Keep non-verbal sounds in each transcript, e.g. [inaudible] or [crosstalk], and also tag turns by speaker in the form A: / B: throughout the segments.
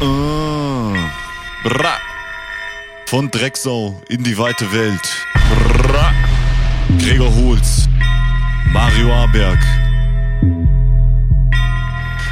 A: Ah. Bra. Von Drecksau in die weite Welt. Bra. Gregor Holz. Mario Aberg.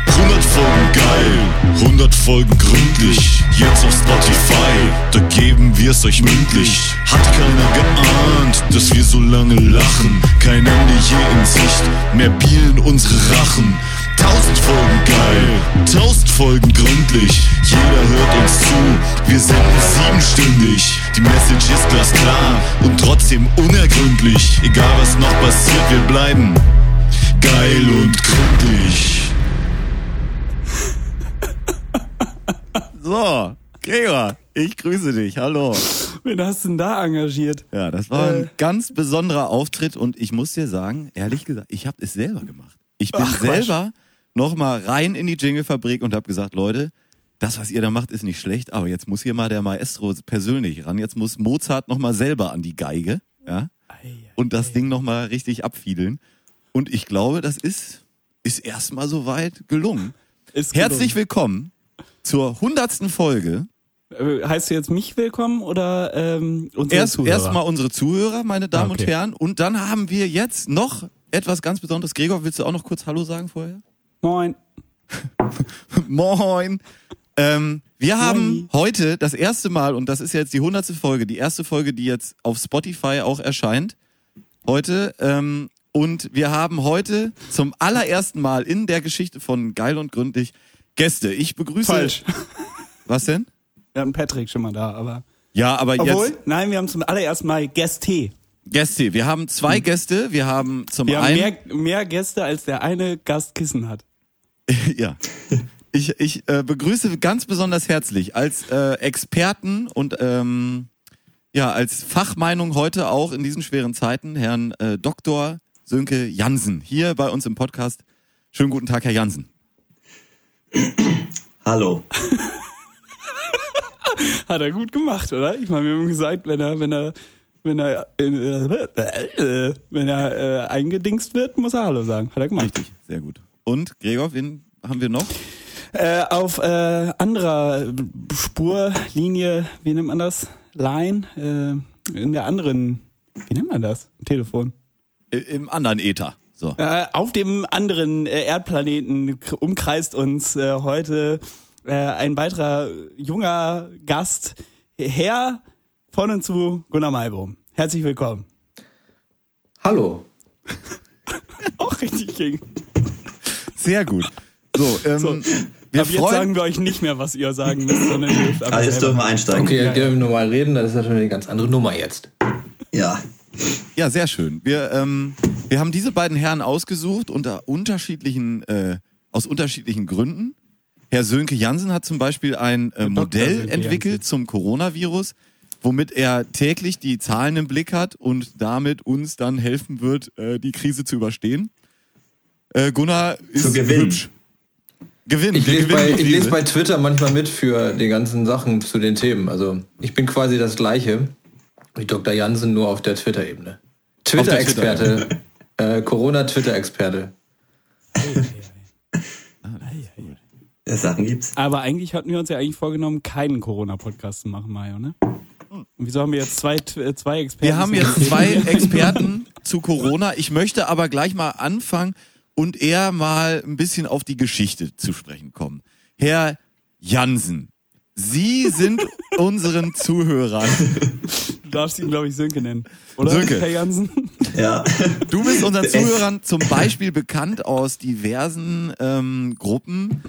A: 100 Folgen geil, 100 Folgen gründlich. Jetzt auf Spotify, da geben wir's euch mündlich. Hat keiner geahnt, dass wir so lange lachen. Kein Ende je in Sicht, mehr bielen unsere Rachen. 1000 Folgen geil, 1000 Folgen gründlich. Jeder hört uns zu, wir senden siebenstündig. Die Message ist glasklar und trotzdem unergründlich. Egal was noch passiert, wir bleiben geil und gründlich.
B: So, Gregor, ich grüße dich. Hallo.
C: Wen hast du denn da engagiert?
B: Ja, das war ein
C: Äh.
B: ganz besonderer Auftritt und ich muss dir sagen, ehrlich gesagt, ich habe es selber gemacht. Ich bin
C: Ach, Quatsch.
B: selber nochmal rein in die Jingle-Fabrik und habe gesagt, Leute, das, was ihr da macht, ist nicht schlecht, aber jetzt muss hier mal der Maestro persönlich ran. Jetzt muss Mozart nochmal selber an die Geige ja, und das Ding nochmal richtig abfiedeln. Und ich glaube, das ist, ist erstmal soweit gelungen.
C: Ist
B: Herzlich willkommen zur hundertsten Folge
C: willkommen. Äh, Heißt du jetzt mich willkommen oder ähm, unsere
B: Erst,
C: Zuhörer? Ah,
B: erstmal unsere Zuhörer, meine Damen
D: Okay.
B: und Herren. Und dann haben wir jetzt noch etwas ganz Besonderes. Gregor, willst du auch noch kurz Hallo sagen vorher?
C: Moin.
B: Moin. Ähm, wir haben
C: Moin.
B: heute das erste Mal, und das ist ja jetzt die hundertste Folge, die erste Folge, die jetzt auf Spotify auch erscheint, heute. Ähm, und wir haben heute zum allerersten Mal in der Geschichte von Geil und Gründlich Gäste. Ich begrüße.
C: Falsch.
B: Was denn?
C: [laughs] Wir hatten Patrick schon mal da, aber.
B: Ja, aber
C: Obwohl?
B: jetzt
C: Nein, wir haben zum allerersten Mal Gäste.
B: Gäste. Wir haben zwei Gäste. Wir haben zum
C: Hm. Wir haben
B: einen
C: mehr, mehr Gäste, als der eine Gast Kissen hat.
B: [laughs] Ja. Ich, ich äh, begrüße ganz besonders herzlich als äh, Experten und ähm, ja, als Fachmeinung heute auch in diesen schweren Zeiten Herrn äh, Dr. Sönke Jansen hier bei uns im Podcast. Schönen guten Tag, Herr Jansen.
D: Hallo.
C: Hat er gut gemacht, oder? Ich meine, wir haben gesagt, wenn er, wenn er, wenn er, äh, äh, wenn er äh, eingedingst wird, muss er Hallo sagen. Hat er gemacht.
B: Richtig, sehr gut. Und Gregor, wen haben wir noch?
C: Äh, auf äh, anderer Spurlinie, wie nennt man das? Line? Äh, in der anderen, wie nennt man das? Telefon.
B: Äh, Im anderen Äther. So.
C: Äh, auf dem anderen äh, Erdplaneten k- umkreist uns äh, heute äh, ein weiterer junger Gast, Herr von und zu Gunnar Malbrum. Herzlich willkommen.
D: Hallo.
C: Auch richtig ging.
B: Sehr gut. So, ähm,
C: So.
B: wir
C: Ab jetzt sagen
B: freuen
C: wir euch nicht mehr, was ihr sagen
B: [laughs]
C: müsst, sondern ihr dürft einfach
D: Also jetzt dürfen
C: selber.
D: wir einsteigen.
E: Okay, dann können wir normal reden, das ist natürlich eine ganz andere Nummer jetzt.
D: Ja.
B: Ja, sehr schön. Wir, ähm, wir haben diese beiden Herren ausgesucht unter unterschiedlichen, äh, aus unterschiedlichen Gründen. Herr Sönke Jansen hat zum Beispiel ein äh, Modell
C: Sönke
B: entwickelt zum Coronavirus, womit er täglich die Zahlen im Blick hat und damit uns dann helfen wird, äh, die Krise zu überstehen. Äh, Gunnar ist
D: Zu gewinnen.
B: hübsch. Gewinn.
E: Ich
B: wir
E: lese,
B: gewinnen ne?
E: bei,
B: die
E: ich
B: Krise.
E: lese bei Twitter manchmal mit für die ganzen Sachen zu den Themen. Also ich bin quasi das gleiche wie Dr. Jansen, nur auf der Twitter-Ebene. Twitter-Experte. äh, Corona-Twitter-Experte.
D: ja, Sachen gibt's.
C: Aber eigentlich hatten wir uns ja eigentlich vorgenommen, keinen Corona-Podcast zu machen, Mario, ne? Und wieso haben wir jetzt zwei, äh, zwei Experten?
B: Wir haben jetzt zwei Experten zu Corona. Ich möchte aber gleich mal anfangen und eher mal ein bisschen auf die Geschichte zu sprechen kommen. Herr Jansen, Sie
C: [laughs]
B: sind unseren Zuhörern.
C: Du darfst ihn, glaube ich, Sönke nennen. Oder?
B: Sönke. [laughs]
C: Herr Jansen?
D: Ja.
B: Du bist unseren Zuhörern zum Beispiel bekannt aus diversen ähm, Gruppen,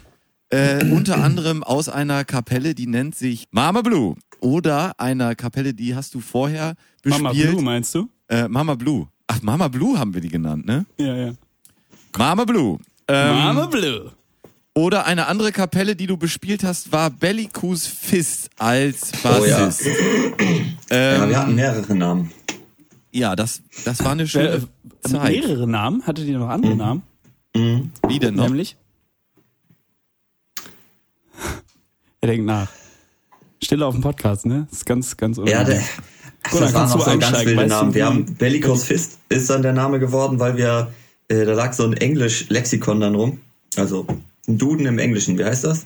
B: äh, unter anderem aus einer Kapelle, die nennt sich Mama Blue oder einer Kapelle, die hast du vorher bespielt.
C: Mama Blue, meinst du?
B: Äh, Mama Blue. Ach, Mama Blue haben wir die genannt, ne?
C: Ja, ja.
B: Mama Blue. Ähm,
C: Mama Blue.
B: Oder eine andere Kapelle, die du bespielt hast, war Bellicus Fist als
D: Oh ja.
B: Bassist.
D: ja.
B: ähm,
D: Wir
B: ja.
D: hatten mehrere Namen.
B: das, das war eine
C: Äh,
B: schöne Zeit.
C: mehrere Namen? Hattet ihr noch andere Namen?
B: Wie denn noch?
C: Nämlich? Er denkt nach. Stille auf dem Podcast, ne? Das ist ganz, ganz
D: Ja, der,
C: unangenehm.
D: ach,
C: Gut, dann
D: das
C: kannst
D: waren noch
C: du
D: so ganz
C: einsteigen,
D: wilde
C: weißt du,
D: Namen. Wir
C: wie-
D: haben Bellicose Fist ist dann der Name geworden, weil wir, äh, da lag so ein Englisch-Lexikon dann rum. Also ein Duden im Englischen, wie heißt das?
B: Ja,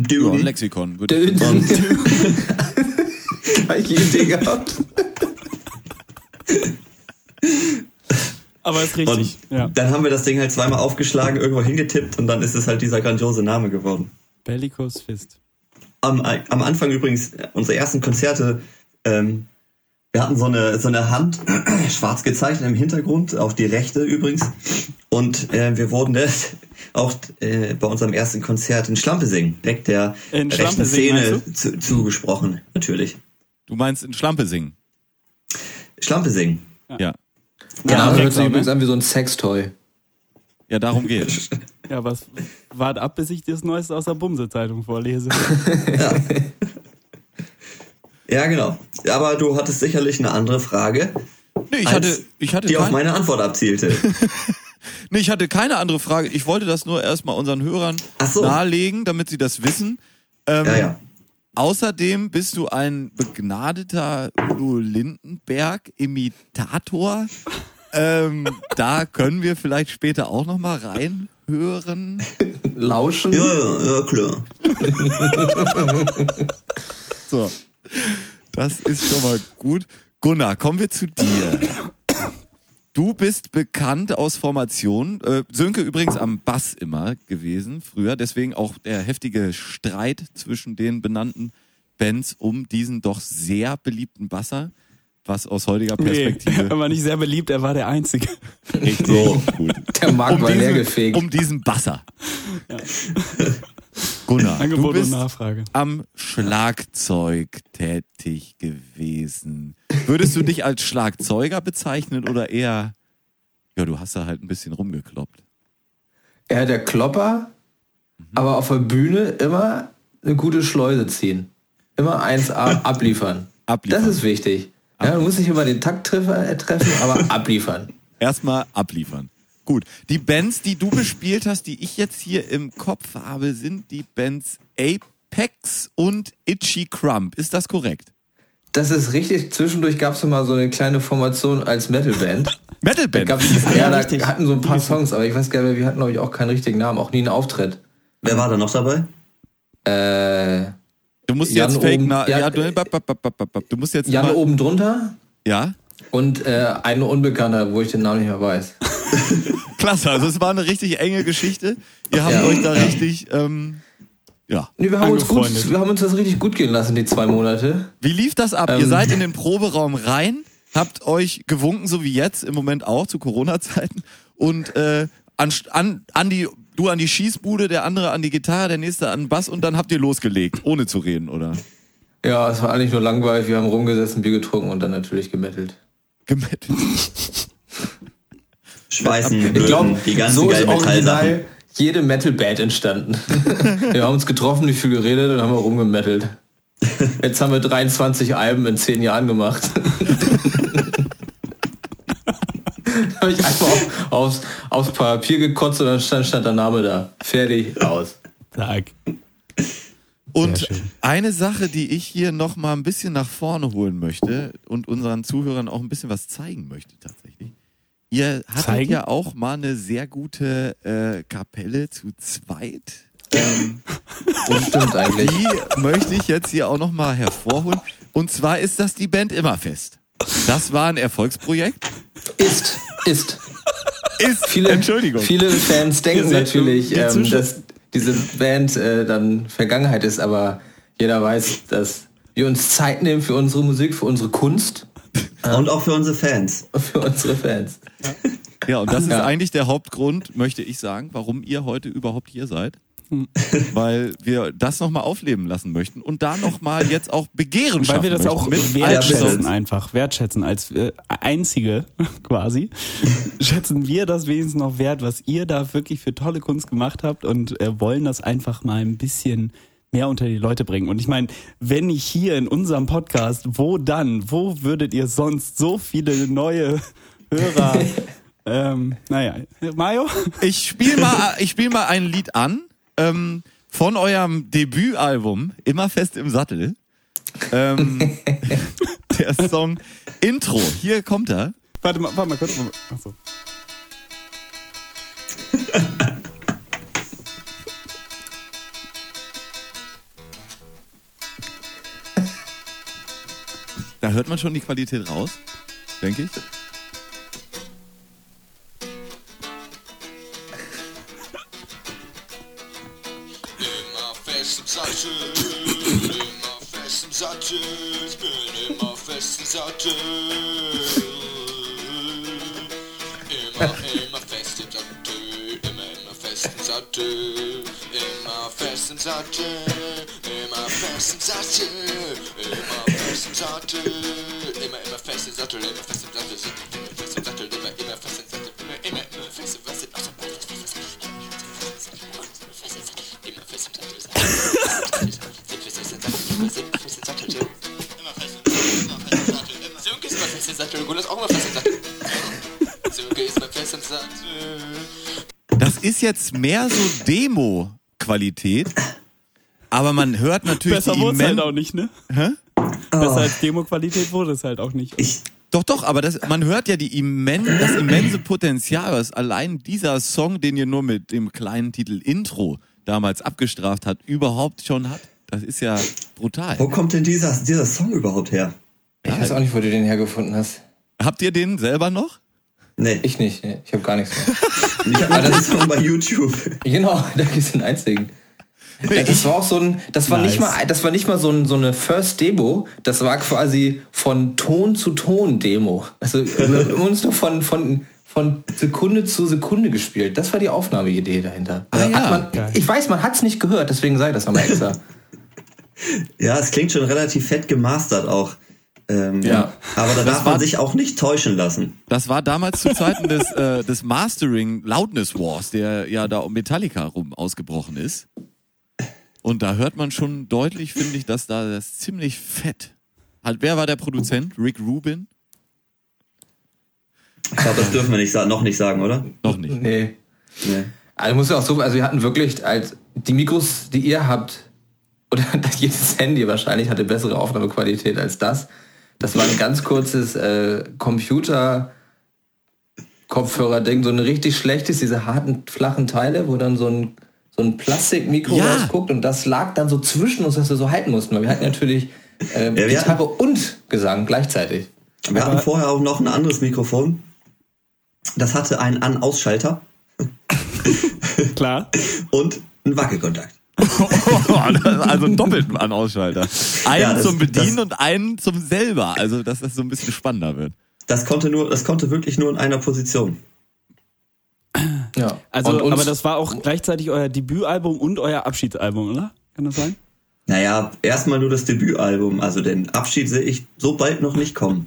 B: ein
D: Döni.
B: Lexikon. Würde ich
E: [laughs]
B: sagen.
E: Gleiche Idee gehabt.
C: Aber ist richtig.
D: Und
C: Ja.
D: dann haben wir das Ding halt zweimal aufgeschlagen, irgendwo hingetippt und dann ist es halt dieser grandiose Name geworden.
C: Bellicose Fist.
D: am, am Anfang übrigens äh, unsere ersten Konzerte, ähm, wir hatten so eine, so eine Hand, [clears throat] schwarz gezeichnet im Hintergrund, auf die rechte übrigens. Und äh, wir wurden das [laughs] auch äh, bei unserem ersten Konzert in Schlampesing, weg der
C: In
D: rechten
C: Schlampesing,
D: Szene
C: meinst
D: zu, zugesprochen, natürlich.
B: Du meinst in Schlampe singen.
D: Schlampesing.
B: Ja.
D: Genau,
E: Der Name hört
C: Drecksau,
E: sich
C: ne?
E: übrigens an wie so ein Sextoy.
B: Ja, darum geht's.
C: Ja, was wart ab, bis ich dir das Neueste aus der Bumse-Zeitung [laughs] vorlese.
D: Ja, genau. Aber du hattest sicherlich eine andere Frage,
B: Nee, ich
D: als
B: hatte, ich hatte
D: die auf
B: kein,
D: meine Antwort abzielte.
B: nee, ich hatte keine andere Frage. Ich wollte das nur erstmal unseren Hörern
D: Ach so.
B: nahelegen, damit sie das wissen. Ähm,
D: ja, ja.
B: Außerdem bist du ein begnadeter Udo Lindenberg-Imitator. ähm, da können wir vielleicht später auch nochmal reinhören.
E: Lauschen?
D: Ja, ja, ja, klar.
B: So. Das ist schon mal gut. Gunnar, kommen wir zu dir. Du bist bekannt aus Formation. Äh, Sönke übrigens am Bass immer gewesen früher. Deswegen auch der heftige Streit zwischen den benannten Bands um diesen doch sehr beliebten Basser. Was aus heutiger
C: Nee, er [laughs]
B: Perspektive
C: war nicht sehr beliebt, er war der Einzige.
B: richtig gut.
E: Der Markt war leer gefegt.
B: um diesen Basser. Gunnar, du
C: Angebot und
B: bist
C: Nachfrage.
B: am Schlagzeug tätig gewesen. Würdest du dich als Schlagzeuger bezeichnen oder eher, ja, du hast da halt ein bisschen rumgekloppt.
E: Er der Klopper, aber auf der Bühne immer eine gute Schleuse ziehen. Immer
C: [laughs]
E: 1A abliefern.
B: Abliefern.
E: Das ist wichtig. Ja, du musst nicht immer den Takttreffer äh, treffen,
C: [laughs]
E: aber abliefern.
B: Erstmal abliefern. Gut. Die Bands, die du bespielt hast, die ich jetzt hier im Kopf habe, sind die Bands Apex und Itchy Crump. Ist das korrekt?
E: Das ist richtig. Zwischendurch gab es mal so eine kleine Formation als
C: [laughs]
E: Metalband.
B: Metal
E: Da
B: Band.
E: gab's, ja, da
C: richtig.
E: hatten so ein paar Songs, aber ich weiß gar nicht, mehr, wir hatten, glaube ich, auch keinen richtigen Namen, auch nie einen Auftritt.
D: Wer war da noch dabei?
E: Äh,
B: Du musst
E: Jan
B: jetzt fake
E: oben-
B: na,
E: Jan-
B: ja, du, bap, bap, bap, bap, bap, bap. du musst jetzt
E: Jan
B: immer,
E: oben drunter
B: ja.
E: und äh, ein Unbekannter, wo ich den Namen nicht mehr weiß.
B: Klasse, also es war eine richtig enge Geschichte. Ihr habt
E: Ja.
B: euch da richtig ähm, ja.
E: Nee, wir, haben uns
C: Angefreundet.
E: gut, wir haben uns das richtig gut gehen lassen, die zwei Monate.
B: Wie lief das ab? Ihr
E: Ähm.
B: seid in den Proberaum rein, habt euch gewunken, so wie jetzt, im Moment auch zu Corona-Zeiten. Und äh, an, an, an die, du an die Schießbude, der andere an die Gitarre, der nächste an den Bass und dann habt ihr losgelegt, ohne zu reden, oder?
E: Ja, es war eigentlich nur langweilig. Wir haben rumgesessen, Bier getrunken und dann natürlich gemettelt.
B: Gemeldet.
D: Schweißen,
E: Ich
D: Löten,
E: glaube,
D: die ganzen
E: so ist
D: geilen Metallsachen.
E: original jede Metal-Band [laughs] entstanden. wir haben uns getroffen, nicht viel geredet und haben auch rumgemettelt. Jetzt haben wir 23 Alben in 10 Jahren gemacht. [laughs] Da habe ich einfach auf, aufs, aufs Papier gekotzt und dann stand, stand der Name da. Fertig, aus.
C: Tag.
B: Und
C: Sehr schön.
B: eine Sache, die ich hier noch mal ein bisschen nach vorne holen möchte und unseren Zuhörern auch ein bisschen was zeigen möchte tatsächlich. Ihr hattet
C: Zeigen?
B: ja auch mal eine sehr gute äh, Kapelle zu zweit. Ähm,
E: Das stimmt eigentlich.
B: die möchte ich jetzt hier auch noch mal hervorholen. Und zwar ist das die Band Immerfest. Das war ein Erfolgsprojekt.
E: Ist, ist.
B: Ist
E: Viele,
B: Entschuldigung.
E: Viele Fans denken
C: seht,
E: natürlich,
C: die
E: ähm,
C: Zuschauer-
E: dass diese Band äh, dann Vergangenheit ist, aber jeder weiß, dass wir uns Zeit nehmen für unsere Musik, für unsere Kunst [laughs]
D: Und auch für unsere Fans.
E: und für unsere Fans.
B: Ja, und das ist
E: Ja.
B: eigentlich der Hauptgrund, möchte ich sagen, warum ihr heute überhaupt hier seid.
C: Hm.
B: [laughs] Weil wir das nochmal aufleben lassen möchten und da nochmal jetzt auch Begehren
C: Weil
B: schaffen
C: wir das
B: möchten.
C: auch
B: mit
C: wertschätzen
B: Altschätzen.
C: einfach. Wertschätzen als äh, Einzige [laughs] quasi. Schätzen wir das wenigstens noch wert, was ihr da wirklich für tolle Kunst gemacht habt und äh, wollen das einfach mal ein bisschen mehr unter die Leute bringen. Und ich meine, wenn nicht hier in unserem Podcast, wo dann? Wo würdet ihr sonst so viele neue Hörer? [laughs] ähm, naja, Mario?
B: Ich spiel mal, ich spiel mal ein Lied an ähm, von eurem Debütalbum Immer fest im Sattel.
C: [laughs]
B: Ähm, der Song Intro. Hier kommt er.
C: Warte mal, warte mal kurz. warte mal. Achso.
B: Da hört man schon die Qualität raus, denke ich.
F: immer fest im Sattel, immer fest im Sattel, ich bin immer fest im Sattel. Immer, immer fest im Sattel, immer, immer fest im Sattel, immer fest im Sattel, immer fest im Sattel, immer fest im Sattel, immer, immer fest im Sattel, immer fest im Sattel, immer fest im Sattel, immer, immer fest im Sattel, immer, immer, immer fest im Sattel, ach, fest im Sattel.
B: Das ist jetzt mehr so Demo-Qualität, aber man hört natürlich
C: Besser
B: die
C: wurde es
B: immen-
C: halt auch nicht, ne? Besser als Demo-Qualität wurde es halt auch nicht.
D: Ich,
B: Doch, doch, aber das, man hört ja die immen, das immense Potenzial, was allein dieser Song, den ihr nur mit dem kleinen Titel Intro damals abgestraft hat, überhaupt schon hat. Das ist ja brutal.
D: wo kommt denn dieser, dieser Song überhaupt her?
E: Ich weiß auch nicht, wo du den hergefunden hast.
B: Habt ihr den selber noch?
D: Nee, ich,
E: Ich nicht, nee. ich habe gar nichts [laughs] mehr.
D: ich habe den Song bei YouTube.
E: Genau, [laughs] da gibt's den einzigen. Ja,
B: Äh,
E: das war auch so ein, das war nicht mal, das war nicht mal so, ein, so eine First Demo, das war quasi von Ton zu Ton Demo. Also
B: [laughs]
E: wir haben uns nur von, von, von Sekunde zu Sekunde gespielt. Das war die Aufnahmeidee dahinter.
B: Ah, ja.
E: hat man, ich weiß, man hat's nicht gehört, deswegen sage ich das nochmal
B: [laughs]
E: extra.
D: Ja, es klingt schon relativ fett gemastert auch. Ähm,
E: Ja.
D: Aber da darf
B: war-
D: man sich auch nicht täuschen lassen.
B: Das war damals zu Zeiten des, äh, des Mastering Loudness Wars, der ja da um Metallica rum ausgebrochen ist. Und da hört man schon deutlich, finde ich, dass da das ziemlich fett. Hat, wer war der Produzent? Rick Rubin?
D: Ich glaube, das dürfen wir nicht, sa- noch nicht sagen, oder?
B: Noch nicht.
E: Nee.
D: Nee.
E: Also muss ja auch so, also wir hatten wirklich, als die Mikros, die ihr habt, oder [laughs] jedes Handy wahrscheinlich hatte bessere Aufnahmequalität als das. Das war ein ganz kurzes äh, Computer. Kopfhörer-Ding, so ein richtig schlechtes, diese harten, flachen Teile, wo dann so ein, so ein Plastikmikro
B: Ja.
E: rausguckt und das lag dann so zwischen uns, dass wir so halten mussten, weil wir hatten natürlich äh,
D: wir
E: Gitarre und Gesang gleichzeitig.
D: Wir hatten vorher auch noch ein anderes Mikrofon. Das hatte einen An-Ausschalter
C: Klar.
D: und einen Wackelkontakt.
B: [laughs] also einen doppelten Ausschalter. Einen
D: Ja, das-
B: zum Bedienen
D: das-
B: und einen zum selber. Also, dass das so ein bisschen spannender wird.
D: Das konnte nur, das konnte wirklich nur in einer Position.
E: Ja.
C: Also,
E: Und uns-
C: aber das war auch gleichzeitig euer Debütalbum und euer Abschiedsalbum, oder? Kann das sein?
D: Naja, erstmal nur das Debütalbum, also den Abschied sehe ich so bald noch nicht kommen.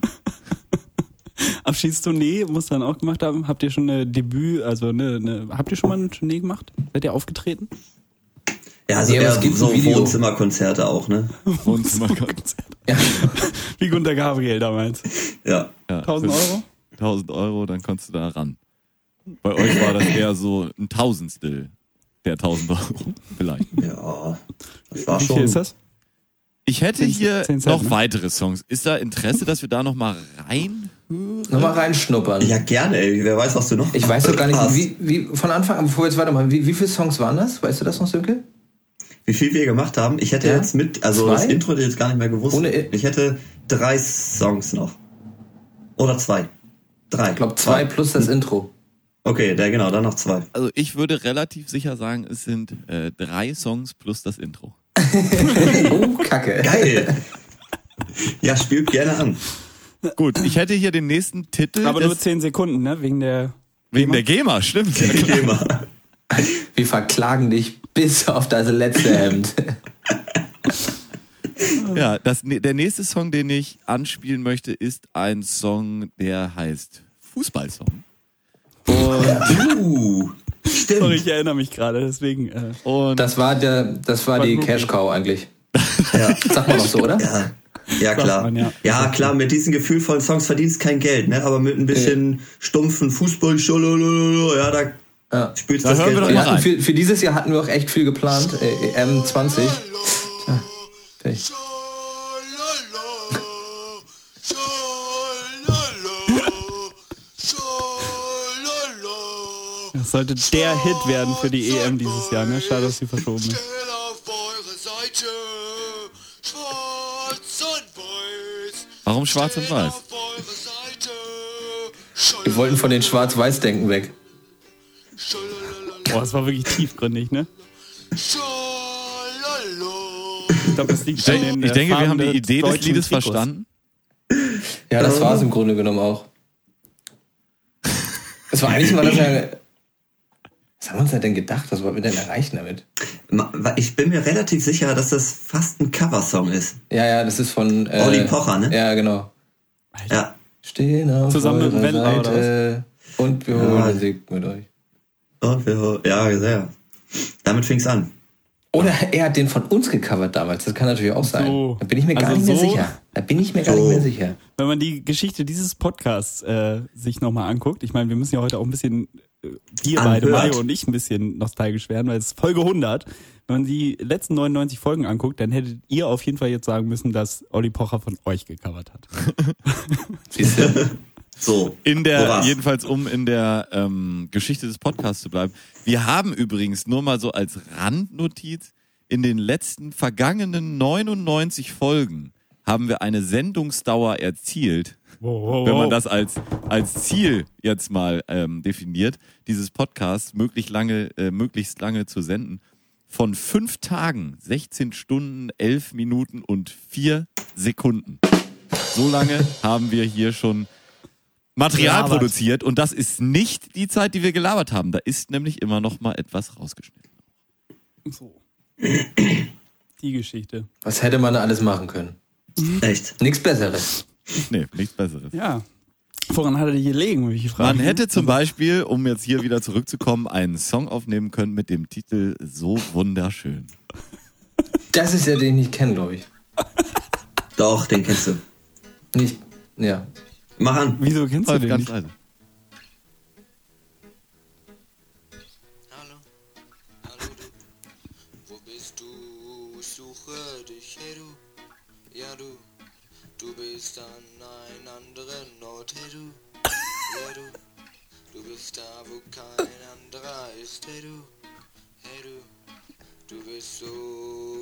C: Abschiedstournee muss dann auch gemacht haben. Habt ihr schon eine Debüt, also eine, eine habt ihr schon mal eine Tournee gemacht? Seid ihr aufgetreten?
D: Ja, also
E: Ja, aber
D: eher
E: es gibt
D: so
E: ein Video.
D: Wohnzimmerkonzerte auch, ne?
C: [laughs]
B: Wohnzimmer.
E: ja.
C: Wie Gunter Gabriel damals.
D: Ja.
B: Ja,
C: 1000 Euro?
B: 1000 Euro, dann konntest du da ran. Bei euch war das eher so ein Tausendstel der 1000 Euro, [laughs] vielleicht.
D: Ja. Das war
C: Wie viel
D: schon.
C: ist das?
B: Ich hätte
C: Zehn-
B: hier
C: zehn Cent,
B: noch
C: ne?
B: weitere Songs. Ist da Interesse, dass wir da nochmal rein?
E: Nochmal reinschnuppern.
D: Ja, gerne, ey. Wer weiß, was du noch.
E: Ich weiß doch gar nicht,
D: hast.
E: wie, wie, von Anfang an, bevor wir jetzt weitermachen, wie, wie viele Songs waren das? Weißt du das noch, Sönke?
D: wie viel wir gemacht haben. Ich hätte
E: Ja?
D: jetzt mit, also das
E: Zwei?
D: Intro hätte ich jetzt gar nicht mehr gewusst.
E: Ohne-
D: ich hätte drei Songs noch. Oder zwei. Drei.
E: Ich glaube, zwei plus das Intro.
D: Okay, der, genau, dann noch zwei.
B: Also ich würde relativ sicher sagen, es sind äh, drei Songs plus das Intro.
E: Oh, Kacke.
D: Geil!
E: [laughs]
D: ja, spielt gerne an.
B: Gut, ich hätte hier den nächsten Titel.
C: Aber nur
B: des,
C: 10 Sekunden, ne? Wegen der
B: wegen der GEMA, stimmt.
D: Thema.
E: Wir verklagen dich bis auf das letzte Hemd.
B: [laughs] Ja, das, ne-, der nächste Song, den ich anspielen möchte, ist ein Song, der heißt Fußballsong.
D: Uh, stimmt.
C: Sorry, ich erinnere mich gerade, deswegen. Äh,
B: Und
E: Das war der, das war die Cash Cow eigentlich.
D: Ja,
E: Sagt man doch so, oder?
D: ja. ja klar.
C: man, ja.
D: ja. klar, mit diesen gefühlvollen Songs verdienst kein Geld, ne? Aber mit ein bisschen stumpfen Fußball, scholololo, ja, da
E: Ja.
D: spielst
B: Da
D: du das
B: hören wir
D: Geld
B: doch
E: Wir
D: rein.
E: hatten für, für dieses Jahr hatten wir auch echt viel geplant. Äh, EM20. Ah, fertig.
C: das sollte der Hit werden für die EM dieses Jahr, ne? Schade, dass sie verschoben ist.
F: Stell auf eure Seite, schwarz und weiß,
B: Warum schwarz und weiß?
E: Wir wollten von den Schwarz-Weiß-Denken weg.
C: Boah, das war wirklich tiefgründig, ne? Ich glaube, das liegt
B: Ich, denk,
C: an den,
B: ich
C: äh,
B: denke, wir
C: Farben
B: haben
C: der
B: die Idee des
C: deutschen
B: Liedes
C: Trikots.
B: verstanden.
E: Ja, das war es im Grunde genommen auch. Es war eigentlich mal das ja. Was haben wir uns denn gedacht? Was wollten wir denn erreichen damit?
D: Ma- wa- Ich bin mir relativ sicher, dass das fast ein Coversong ist.
E: Ja, ja, das ist von. Äh,
D: Olli Pocher, ne?
E: Ja, genau.
D: Ja.
E: Stehen auf
C: Zusammen mit
E: eurer
C: Wendler oder
E: Seite und wir holen den Sieg mit euch.
D: Und wir, ho- ja, sehr. Damit fing's an.
E: Oder er hat den von uns gecovert damals. Das kann natürlich auch sein.
C: So.
E: Da bin ich mir gar
C: Also
E: nicht mehr
C: so.
E: sicher. Da bin ich mir gar nicht mehr sicher.
C: Wenn man die Geschichte dieses Podcasts äh, sich nochmal anguckt, ich meine, wir müssen ja heute auch ein bisschen, äh, wir beide,
D: Anhört.
C: Mario und ich, ein bisschen nostalgisch werden, weil es ist Folge 100. Wenn man die letzten 99 Folgen anguckt, dann hättet ihr auf jeden Fall jetzt sagen müssen, dass Olli Pocher von euch gecovert hat.
D: So.
B: In der,
D: So war's.
B: jedenfalls um in der ähm, Geschichte des Podcasts zu bleiben. Wir haben übrigens nur mal so als Randnotiz, in den letzten vergangenen 99 Folgen haben wir eine Sendungsdauer erzielt, wenn man das als, als Ziel jetzt mal ähm, definiert, dieses Podcast möglichst lange, äh, möglichst lange zu senden, von fünf Tagen, 16 Stunden, 11 Minuten und vier Sekunden. So lange haben wir hier schon Material
C: Gelabert.
B: produziert und das ist nicht die Zeit, die wir gelabert haben. Da ist nämlich immer noch mal etwas rausgeschnitten.
C: So. Die Geschichte.
E: Was hätte man da alles machen können?
D: Echt.
E: Nichts Besseres.
B: Nee, nichts Besseres.
C: Ja. Woran hat er dich gelegen, würde ich fragen?
B: Man hätte zum Beispiel, um jetzt hier wieder zurückzukommen, einen Song aufnehmen können mit dem Titel So wunderschön.
E: Das ist der, den ich nicht kenne, glaube ich.
D: Doch, den kennst du.
E: Nicht. Ja.
D: Mach an.
C: Wieso kennst du
B: Läuft
C: den
B: ganz
C: nicht?
B: leise.
F: Hallo. Hallo du. Wo bist du? Ich suche dich, hey du. Ja du. Du bist an einem anderen Ort, hey du. Ja du. Du bist da, wo kein anderer ist, hey du. Hey du. Du bist so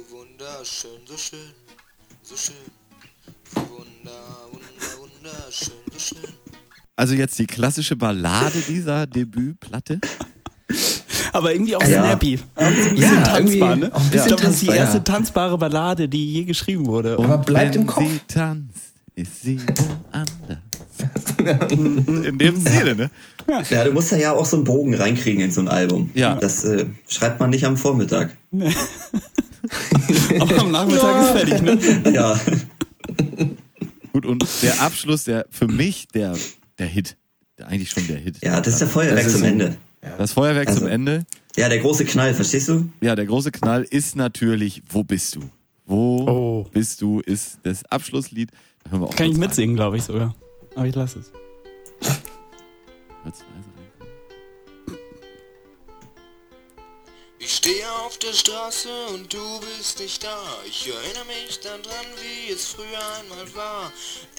F: wunderschön, so schön, so schön. So wunder, wunder, wunderschön, so schön.
B: Also jetzt die klassische Ballade dieser Debütplatte.
C: Aber irgendwie auch
D: Ah, Ja.
C: snappy. Auch ein bisschen
E: Ja,
C: tanzbar,
E: irgendwie
C: ne?
E: auch ein bisschen
C: ich glaube, das ist die
E: tanzbar, ja.
C: erste tanzbare Ballade, die je geschrieben wurde.
E: Aber bleibt
B: Wenn
E: im Kopf.
B: sie tanzt, ist sie woanders. In dem Seele, ne?
D: Ja, du musst da ja auch so einen Bogen reinkriegen in so ein Album.
B: Ja.
D: Das äh, schreibt man nicht am
B: [laughs]
D: Vormittag.
C: Aber am Nachmittag ist fertig, ne?
D: [laughs] Ja.
B: Gut, und der Abschluss, der für mich der, der Hit. Der, eigentlich schon der Hit.
D: Ja, das ist der Feuerwerk
E: Das ist
D: zum
E: ein-
D: Ende.
B: Das Feuerwerk
D: Also-
B: zum Ende.
D: Ja, der große Knall, verstehst du?
B: Ja, der große Knall ist natürlich, wo bist du? Wo
C: Oh.
B: bist du? Ist das Abschlusslied. Da hören wir auch
C: Kann ich
B: kurz
C: mitsingen, glaube ich sogar. Aber ich lasse es.
B: rein. Kurz leise rein.
F: Ich stehe auf der Straße und du bist nicht da. Ich erinnere mich dann dran, wie es früher einmal war.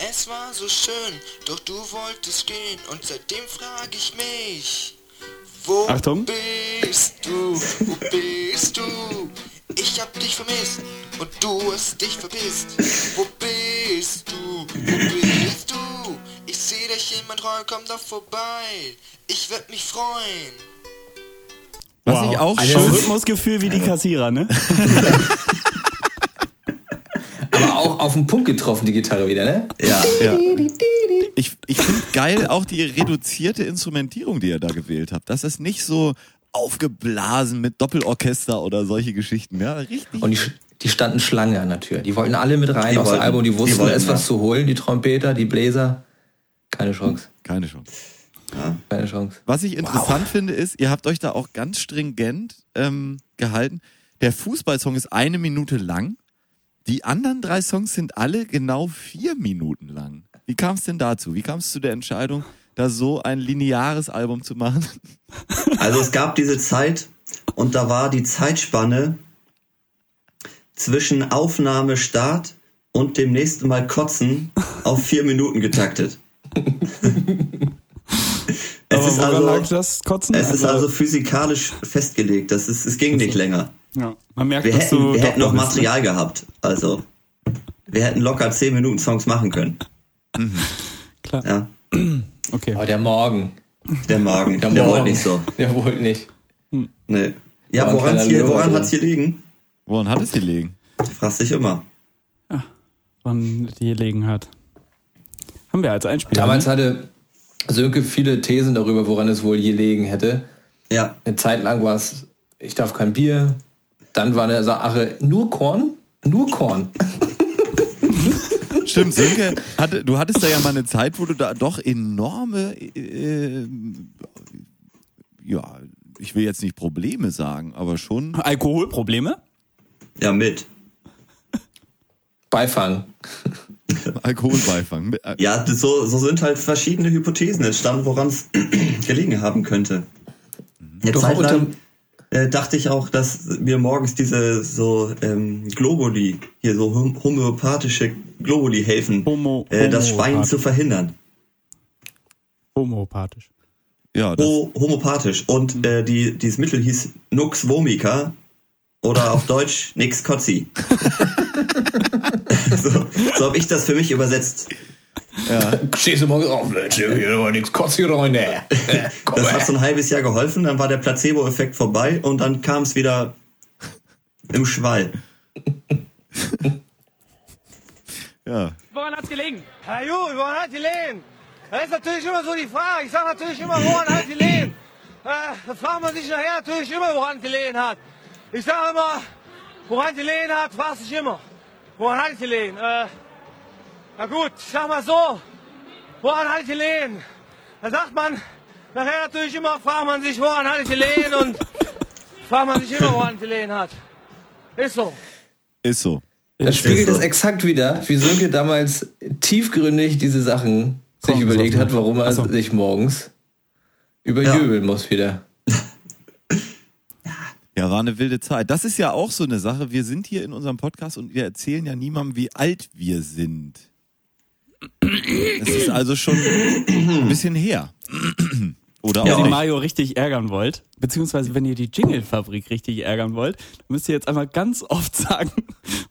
F: Es war so schön, doch du wolltest gehen und seitdem frage ich mich. Wo
C: Achtung.
F: bist du? Wo bist du? Ich hab dich vermisst und du hast dich verpisst. Wo bist du? Wo bist du? Ich sehe dich in meinen Träumen, komm doch vorbei. Ich werd mich freuen.
B: Was ich auch
E: Also-
B: schon.
C: Rhythmusgefühl wie die Kassierer, ne?
E: Aber auch auf den Punkt getroffen, die Gitarre wieder, ne?
D: Ja.
B: Ja. Ich, ich finde geil auch die reduzierte Instrumentierung, die ihr da gewählt habt. Das ist nicht so aufgeblasen mit Doppelorchester oder solche Geschichten. Ja, richtig.
E: Und die, die standen Schlange an der Tür. Die wollten alle mit rein
D: Die
E: aufs
D: wollten-
E: Album. Die
D: die
E: wussten,
D: wollten,
E: es ist was
D: ja.
E: zu holen. Die Trompeter, die Bläser. Keine Chance.
B: Keine Chance.
E: Keine Chance.
B: Was ich interessant finde, ist, ihr habt euch da auch ganz stringent ähm, gehalten. Der Fußballsong ist eine Minute lang. Die anderen drei Songs sind alle genau vier Minuten lang. Wie kam es denn dazu? Wie kam es zu der Entscheidung, da so ein lineares Album zu machen? [laughs]
D: Also es gab diese Zeit und da war die Zeitspanne zwischen Aufnahmestart und dem nächsten Mal kotzen auf vier
C: [laughs]
D: Minuten getaktet. es
C: Aber
D: ist
C: woran lag
D: also,
C: das Kotzen?
D: es ist also physikalisch festgelegt. Das ist, es ging nicht länger.
C: ja. Man merkt,
D: Wir
C: dass Also, du
D: hätten, wir
C: doch
D: hätten noch
C: bist, ne?
D: Material gehabt. Also wir hätten locker zehn Minuten Songs machen können.
C: Mhm. Klar.
D: Ja,
C: ne? Okay.
E: Aber der Morgen,
D: der Magen,
E: Der
D: der, der
E: Morgen.
D: wollte nicht so.
E: der wohl nicht.
D: Nee. Ja,
E: War ein
D: woran
E: kleiner also.
D: hier,
E: Löwe
D: woran
E: drin.
D: hat's hier liegen?
B: Woran hat es gelegen?
D: Fragst dich immer.
C: Wann die Gelegenheit. Haben wir als Einspieler.
E: Damals
C: ne?
E: hatte Sönke viele Thesen darüber, woran es wohl gelegen hätte.
D: Ja,
E: Eine Zeit lang war es, ich darf kein Bier. Dann war eine Sache, nur Korn, nur Korn.
B: Stimmt, Sönke, hatte, du hattest da ja mal eine Zeit, wo du da doch enorme, äh, ja, ich will jetzt nicht Probleme sagen, aber schon.
C: Alkoholprobleme?
D: ja, mit.
E: Beifang.
B: Alkoholbeifang. Äh,
D: Ja, das- so, so sind halt verschiedene Hypothesen entstanden, woran es [clears throat] gelegen haben könnte. Eine
E: Doch,
D: Zeit lang
E: unter-
D: äh, dachte ich auch, dass wir morgens diese so ähm, Globuli, hier so hom homöopathische Globuli helfen,
C: Homo-
D: äh, das Schwein
C: homöopathisch.
D: zu verhindern.
C: Homopathisch.
B: Ja, das,
D: Ho Oh, homöopathisch. Und äh, die, dieses Mittel hieß Nux Vomica oder auf Deutsch Nix Kotzi. [laughs] so so habe ich das für mich übersetzt.
E: Stehst du morgen auf, Leute, hier aber nichts, kotz hier rein, ey. Äh, Komm,
D: [laughs] Das hat
E: ey.
D: so ein halbes Jahr geholfen, dann war der Placebo-Effekt vorbei und dann kam es wieder im Schwall.
B: ja.
G: Woran hat's gelegen? Ja gut, woran hat gelegen? Das ist natürlich immer so die Frage. Ich sage natürlich immer, woran hat gelegen? Äh, das fragt man sich nachher natürlich immer, woran gelegen hat. Ich sage immer, woran gelegen hat, fragst dich immer. Woran hat gelegen? Äh, na gut, ich sag mal so, woran hat gelegen? Da sagt man nachher natürlich immer, fragt man sich, woran hat gelegen und fragt man sich immer, woran gelegen hat. Ist so.
B: Ist so.
E: Das spiegelt
D: so.
E: das exakt wieder, wie Sönke damals tiefgründig diese Sachen sich
C: Korn
E: überlegt
C: gesoffen
E: hat, warum er
C: Ach so.
E: sich morgens überjubeln muss wieder.
B: Ja, war eine wilde Zeit. Das ist ja auch so eine Sache. Wir sind hier in unserem Podcast und wir erzählen ja niemandem, wie alt wir sind. Es ist also schon ein bisschen her. Oder
C: Wenn
B: auch
C: ihr
B: nicht.
C: Mario richtig ärgern wollt, beziehungsweise wenn ihr die Jingle-Fabrik richtig ärgern wollt, dann müsst ihr jetzt einmal ganz oft [laughs] sagen,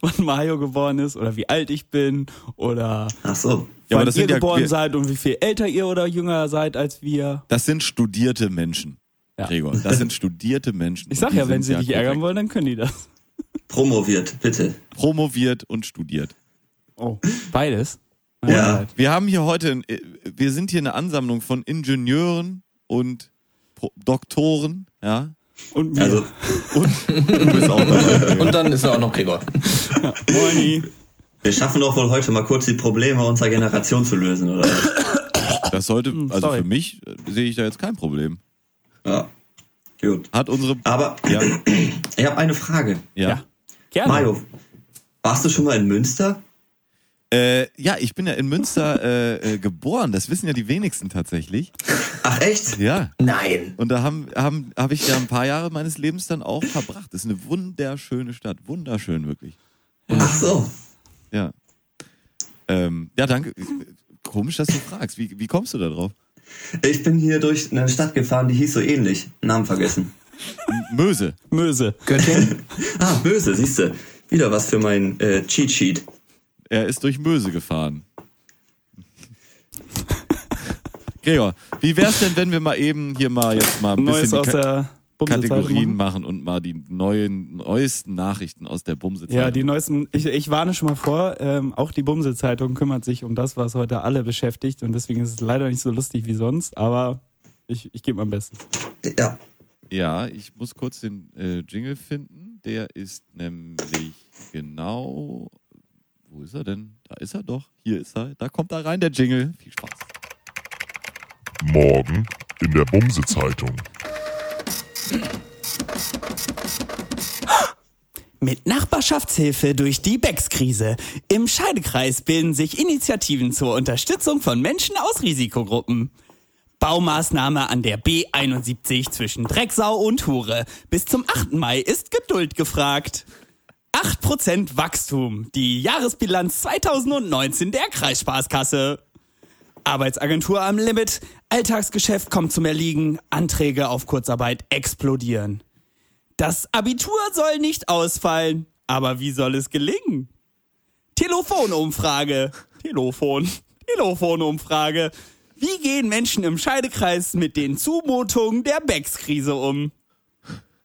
C: wann Mario geboren ist oder wie alt ich bin oder
D: Ach so.
B: Ja, aber
C: wann
B: das
C: ihr
B: sind ja-
C: geboren
B: wir-
C: seid und wie viel älter ihr oder jünger seid als wir.
B: Das sind studierte Menschen.
C: Ja.
B: Gregor, das sind studierte Menschen.
C: Ich sag
B: Und die
C: ja, wenn
B: sind
C: sie dich
B: korrekt
C: ärgern wollen, dann können die das.
D: Promoviert, bitte.
B: Promoviert und studiert.
C: Oh, beides.
D: Ja.
B: Wir haben hier heute, ein- äh, wir sind hier eine Ansammlung von Ingenieuren und Pro Doktoren, ja.
C: Und mir.
D: Also,
B: Und du bist auch dabei.
E: Und dann ist er auch noch Gregor.
C: [laughs] Moini.
D: wir schaffen doch wohl heute mal kurz die Probleme unserer Generation zu lösen, oder?
B: Das sollte, also
C: Hm, sorry.
B: für mich äh, sehe ich da jetzt kein Problem.
D: Ja. Gut.
B: Hat unsere.
D: Aber
B: Ja, ja.
D: ich habe eine Frage.
C: Ja. Gerne.
D: Mario, warst du schon mal in Münster?
B: Äh, ja, ich bin ja in Münster äh, äh, geboren. Das wissen ja die wenigsten tatsächlich.
D: Ach echt?
B: Ja.
E: Nein.
B: Und da haben, haben, habe ich ja ein paar Jahre meines Lebens dann auch verbracht. Ist eine wunderschöne Stadt. Wunderschön, wirklich.
D: Ach so.
B: Ja. Ähm, ja, danke. Komisch, dass du fragst. Wie, wie kommst du da drauf?
D: Ich bin hier durch eine Stadt gefahren, die hieß so ähnlich. Namen vergessen.
B: Möse.
C: Möse.
E: Göttingen?
D: Ah, böse, siehste. Wieder was für mein äh, Cheat Sheet.
B: Er ist durch Möse gefahren.
C: [laughs]
B: Gregor, wie wär's denn, wenn wir mal eben hier mal jetzt mal ein
C: Neues
B: bisschen
C: aus
B: die Ka-
C: der Bumsezeit
B: Kategorien
C: machen.
B: machen und mal die neuen, neuesten Nachrichten aus der Bumse
C: Ja, die neuesten, ich, ich warne schon mal vor, ähm, auch die Bumse-Zeitung kümmert sich um das, was heute alle beschäftigt und deswegen ist es leider nicht so lustig wie sonst, aber ich, ich gebe mein Bestes.
D: Ja.
B: Ja, ich muss kurz den äh, Jingle finden. Der ist nämlich genau. Wo ist er denn? Da ist er doch. Hier ist er. Da kommt er rein, der Jingle. Viel Spaß.
H: Morgen in der Bumse-Zeitung.
I: Mit Nachbarschaftshilfe durch die Becks-Krise. Im Scheidekreis bilden sich Initiativen zur Unterstützung von Menschen aus Risikogruppen. Baumaßnahme an der B71 zwischen Drecksau und Hure. Bis zum 8. Mai ist Geduld gefragt. 8% Wachstum. Die Jahresbilanz 2019 der Kreissparkasse. Arbeitsagentur am Limit. Alltagsgeschäft kommt zum Erliegen. Anträge auf Kurzarbeit explodieren. Das Abitur soll nicht ausfallen. Aber wie soll es gelingen? Telefonumfrage. Telefon. Telefonumfrage. Wie gehen Menschen im Scheidekreis mit den Zumutungen der Becks-Krise um?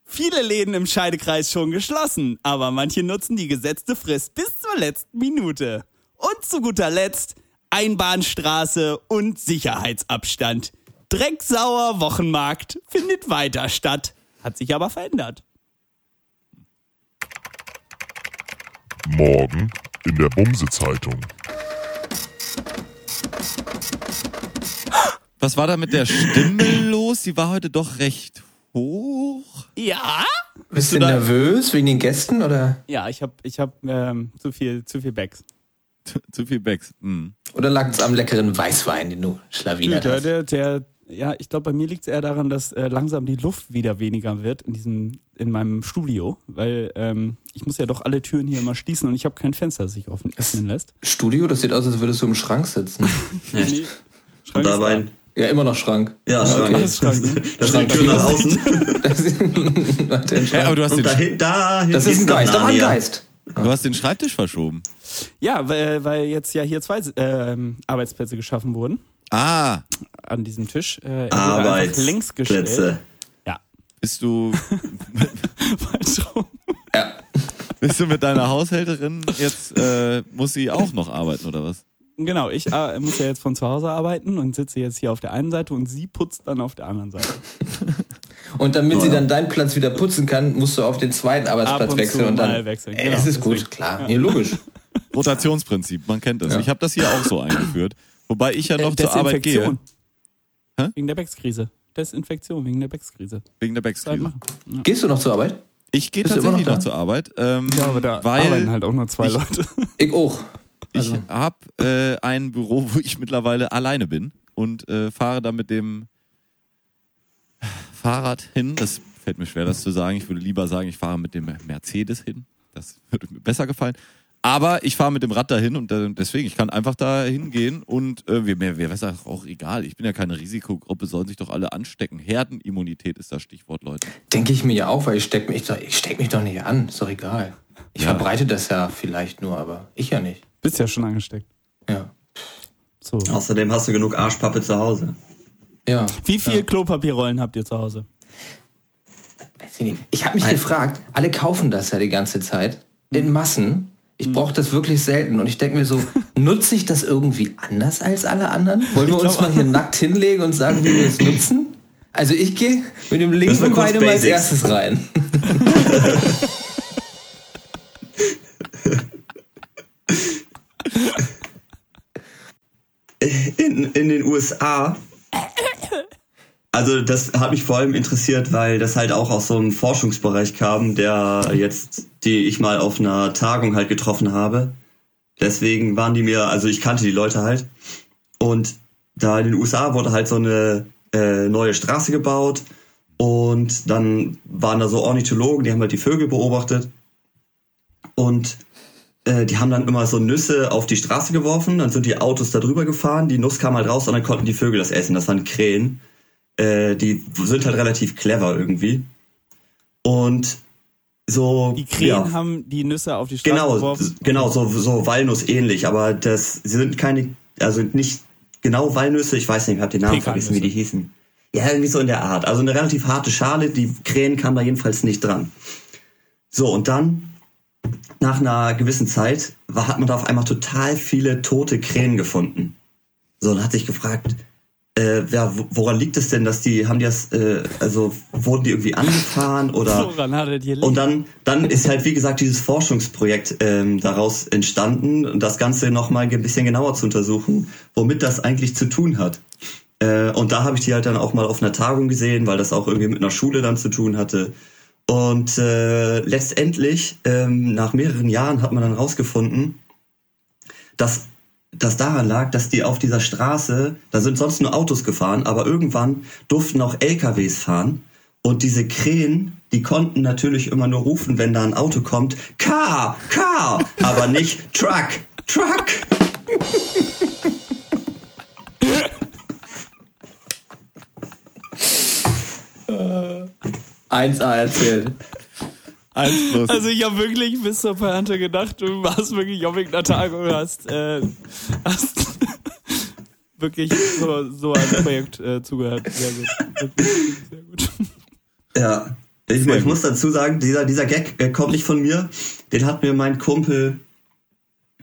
I: Viele Läden im Scheidekreis schon geschlossen, aber manche nutzen die gesetzte Frist bis zur letzten Minute. Und zu guter Letzt Einbahnstraße und Sicherheitsabstand. Drecksauer Wochenmarkt findet weiter statt, hat sich aber verändert.
H: Morgen in der Bumse-Zeitung.
B: Was war da mit der Stimme los? Die war heute doch recht hoch.
I: Ja?
E: Bist du nervös wegen den Gästen oder,
C: Ja, ich hab, ich hab ähm, zu viel, zu viel Bags.
B: Zu, zu viel Becks. Hm.
E: oder lag es am leckeren Weißwein, den du schlawinert
C: Der,
E: hast?
C: der, der, ja, ich glaube, bei mir liegt es eher daran, dass äh, langsam die Luft wieder weniger wird in diesem, in meinem Studio, weil ähm, ich muss ja doch alle Türen hier immer schließen und ich habe kein Fenster, das sich offen öffnen lässt.
E: Studio, das sieht aus, als würdest du im Schrank sitzen.
C: Nee,
D: Und
C: Schrank ist
D: dabei,
E: ja, immer noch Schrank.
D: ja, Schrank.
C: alles Schrank, ne?
D: Da steht die Tür nach außen.
E: Das ist, Warte, ein
B: Ja,
E: Schrank.
B: aber du hast,
D: Und
B: den,
D: dahin, dahin
E: das ist ein
D: nach
E: Geist. Da war ein
D: Narnia.
E: Geist.
B: du hast den Schreibtisch verschoben.
C: Ja, weil, weil jetzt ja hier zwei ähm, Arbeitsplätze geschaffen wurden
B: Ah,
C: an diesem Tisch. Äh, er wurde einfach links gestellt.
D: Arbeitsplätze.
C: [laughs] Ja.
B: bist du,
C: Falsch rum.
B: bist du mit deiner Haushälterin jetzt, äh, muss sie auch noch arbeiten oder was?
C: Genau, ich äh, muss ja jetzt von zu Hause arbeiten und sitze jetzt hier auf der einen Seite und sie putzt dann auf der anderen Seite.
E: Und damit sie dann deinen Platz wieder putzen kann, musst du auf den zweiten Arbeitsplatz
C: und zu
E: wechseln und
C: mal
E: dann.
C: wechseln,
E: Ey,
C: genau,
E: das ist gut, klar. Nee, logisch.
B: Rotationsprinzip, man kennt das.
E: Ja.
B: Ich habe das hier auch so eingeführt. Wobei ich ja noch zur Arbeit gehe.
C: Äh, Desinfektion.
B: Hä?
C: Wegen der Beckskrise. Desinfektion wegen der Beckskrise.
B: Wegen der
C: Bleib
B: Backstreet.
C: machen.
E: Gehst du noch zur Arbeit?
B: Ich gehe
E: Bist du immer noch
B: tatsächlich noch,
E: da?
B: zur Arbeit, ähm,
C: Ja, aber da
B: weil
C: arbeiten halt auch nur zwei Leute. [laughs]
E: Ich auch.
B: ich habe äh, ein Büro, wo ich mittlerweile alleine bin und äh, fahre da mit dem Fahrrad hin. Das fällt mir schwer, das zu sagen. Ich würde lieber sagen, ich fahre mit dem Mercedes hin. Das würde mir besser gefallen. Aber ich fahre mit dem Rad dahin und äh, deswegen, ich kann einfach da hingehen und äh, mir, mir wäre es auch egal. Ich bin ja keine Risikogruppe, sollen sich doch alle anstecken. Herdenimmunität ist das Stichwort, Leute.
E: Denke ich mir ja auch, weil ich steck mich, doch- ich steck mich doch nicht an. Ist doch egal. Ich
B: Ja.
E: verbreite das ja vielleicht nur, aber ich ja nicht.
C: Bist ja schon angesteckt.
E: Ja.
C: So.
D: Außerdem hast du genug Arschpappe zu Hause.
E: Ja.
I: Wie viel
C: Vier Klopapierrollen habt ihr zu Hause.
E: Weiß ich nicht. Ich habe mich gefragt, alle kaufen das ja die ganze Zeit in Massen. Ich brauche das wirklich selten und ich denke mir so, nutze ich das irgendwie anders als alle anderen? Wollen wir uns mal hier nackt hinlegen und sagen, wie wir es nutzen? Also ich gehe mit
D: Lass
E: dem
D: mal
E: linken
D: kurz
E: Bein immer als
D: Basics.
E: erstes rein.
D: in, in den USA. Also das hat mich vor allem interessiert, weil das halt auch aus so einem Forschungsbereich kam, der jetzt, die ich mal auf einer Tagung halt getroffen habe. Deswegen waren die mir, also ich kannte die Leute halt. Und da in den USA wurde halt so eine äh, neue Straße gebaut und dann waren da so Ornithologen, die haben halt die Vögel beobachtet. Und äh, die haben dann immer so Nüsse auf die Straße geworfen, dann sind die Autos da drüber gefahren, die Nuss kam halt raus und dann konnten die Vögel das essen, das waren Krähen. Äh, die sind halt relativ clever irgendwie. Und so.
C: Die Krähen
D: ja.
C: haben die Nüsse auf die Straße
D: Genau, [laughs]
C: geworfen.
D: genau, so, so Walnuss ähnlich, aber das sie sind keine, also nicht genau Walnüsse, ich weiß nicht, ich habe den Namen vergessen, wie die hießen. Ja, irgendwie so in der Art. Also eine relativ harte Schale, die Krähen kamen da jedenfalls nicht dran. So, und dann, nach einer gewissen Zeit, war, hat man da auf einmal total viele tote Krähen gefunden. So, und hat sich gefragt, äh, wer, woran liegt es denn, dass die, haben die das, äh, also wurden die irgendwie angefahren oder
C: Woran hat er die
D: und dann, dann ist halt, wie gesagt, dieses Forschungsprojekt ähm, daraus entstanden, und das Ganze nochmal ein bisschen genauer zu untersuchen, womit das eigentlich zu tun hat. Äh, und da habe ich die halt dann auch mal auf einer Tagung gesehen, weil das auch irgendwie mit einer Schule dann zu tun hatte. Und äh, letztendlich, ähm, nach mehreren Jahren, hat man dann rausgefunden, dass das daran lag, dass die auf dieser Straße, da sind sonst nur Autos gefahren, aber irgendwann durften auch LKWs fahren. Und diese Krähen, die konnten natürlich immer nur rufen, wenn da ein Auto kommt, Car, Car, aber nicht Truck, Truck.
E: Eins A erzählt.
B: Eins plus.
C: Also ich habe wirklich bis zur Pointe gedacht, du warst wirklich auf irgendeiner Tagung und hast, [laughs] äh, hast wirklich so, so ein Projekt äh, zugehört. Sehr gut. Wirklich Sehr gut.
D: Ja. Ich, ich muss dazu sagen, dieser, dieser Gag äh, kommt nicht von mir. Den hat mir mein Kumpel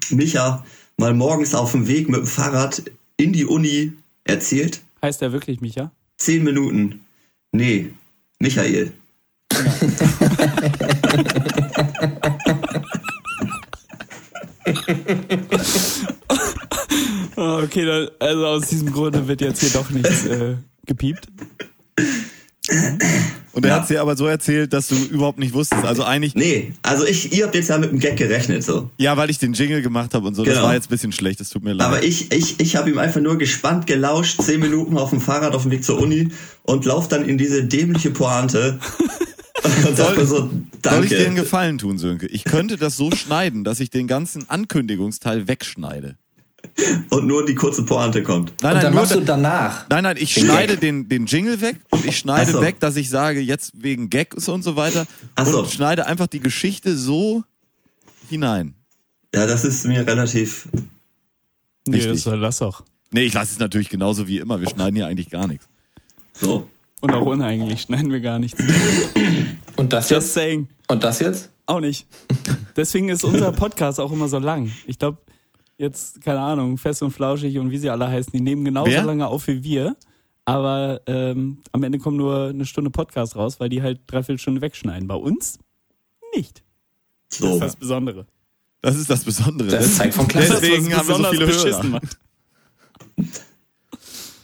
D: Micha mal morgens auf dem Weg mit dem Fahrrad in die Uni erzählt.
C: Heißt der wirklich Micha?
D: Zehn Minuten. Nee, Michael.
C: Ah, Okay, dann, also aus diesem Grunde wird jetzt hier doch nichts äh, gepiept.
B: Und er hat's dir aber so erzählt, dass du überhaupt nicht wusstest. Also eigentlich,
D: Nee, also ich, ihr habt jetzt ja mit dem Gag gerechnet, so.
B: ja, weil ich den Jingle gemacht habe und so, das
D: Genau.
B: war jetzt ein bisschen schlecht, es tut mir leid.
D: Aber ich, ich, ich habe ihm einfach nur gespannt gelauscht, zehn Minuten auf dem Fahrrad auf dem Weg zur Uni und lauf dann in diese
B: [laughs]
D: dämliche Pointe und sag mir so,
B: Soll ich dir einen
D: danke.
B: Gefallen tun, Sönke? Ich könnte das so [laughs] schneiden, dass ich den ganzen Ankündigungsteil wegschneide.
D: Und nur die kurze Pointe kommt.
B: Nein,
E: Und
B: nein,
E: dann
B: nur
E: machst du
B: da-
E: danach.
B: Nein, nein, ich
D: Den
B: schneide
D: Gag.
B: den, den Jingle weg und ich schneide
D: Ach so.
B: weg, dass ich sage, jetzt wegen Gags und so weiter.
D: Ach
B: und
D: so.
B: schneide einfach die Geschichte so hinein.
D: Ja, das ist mir relativ.
C: Nee,
B: Richtig.
C: das, äh, lass doch.
B: Nee, ich lasse es natürlich genauso wie immer. Wir schneiden hier eigentlich gar nichts.
D: So.
C: Und auch uneigentlich schneiden wir gar nichts.
E: Und das
C: Just
E: jetzt?
C: saying.
E: Und das jetzt?
C: Auch nicht. Deswegen ist unser Podcast auch immer so lang. Ich glaube, jetzt, keine Ahnung, Fest und Flauschig und wie sie alle heißen, die nehmen genauso
B: Wer?
C: lange auf wie wir. Aber ähm, am Ende kommt nur eine Stunde Podcast raus, weil die halt dreiviertel Stunde wegschneiden. Bei uns nicht. Das
D: So.
C: ist das Besondere.
B: Das ist das Besondere.
E: Das zeigt von Klasse.
C: Das, was
B: Deswegen haben wir so
C: besonders
B: viele
C: beschissen
B: Hörer.
C: macht.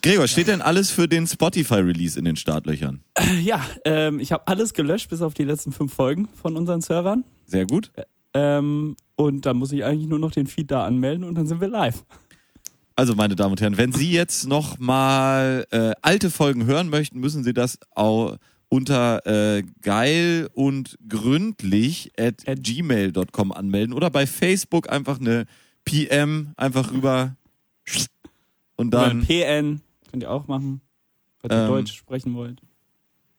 B: Gregor, steht denn alles für den Spotify-Release in den Startlöchern?
C: Ja, ähm, ich habe alles gelöscht, bis auf die letzten fünf Folgen von unseren Servern.
B: Sehr gut.
C: Ähm, und dann muss ich eigentlich nur noch den Feed da anmelden und dann sind wir live.
B: Also, meine Damen und Herren, wenn Sie jetzt noch mal äh, alte Folgen hören möchten, müssen Sie das au- unter äh, geil und gründlich at gmail.com anmelden oder bei Facebook einfach eine PM einfach rüber und
C: Dann
B: dann
C: PN könnt ihr auch machen, falls ihr
B: Ähm,
C: Deutsch sprechen wollt.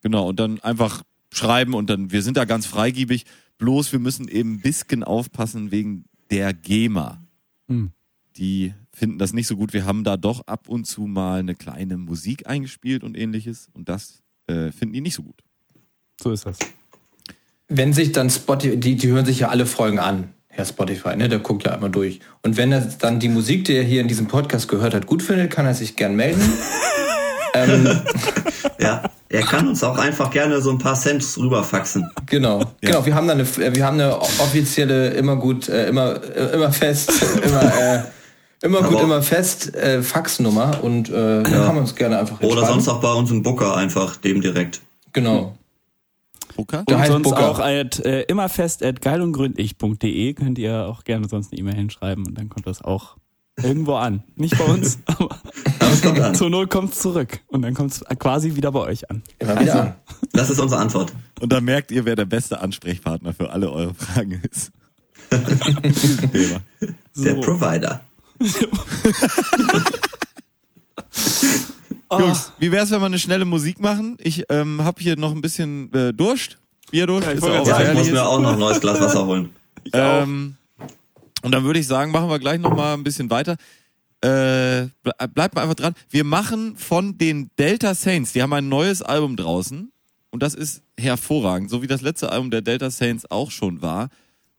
B: genau und dann einfach schreiben und dann wir sind da ganz freigiebig, bloß wir müssen eben ein bisschen aufpassen wegen der GEMA.
C: Hm.
B: Die finden das nicht so gut. Wir haben da doch ab und zu mal eine kleine Musik eingespielt und ähnliches und das äh, finden die nicht so gut.
C: So ist das.
E: Wenn sich dann Spotify, die, die hören sich ja alle Folgen an, Herr Spotify, ne? Der guckt ja einmal durch. Und wenn er dann die Musik, die er hier in diesem Podcast gehört hat, gut findet, kann er sich gern
D: [laughs]
E: melden. ähm,
D: Ja. Er kann uns auch einfach gerne so ein paar Cent rüberfaxen.
E: genau. Genau, wir haben da eine, wir haben eine offizielle, immer gut, äh, immer, äh, immer fest, [laughs] immer, äh, immer gut,
D: Aber-
E: immer fest äh, Faxnummer und äh, da kann man uns gerne einfach
D: Oder
E: hinschreiben.
D: sonst auch bei uns im Booker einfach, dem direkt.
E: Genau.
B: Poker?
E: Da
C: Und
E: heißt
C: sonst
E: Booker.
C: auch at, äh, immerfest at geilundgründlich.de könnt ihr auch gerne sonst eine E-Mail hinschreiben und dann kommt das auch irgendwo an. Nicht bei uns, [laughs] aber
D: Aber es
B: [laughs]
D: kommt an.
C: zur Not kommt es zurück und dann kommt es quasi wieder bei euch an.
E: Immer wieder an.
D: Das ist unsere Antwort.
B: Und dann merkt ihr, wer der beste Ansprechpartner für alle eure Fragen [laughs] ist. Thema.
D: Der Provider.
B: Jungs, wie wär's, wenn wir eine schnelle Musik machen? Ich ähm, habe hier noch ein bisschen äh, Durst. Bierdurst ist
C: wollte
B: auch
D: Ja, ich muss
B: herrlich.
D: mir auch noch ein neues
B: [laughs]
D: Glas Wasser holen.
B: Ähm, und dann würde ich sagen, machen wir gleich noch mal ein bisschen weiter. Äh, ble- bleibt mal einfach dran. Wir machen von den Delta Saints, die haben ein neues Album draußen und das ist hervorragend, so wie das letzte Album der Delta Saints auch schon war.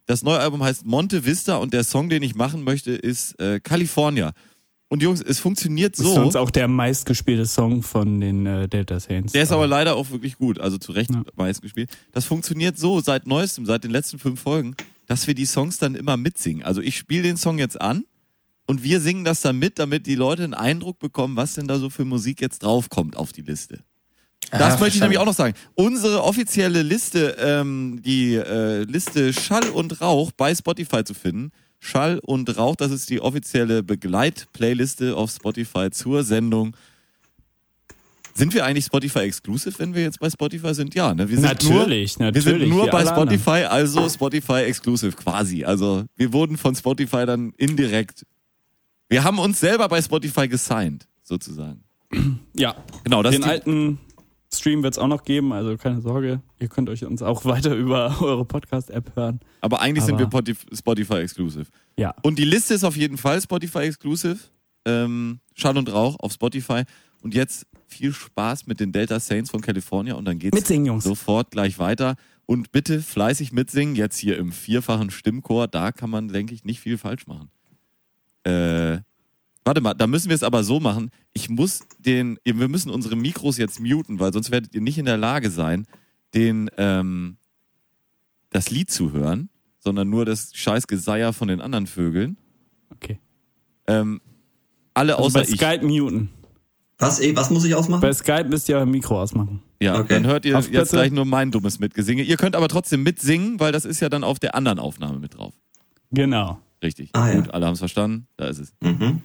B: Das neue Album heißt Monte Vista und der Song, den ich machen möchte, ist äh, California. Und Jungs, es funktioniert
C: Das ist
B: so.
C: sonst auch der meistgespielte Song von den äh, Delta Saints.
B: Der ist aber leider auch wirklich gut, also zu Recht
C: Ja.
B: meist gespielt. Das funktioniert so seit neuestem, seit den letzten fünf Folgen, dass wir die Songs dann immer mitsingen. Also ich spiele den Song jetzt an und wir singen das dann mit, damit die Leute einen Eindruck bekommen, was denn da so für Musik jetzt draufkommt auf die Liste. Das
E: Ah,
B: möchte ich nämlich
E: verstanden.
B: auch noch sagen. Unsere offizielle Liste, ähm, die äh, Liste Schall und Rauch bei Spotify zu finden. Schall und Rauch, das ist die offizielle Begleit-Playliste auf Spotify zur Sendung. Sind wir eigentlich Spotify exclusive, wenn wir jetzt bei Spotify sind? Ja, ne? Wir sind
C: Natürlich,
B: nur, Wir
C: natürlich,
B: sind nur
C: wie
B: bei
C: alle anderen.
B: Spotify, also Spotify exclusive quasi. Also wir wurden von Spotify dann indirekt. Wir haben uns selber bei Spotify gesigned, sozusagen.
C: ja,
B: Genau, das
C: den
B: ist die-
C: alten Stream wird es auch noch geben, also keine Sorge. Ihr könnt euch uns auch [laughs] weiter über eure Podcast-App hören.
B: Aber eigentlich sind
C: Aber-
B: wir Poti- Spotify exclusive.
C: Ja.
B: Und die Liste ist auf jeden Fall Spotify exclusive. ähm, Schall und Rauch auf Spotify. Und jetzt viel Spaß mit den Delta Saints von California und dann geht's
I: Mitsingen, Jungs.
B: sofort gleich weiter. Und bitte fleißig mitsingen, jetzt hier im vierfachen Stimmchor, da kann man, denke ich, nicht viel falsch machen. Äh, warte mal, da müssen wir es aber so machen. Ich muss den, wir müssen unsere Mikros jetzt muten, weil sonst werdet ihr nicht in der Lage sein, den, ähm, das Lied zu hören, sondern nur das scheiß Geseier von den anderen Vögeln.
I: Okay.
B: Ähm, alle
I: Also
B: außer
I: bei
B: ich.
I: Skype muten.
D: Was, eh, was muss ich ausmachen?
I: Bei Skype müsst ihr euer Mikro ausmachen.
B: Ja,
D: Okay.
B: dann hört ihr
I: Auf
B: jetzt
I: Plätze.
B: gleich nur mein dummes Mitgesinge. Ihr könnt aber trotzdem mitsingen, weil das ist ja dann auf der anderen Aufnahme mit drauf.
I: Genau.
B: Richtig.
D: Ah, ja.
B: Gut, alle haben es verstanden. Da ist es.
D: Mhm.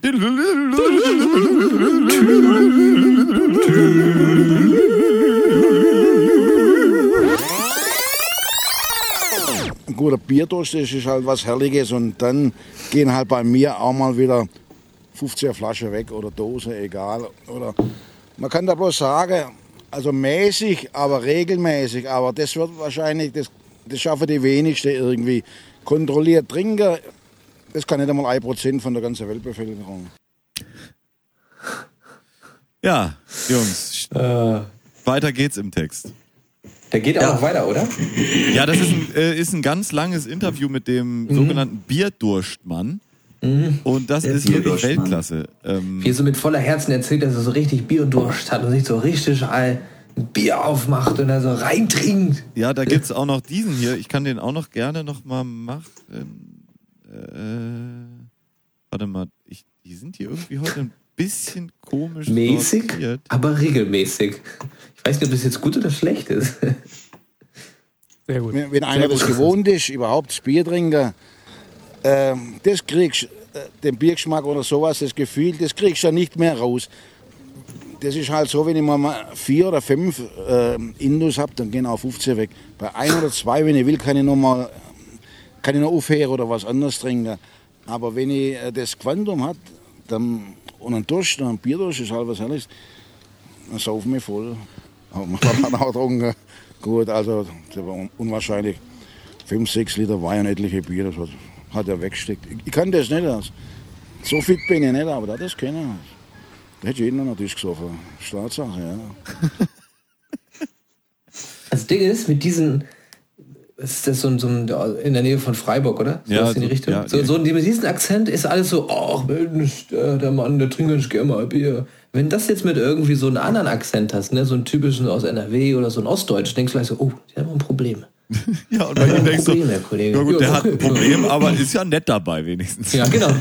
J: Ein guter Bierdurst das ist halt was Herrliches und dann gehen halt bei mir auch mal wieder 50er Flasche weg oder Dose, egal. Oder man kann da bloß sagen, also mäßig, aber regelmäßig, aber das wird wahrscheinlich, das, das schaffen die wenigsten irgendwie. Kontrolliert trinken, das kann nicht einmal 1% von der ganzen Weltbevölkerung.
B: Ja, Jungs,
E: Äh,
B: weiter geht's im Text.
E: der geht auch
D: Ja.
E: noch weiter, oder?
B: Ja, das ist ein, äh, ist ein ganz langes Interview mit dem sogenannten Bierdurstmann. Und das
D: Mhm. Der
B: ist wirklich
D: Bierdurstmann.
B: Weltklasse. Ähm,
E: Wie er so mit voller Herzen erzählt, dass er so richtig Bierdurst hat und sich so richtig all ein Bier aufmacht und da so reintrinkt.
B: ja, da gibt's auch noch diesen hier. Ich kann den auch noch gerne nochmal machen. Äh, warte mal, ich, die sind hier irgendwie heute ein bisschen komisch
E: Mäßig,
B: sortiert.
E: aber regelmäßig. Ich weiß nicht, ob das jetzt gut oder schlecht ist. [laughs]
I: Sehr gut.
J: Wenn, wenn einer das gewohnt ist, überhaupt das Bier trinken, ähm, das kriegst äh, den Biergeschmack oder sowas, das Gefühl, das kriegst du ja nicht mehr raus. Das ist halt so, wenn ich mal vier oder fünf äh, Indus habe, dann gehen auch 15 weg. Bei ein oder zwei, wenn ich will, kann ich noch mal kann ich noch aufhören oder was anderes trinken. Aber wenn ich äh, das Quantum hat, dann, und ein Durst, und ein Bierdurst ist halt was Herrliches, dann saufen wir voll. Aber man [laughs] hat dann auch getrunken. Gut, also das war un- unwahrscheinlich. Fünf, sechs Liter Wein und etliche Bier, das hat, hat er weggesteckt. Ich, ich kann das nicht. Also. So fit bin ich nicht, aber das hat das können. Da hätte jeder noch Tisch gesoffen. Staatssache, ja.
E: Das Ding ist, mit diesen. Ist das so, ein- so ein- in der Nähe von Freiburg, oder? So
B: Ja,
E: was in die
B: so-
E: Richtung.
B: ja,
E: so,
B: ja.
E: so mit diesem Akzent ist alles so, ach Mensch, äh, der, der Mann, der trinkt nicht gerne mal Bier. Wenn das jetzt mit irgendwie so einem anderen Akzent hast, ne, so einen typischen aus NRW oder so einen Ostdeutschen, denkst du gleich so, oh, der hat mal ein Problem.
B: Ja, und bei ihm denkst du,
E: Problem, Herr Kollege.
B: ja gut, der
E: Ja,
B: hat ein
E: okay.
B: Problem, aber ist ja nett dabei wenigstens.
E: Ja, genau.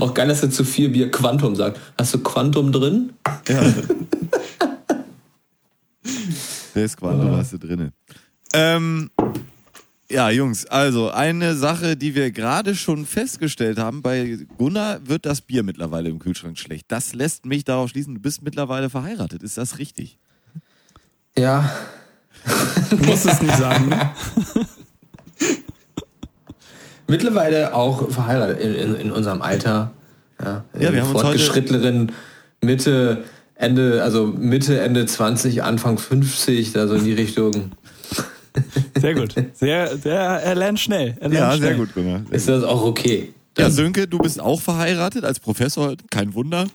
E: Auch geil, dass er zu viel Bier Quantum sagt. Hast du Quantum drin?
B: Der ist Quantum, hast du drinne. Ähm, ja, Jungs, also eine Sache, die wir gerade schon festgestellt haben, bei Gunnar wird das Bier mittlerweile im Kühlschrank schlecht. Das lässt mich darauf schließen, du bist mittlerweile verheiratet. Ist das richtig?
E: Ja.
I: Du musst es nicht sagen.
B: [laughs]
I: ne?
E: Mittlerweile auch verheiratet in, in, in unserem Alter. Ja,
B: Ja,
E: in
B: wir haben uns heute-
E: fortgeschritteneren Mitte, Ende, also Mitte, Ende 20, Anfang 50, da so in die Richtung.
I: Sehr gut. Sehr, sehr, er lernt schnell. Er lernt schnell.
B: gut, Gunnar.
E: Ist das auch okay?
B: Ja, Sönke, du bist auch verheiratet als Professor, kein Wunder.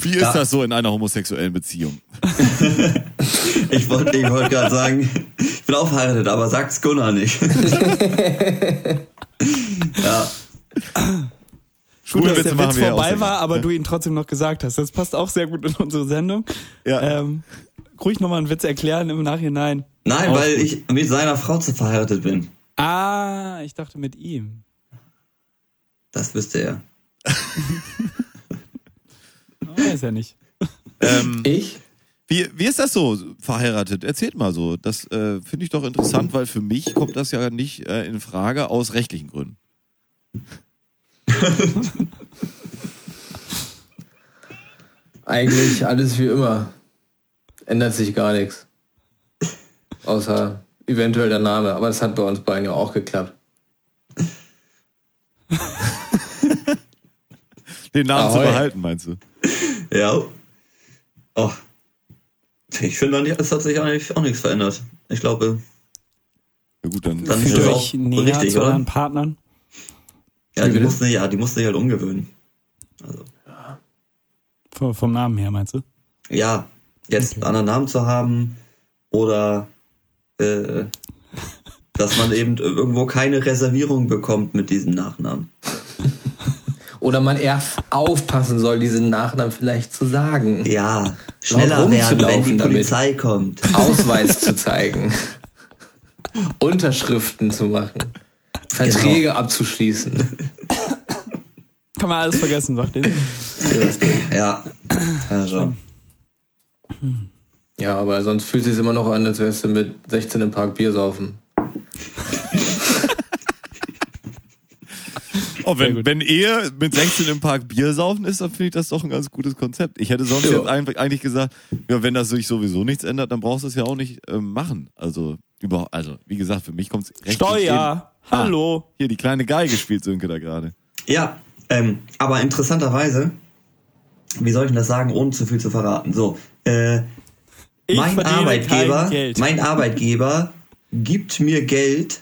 B: Wie ist
D: Ja.
B: das so in einer homosexuellen Beziehung?
D: Ich wollte ich wollte gerade sagen, ich bin auch verheiratet, aber sag's Gunnar nicht. ja,
I: Gut, dass
B: Schwulenwitze
I: der
B: machen
I: Witz
B: wir ja
I: vorbei
B: auch
I: war,
B: selten.
I: aber du ihn trotzdem noch gesagt hast. Das passt auch sehr gut in unsere Sendung.
B: Ja.
I: Ähm, ruhig nochmal einen Witz erklären im Nachhinein.
D: nein,
I: Auch
D: weil ich mit seiner Frau zu verheiratet bin.
I: Ah, ich dachte mit ihm.
D: Das wüsste er.
I: Oh, Weiß er nicht.
B: Ähm,
E: Ich?
B: Wie, wie ist das so, verheiratet? Erzählt mal so. Das äh, finde ich doch interessant, weil für mich kommt das ja nicht äh, in Frage aus rechtlichen Gründen.
E: Eigentlich alles wie immer. Ändert sich gar nichts. Außer eventuell der Name, aber das hat bei uns beiden ja auch geklappt.
B: Den Namen zu
E: Ahoi.
B: behalten, meinst du?
D: Ja. Oh. Ich finde, es hat sich eigentlich auch nichts verändert. Ich glaube,
B: Ja gut, dann.
D: Dann- Das ist
I: Fühlt
D: auch
I: euch näher
D: richtig,
I: zu
D: oder?
I: euren Partnern.
D: ja,
E: Wie
D: die
E: bitte?
D: mussten, sich- ja, die mussten sich halt umgewöhnen. Also,
C: Vom, vom Namen her, meinst du?
D: ja, jetzt einen anderen Namen zu haben oder äh, dass man eben irgendwo keine Reservierung bekommt mit diesem Nachnamen.
E: Oder man eher aufpassen soll, diesen Nachnamen vielleicht zu sagen.
D: Ja, schneller werden, wenn die
E: rumzulaufen damit.
D: Polizei kommt. [laughs]
E: Ausweis zu zeigen. Unterschriften zu machen. Verträge
D: Genau. [laughs]
E: abzuschließen.
C: Kann man alles vergessen, sagt ihr.
D: Ja, also,
E: Ja, aber sonst fühlt es sich immer noch an, als wärst du mit 16 im Park Bier saufen.
B: [laughs] Oh, wenn, wenn ihr mit 16 im Park Bier saufen ist, dann finde ich das doch ein ganz gutes Konzept. Ich hätte sonst
E: Ja.
B: jetzt einfach, eigentlich gesagt, ja, wenn das sich sowieso nichts ändert, dann brauchst du es ja auch nicht ähm, machen. Also, überhaupt, also, wie gesagt, für mich kommt es
D: Ah.
C: Steuer. Hallo.
B: Hier, die kleine Geige spielt Sönke da gerade.
D: ja, ähm, aber interessanterweise, wie soll ich denn das sagen, ohne zu viel zu verraten? So, äh,
C: Ich
D: mein
C: verdiene
D: Arbeitgeber,
C: kein Geld.
D: mein Arbeitgeber gibt mir Geld,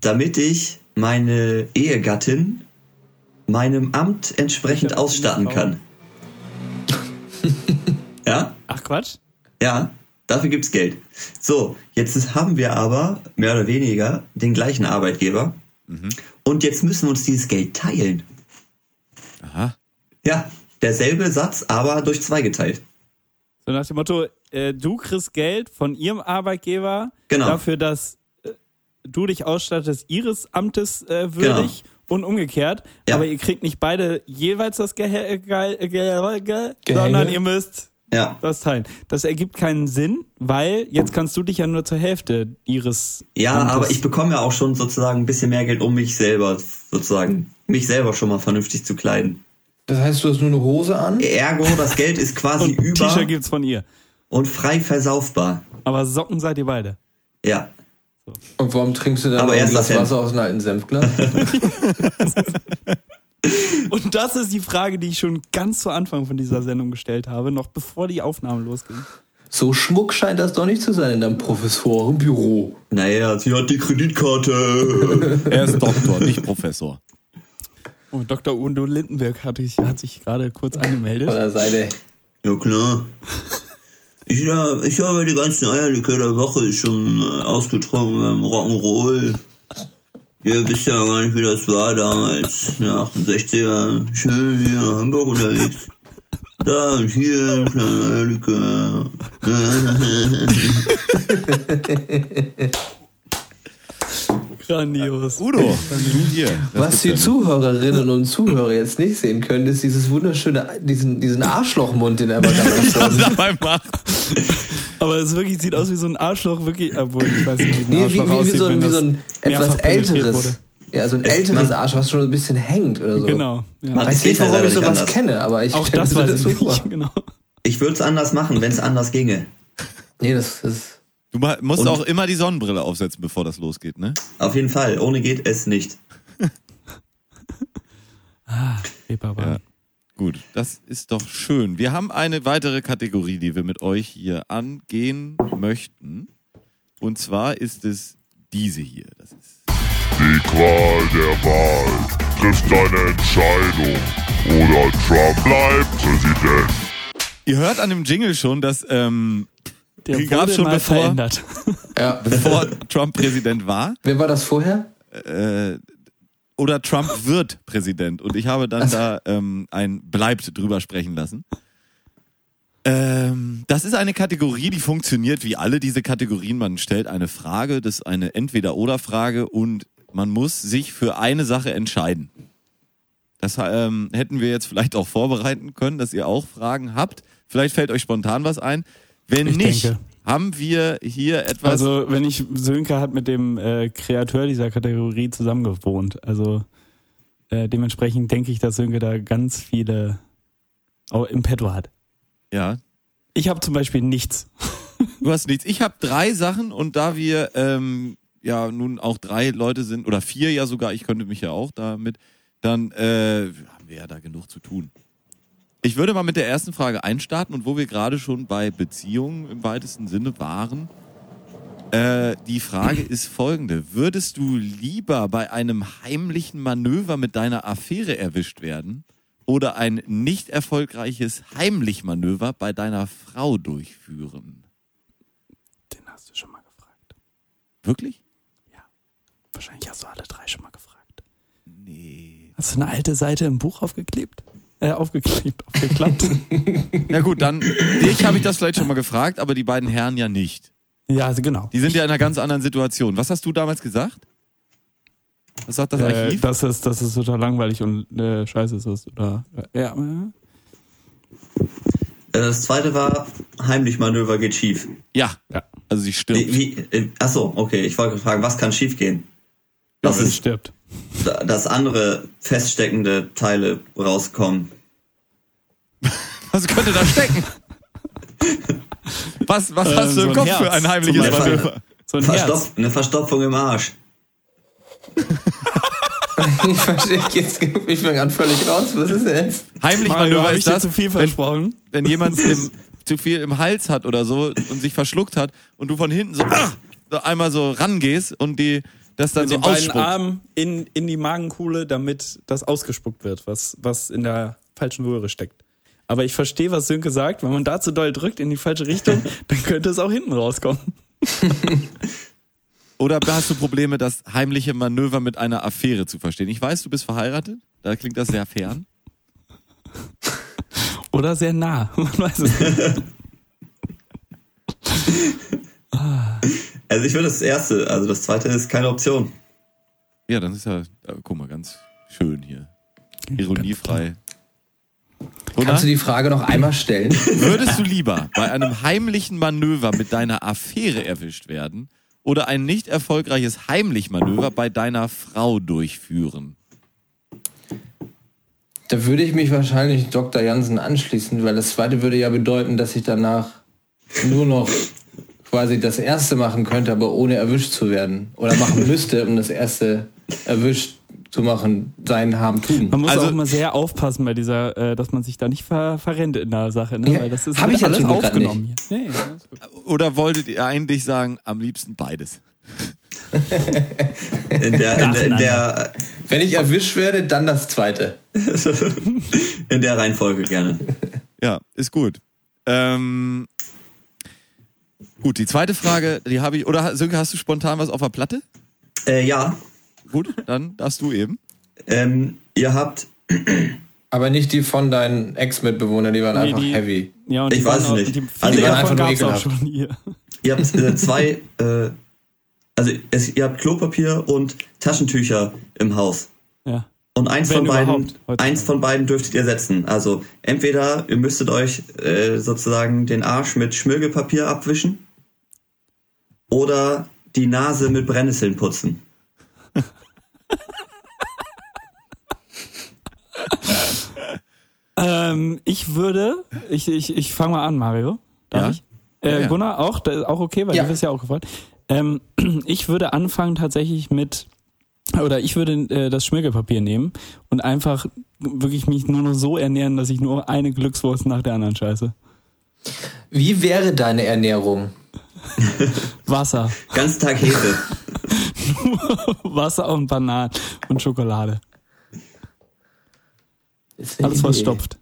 D: damit ich meine Ehegattin meinem Amt entsprechend
C: [laughs]
D: ausstatten kann. ja,
C: Ach Quatsch.
D: ja, dafür gibt's Geld. So, jetzt ist, haben wir aber mehr oder weniger den gleichen Arbeitgeber.
C: Mhm.
D: Und jetzt müssen wir uns dieses Geld teilen.
B: Aha.
D: Ja, derselbe Satz, aber durch zwei geteilt.
C: So nach dem Motto, äh, du kriegst Geld von ihrem Arbeitgeber
D: Genau.
C: dafür, dass äh, du dich ausstattest ihres Amtes äh, würdig und umgekehrt.
D: Genau. Ja.
C: Aber ihr kriegt nicht beide jeweils das Gehä äh, Ge äh, Ge Ge
E: Gehänge.
C: sondern ihr müsst
D: Ja,
C: das teilen. Das ergibt keinen Sinn, weil jetzt kannst du dich ja nur zur Hälfte ihres
D: ja
C: Amtes.
D: aber ich bekomme ja auch schon sozusagen ein bisschen mehr Geld, um mich selber sozusagen, mich selber schon mal vernünftig zu kleiden.
E: Das heißt, du hast nur eine Hose an?
D: Ergo, das Geld ist quasi
C: und ein
D: über
C: T-Shirt gibt's von ihr.
D: und frei versaufbar.
C: Aber Socken seid ihr beide.
D: Ja,
E: Und warum trinkst du dann
D: Aber
E: noch ein
D: erst
E: Glas
D: das Hemd.
E: Wasser aus einem
D: [laughs]
E: alten Senfglas?
C: Und das ist die Frage, die ich schon ganz zu Anfang von dieser Sendung gestellt habe, noch bevor die Aufnahme losging.
E: so schmuck scheint das doch nicht zu sein in deinem Professorenbüro.
D: naja, sie hat die Kreditkarte.
B: Er ist Doktor, [laughs] nicht Professor.
C: Oh, Dr. Udo Lindenberg hat, ich, hat sich gerade kurz
E: Von
C: angemeldet.
E: der Seite.
D: ja klar. Ich, hab- ich habe die ganzen Eierlikör der Woche schon äh, ausgetrunken beim Rock'n'Roll. Ihr wisst ja gar nicht, wie das war damals. In den 68ern. Schön hier nach Hamburg unterwegs. Da und hier, ein kleiner Eierlikör.
C: Grandios.
B: Udo, du hier.
E: Was die Zuhörerinnen und Zuhörer jetzt nicht sehen können, ist dieses wunderschöne, diesen, diesen Arschlochmund, den er aber
C: [laughs]
E: gerade hat.
B: dabei macht.
C: Aber es wirklich sieht aus wie so ein Arschloch, wirklich, obwohl ich weiß nicht, wie ein
E: Nee, wie,
C: Arschloch
E: wie, wie
C: aussieht,
E: so ein,
C: wenn
E: wie so
C: das
E: ein
C: mehrfach
E: etwas
C: penetriert wurde. ne?
E: älteres. Ja, so ein älteres Arsch, was schon ein bisschen hängt oder so.
C: Genau. Ja.
D: Man-
E: Weiß nicht,
D: Das geht halt
E: warum
D: leider nicht
E: ich sowas
D: anders.
E: kenne, aber ich
C: Auch
E: stell
C: das
E: mir
C: weiß ich
E: so vor.
C: nicht, genau.
D: [laughs] Ich würde es anders machen, wenn es anders ginge.
E: Nee, das ist.
B: Du ma- musst
D: Und-
B: auch immer die Sonnenbrille aufsetzen, bevor das losgeht, ne?
D: Auf jeden Fall, ohne geht es nicht.
C: Reeperbahn.
B: Gut, das ist doch schön. Wir haben eine weitere Kategorie, die wir mit euch hier angehen möchten. Und zwar ist es diese hier. Das ist
H: Die Qual der Wahl. Triff deine Entscheidung. Oder Trump bleibt Präsident.
B: Ihr hört an dem Jingle schon, dass ähm,
C: Der
B: Die gab's
C: wurde
B: schon
C: mal
B: bevor-
C: verändert.
E: Ja.
B: bevor Trump Präsident war
E: Wer war das vorher? [laughs]
B: äh, oder Trump wird Präsident. Und ich habe dann da ähm, ein bleibt drüber sprechen lassen. Ähm, das ist eine Kategorie, die funktioniert wie alle diese Kategorien. Man stellt eine Frage, das ist eine Entweder-Oder-Frage und man muss sich für eine Sache entscheiden. Das ähm, hätten wir jetzt vielleicht auch vorbereiten können, dass ihr auch Fragen habt. Vielleicht fällt euch spontan was ein. Wenn
C: Ich
B: nicht,
C: denke.
B: haben wir hier etwas.
C: Also, wenn ich, Sönke hat mit dem äh, Kreateur dieser Kategorie zusammengewohnt. Also, äh, dementsprechend denke ich, dass Sönke da ganz viele au- im Petto hat.
B: ja,
C: Ich habe zum Beispiel nichts.
B: Du hast nichts. Ich habe drei Sachen und da wir ähm, ja nun auch drei Leute sind oder vier ja sogar, ich könnte mich ja auch damit, dann äh, haben wir ja da genug zu tun. Ich würde mal mit der ersten Frage einstarten und wo wir gerade schon bei Beziehungen im weitesten Sinne waren. Äh, die Frage ist folgende. Würdest du lieber bei einem heimlichen Manöver mit deiner Affäre erwischt werden oder ein nicht erfolgreiches Heimlichmanöver bei deiner Frau durchführen?
I: Den hast du schon mal gefragt.
B: Wirklich?
I: Wahrscheinlich hast du alle drei schon mal gefragt.
B: Nee.
I: Hast du eine alte Seite im Buch aufgeklebt? Äh, aufgeklebt,
B: [laughs]
I: aufgeklappt. [laughs]
B: Na gut, dann dich habe ich das vielleicht schon mal gefragt, aber die beiden Herren ja nicht.
I: ja, also genau.
B: Die sind ja in einer ganz anderen Situation. Was hast du damals gesagt? Was sagt das
I: Äh,
B: Archiv?
I: dass, es, dass es total langweilig und äh, scheiße ist. Oder, ja, äh,
D: Äh, Das zweite war Heimlichmanöver geht schief.
B: ja.
I: Ja.
B: Also sie stirbt.
D: Wie, wie, äh, achso, okay, ich wollte fragen, was kann schief gehen? Das
I: sie
D: ist,
I: stirbt.
D: dass andere feststeckende Teile rauskommen.
B: Was könnte da stecken? Was, was
I: Äh,
B: hast
I: so
B: du im
C: Ähm,
I: ein
B: Kopf
I: Herz
B: für ein
I: zum
B: heimliches
D: Beispiel.
B: Manöver?
I: So ein Herz.
D: Verstopf, eine Verstopfung im Arsch.
E: Ich verstehe jetzt, ich fange an völlig raus. Was ist denn jetzt?
I: Mario,
B: Heimlichmanöver
I: habe ich
B: ist
I: dir
B: das,
I: zu viel versprochen?
B: wenn
I: [laughs]
B: jemand im, zu viel im Hals hat oder so und sich verschluckt hat und du von hinten so, ah, so einmal so rangehst und die das dann
C: Mit
B: so
C: den beiden
B: ausspuckt.
C: Armen in, in die Magenkuhle, damit das ausgespuckt wird, was, was in der falschen Röhre steckt. Aber ich verstehe, was Sönke sagt. Wenn man da zu doll drückt in die falsche Richtung,
I: [laughs]
C: dann könnte es auch hinten rauskommen.
B: Oder hast du Probleme, das heimliche Manöver mit einer Affäre zu verstehen? Ich weiß, du bist verheiratet, da klingt das sehr fern.
I: Oder sehr
C: [laughs]
I: nah. Man weiß es nicht.
D: Also ich würde das erste, also das zweite ist keine Option.
B: Ja, dann ist ja, äh, guck mal, ganz schön hier. Ironiefrei. Oder?
E: Kannst du die Frage noch einmal stellen?
B: Würdest du lieber bei einem heimlichen Manöver mit deiner Affäre erwischt werden oder ein nicht erfolgreiches Heimlichmanöver bei deiner Frau durchführen?
E: Da würde ich mich wahrscheinlich Dr. Jansen anschließen, weil das zweite würde ja bedeuten, dass ich danach nur noch quasi das erste machen könnte, aber ohne erwischt zu werden. Oder
I: [laughs]
E: machen müsste, um das erste erwischt zu machen, sein Haben tun.
I: Man muss
B: Also-
I: auch immer sehr aufpassen bei dieser, äh, dass man sich da nicht ver verrennt in der Sache. Ne?
E: Ja,
I: Weil das ist
E: hab ich ja
I: alles
E: zum Glück grad
I: aufgenommen. hier. Nee, alles gut.
B: Oder wolltet ihr eigentlich sagen, am liebsten beides?
D: In der, in der, in der,
E: Wenn ich erwischt werde, dann das zweite.
D: in der Reihenfolge gerne.
B: Ja, ist gut. Ähm, gut, die zweite Frage, die habe ich. Oder Sönke, hast du spontan was auf der Platte?
D: Äh, ja,
B: Gut, dann darfst du eben.
D: ähm, ihr habt,
E: Aber nicht die von deinen Ex-Mitbewohnern, die waren einfach
I: die-
E: heavy.
I: Ja, und
D: Ich
I: die
D: weiß
I: waren auch,
D: nicht.
I: und Die,
D: Also,
I: viele
D: die waren
I: davon
E: einfach nur
I: gab's auch
E: ekelhaft.
I: schon hier.
D: ihr habt äh, zwei, äh, also es, ihr habt Klopapier und Taschentücher im Haus.
I: Ja.
D: Und eins
I: Wenn
D: von beiden,
I: überhaupt, heutzutage.
D: eins von beiden dürftet ihr setzen. Also entweder ihr müsstet euch äh, sozusagen den Arsch mit Schmirgelpapier abwischen oder die Nase mit Brennnesseln putzen.
I: Ähm, ich würde, ich, ich, ich fange mal an, Mario. Darf
B: Ja.
I: ich? Äh,
B: Ja, ja.
I: Gunnar auch, das ist auch okay, weil
E: Ja.
I: du bist ja auch gefragt. Ähm, [clears throat] ich würde anfangen tatsächlich mit, oder ich würde äh, das Schmirgelpapier nehmen und einfach wirklich mich nur noch so ernähren, dass ich nur eine Glückswurst nach der anderen scheiße.
E: Wie wäre deine Ernährung?
I: Wasser.
D: Ganz
I: [laughs]
D: Tag Hefe.
I: Wasser und Bananen und Schokolade.
E: Ist eine
I: Alles, was
E: Idee.
I: stopft.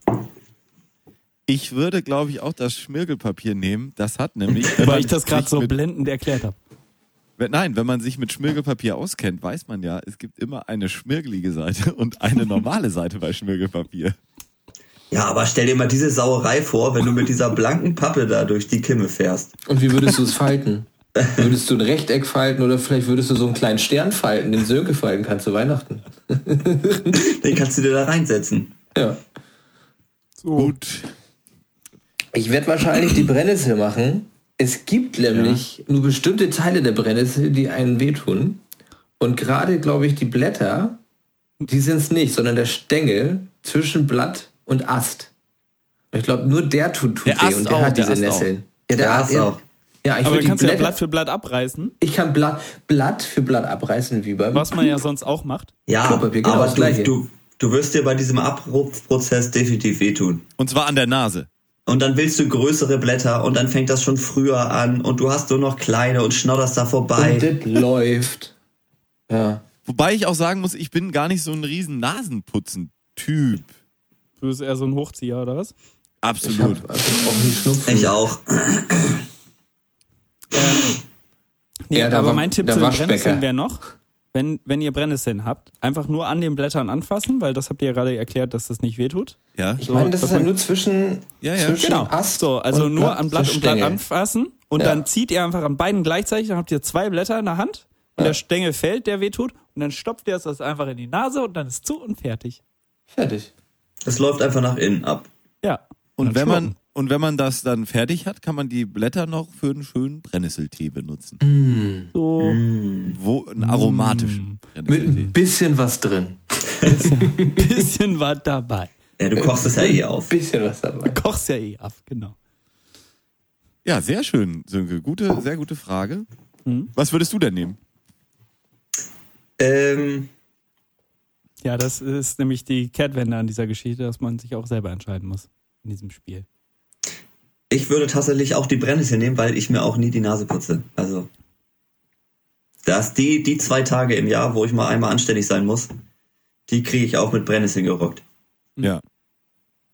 B: Ich würde, glaube ich, auch das Schmirgelpapier nehmen. Das
I: [laughs]
B: hat nämlich.
I: Weil ich das gerade
B: sich
I: so
B: mit-
I: blendend erklärt habe.
B: Wenn, nein, wenn man sich mit Schmirgelpapier auskennt, weiß man ja, es gibt immer eine schmirgelige Seite [laughs] und eine normale Seite bei Schmirgelpapier.
D: Ja, aber stell dir mal diese Sauerei vor, wenn du mit dieser blanken Pappe da durch die Kimme fährst.
E: Und wie würdest du
I: [laughs]
E: es falten? Würdest du ein Rechteck falten oder vielleicht würdest du so einen kleinen Stern falten, den Sönke falten kann zu Weihnachten?
D: Den kannst du dir da reinsetzen.
E: Ja.
B: Gut.
E: Ich werde wahrscheinlich [clears throat] die Brennnessel machen. Es gibt nämlich nur bestimmte Teile der Brennnessel, die einen wehtun. Und gerade, glaube ich, die Blätter, die sind es nicht, sondern der Stängel zwischen Blatt und Ast. Ich glaube, nur der tut, tut
B: Der
E: weh
B: Ast
E: und der
B: auch,
E: hat
B: der
E: diese
B: Ast auch.
E: Nesseln. Ja,
D: Der Ast
E: ja.
D: auch.
E: Ja, ich,
C: Aber
E: würd
C: du
E: die
C: kannst ja Blatt
E: Blätter,
C: für Blatt abreißen,
E: ich kann Blatt, Blatt für Blatt abreißen, wie beim
C: was man ja sonst auch macht.
D: Ja,
E: Klopapier, genau
D: aber
E: das
D: du,
E: Gleiche.
D: du, du wirst dir bei diesem Abrupfprozess definitiv wehtun.
B: Und zwar an der Nase.
D: Und dann willst du größere Blätter und dann fängt das schon früher an und du hast nur noch kleine und schnodderst da
E: Und
D: vorbei.
E: das läuft. Ja.
B: Wobei ich auch sagen muss, ich bin gar nicht so ein riesen Nasenputzen-Typ.
K: Du bist eher so ein Hochzieher, oder was?
B: Absolut.
E: Also auch nicht Schnupfen.
D: Ich auch.
E: Ja, da
C: aber
E: war-
C: mein Tipp
E: da
C: zu den
E: war Specker.
C: Brennnesseln wäre noch, wenn, wenn ihr Brennnesseln habt, einfach nur an den Blättern anfassen, weil das habt ihr ja gerade erklärt, dass das nicht wehtut.
B: Ja,
E: Ich meine, das ist ja nur zwischen,
B: Ja, ja.
E: zwischen
C: Genau.
E: Ast
C: So, also
E: und
C: nur an Blatt und Blatt
E: Stängel.
C: anfassen und
E: Ja.
C: dann zieht ihr einfach an beiden gleichzeitig, dann habt ihr zwei Blätter in der Hand und der Stängel fällt, der wehtut und dann stopft ihr es das einfach in die Nase und dann ist zu und fertig.
E: Fertig.
D: Es läuft einfach nach innen ab.
C: Ja.
B: und
C: Dann
B: wenn man
C: schlucken.
B: und wenn man das dann fertig hat, kann man die Blätter noch für einen schönen Brennnesseltee benutzen.
C: so
E: [laughs]
C: ein
B: Wo einen aromatischen
E: Mit ein
B: Brennnesseltee.
E: bisschen was drin.
C: bisschen was dabei.
D: Ja, du kochst es ja eh auf.
E: Bisschen was dabei.
C: Kochst ja eh ab, genau.
B: Ja, sehr schön, Sönke. Gute, sehr gute Frage. Was würdest du denn nehmen?
D: Ähm,
C: Ja, das ist nämlich die Kehrtwende an dieser Geschichte, dass man sich auch selber entscheiden muss in diesem Spiel.
D: ich würde tatsächlich auch die Brennnessel nehmen, weil ich mir auch nie die Nase putze. Also, das, die, die zwei Tage im Jahr, wo ich mal einmal anständig sein muss, die kriege ich auch mit Brennnesseln gerockt.
B: Ja.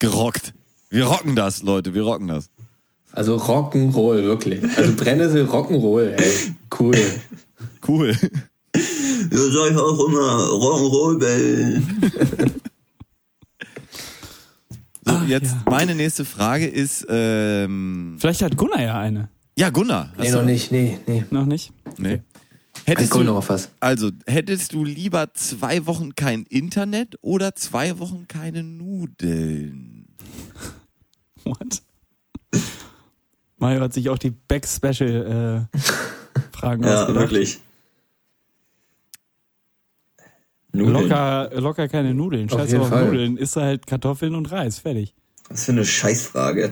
B: Gerockt. Wir rocken das, Leute. Wir rocken das.
E: Also Rock'n'Roll, wirklich. Also Brennnessel Rock'n'Roll, ey. Cool.
B: Cool. [laughs]
D: Ja, soll ich auch immer Rock'n'Roll bellen.
B: So, jetzt meine nächste Frage ist, ähm,
C: Vielleicht hat Gunnar ja eine.
B: ja, Gunnar.
E: Nee,
B: hast du-
E: noch nicht. Nee, nee.
C: Noch nicht?
B: Nee.
E: Ich
B: Hättest
E: komme
B: du,
E: noch auf was.
B: also, hättest du lieber zwei Wochen kein Internet oder zwei Wochen keine Nudeln?
C: What? Mario hat sich auch die Back-Special-Fragen
D: [laughs] Ja,
C: ausgedacht.
D: wirklich. Nudeln.
C: Locker, locker keine Nudeln.
E: Auf
C: Scheiß
E: jeden
C: auf
E: Fall.
C: Nudeln. Ist halt Kartoffeln und Reis. Fertig.
D: Was für eine Scheißfrage.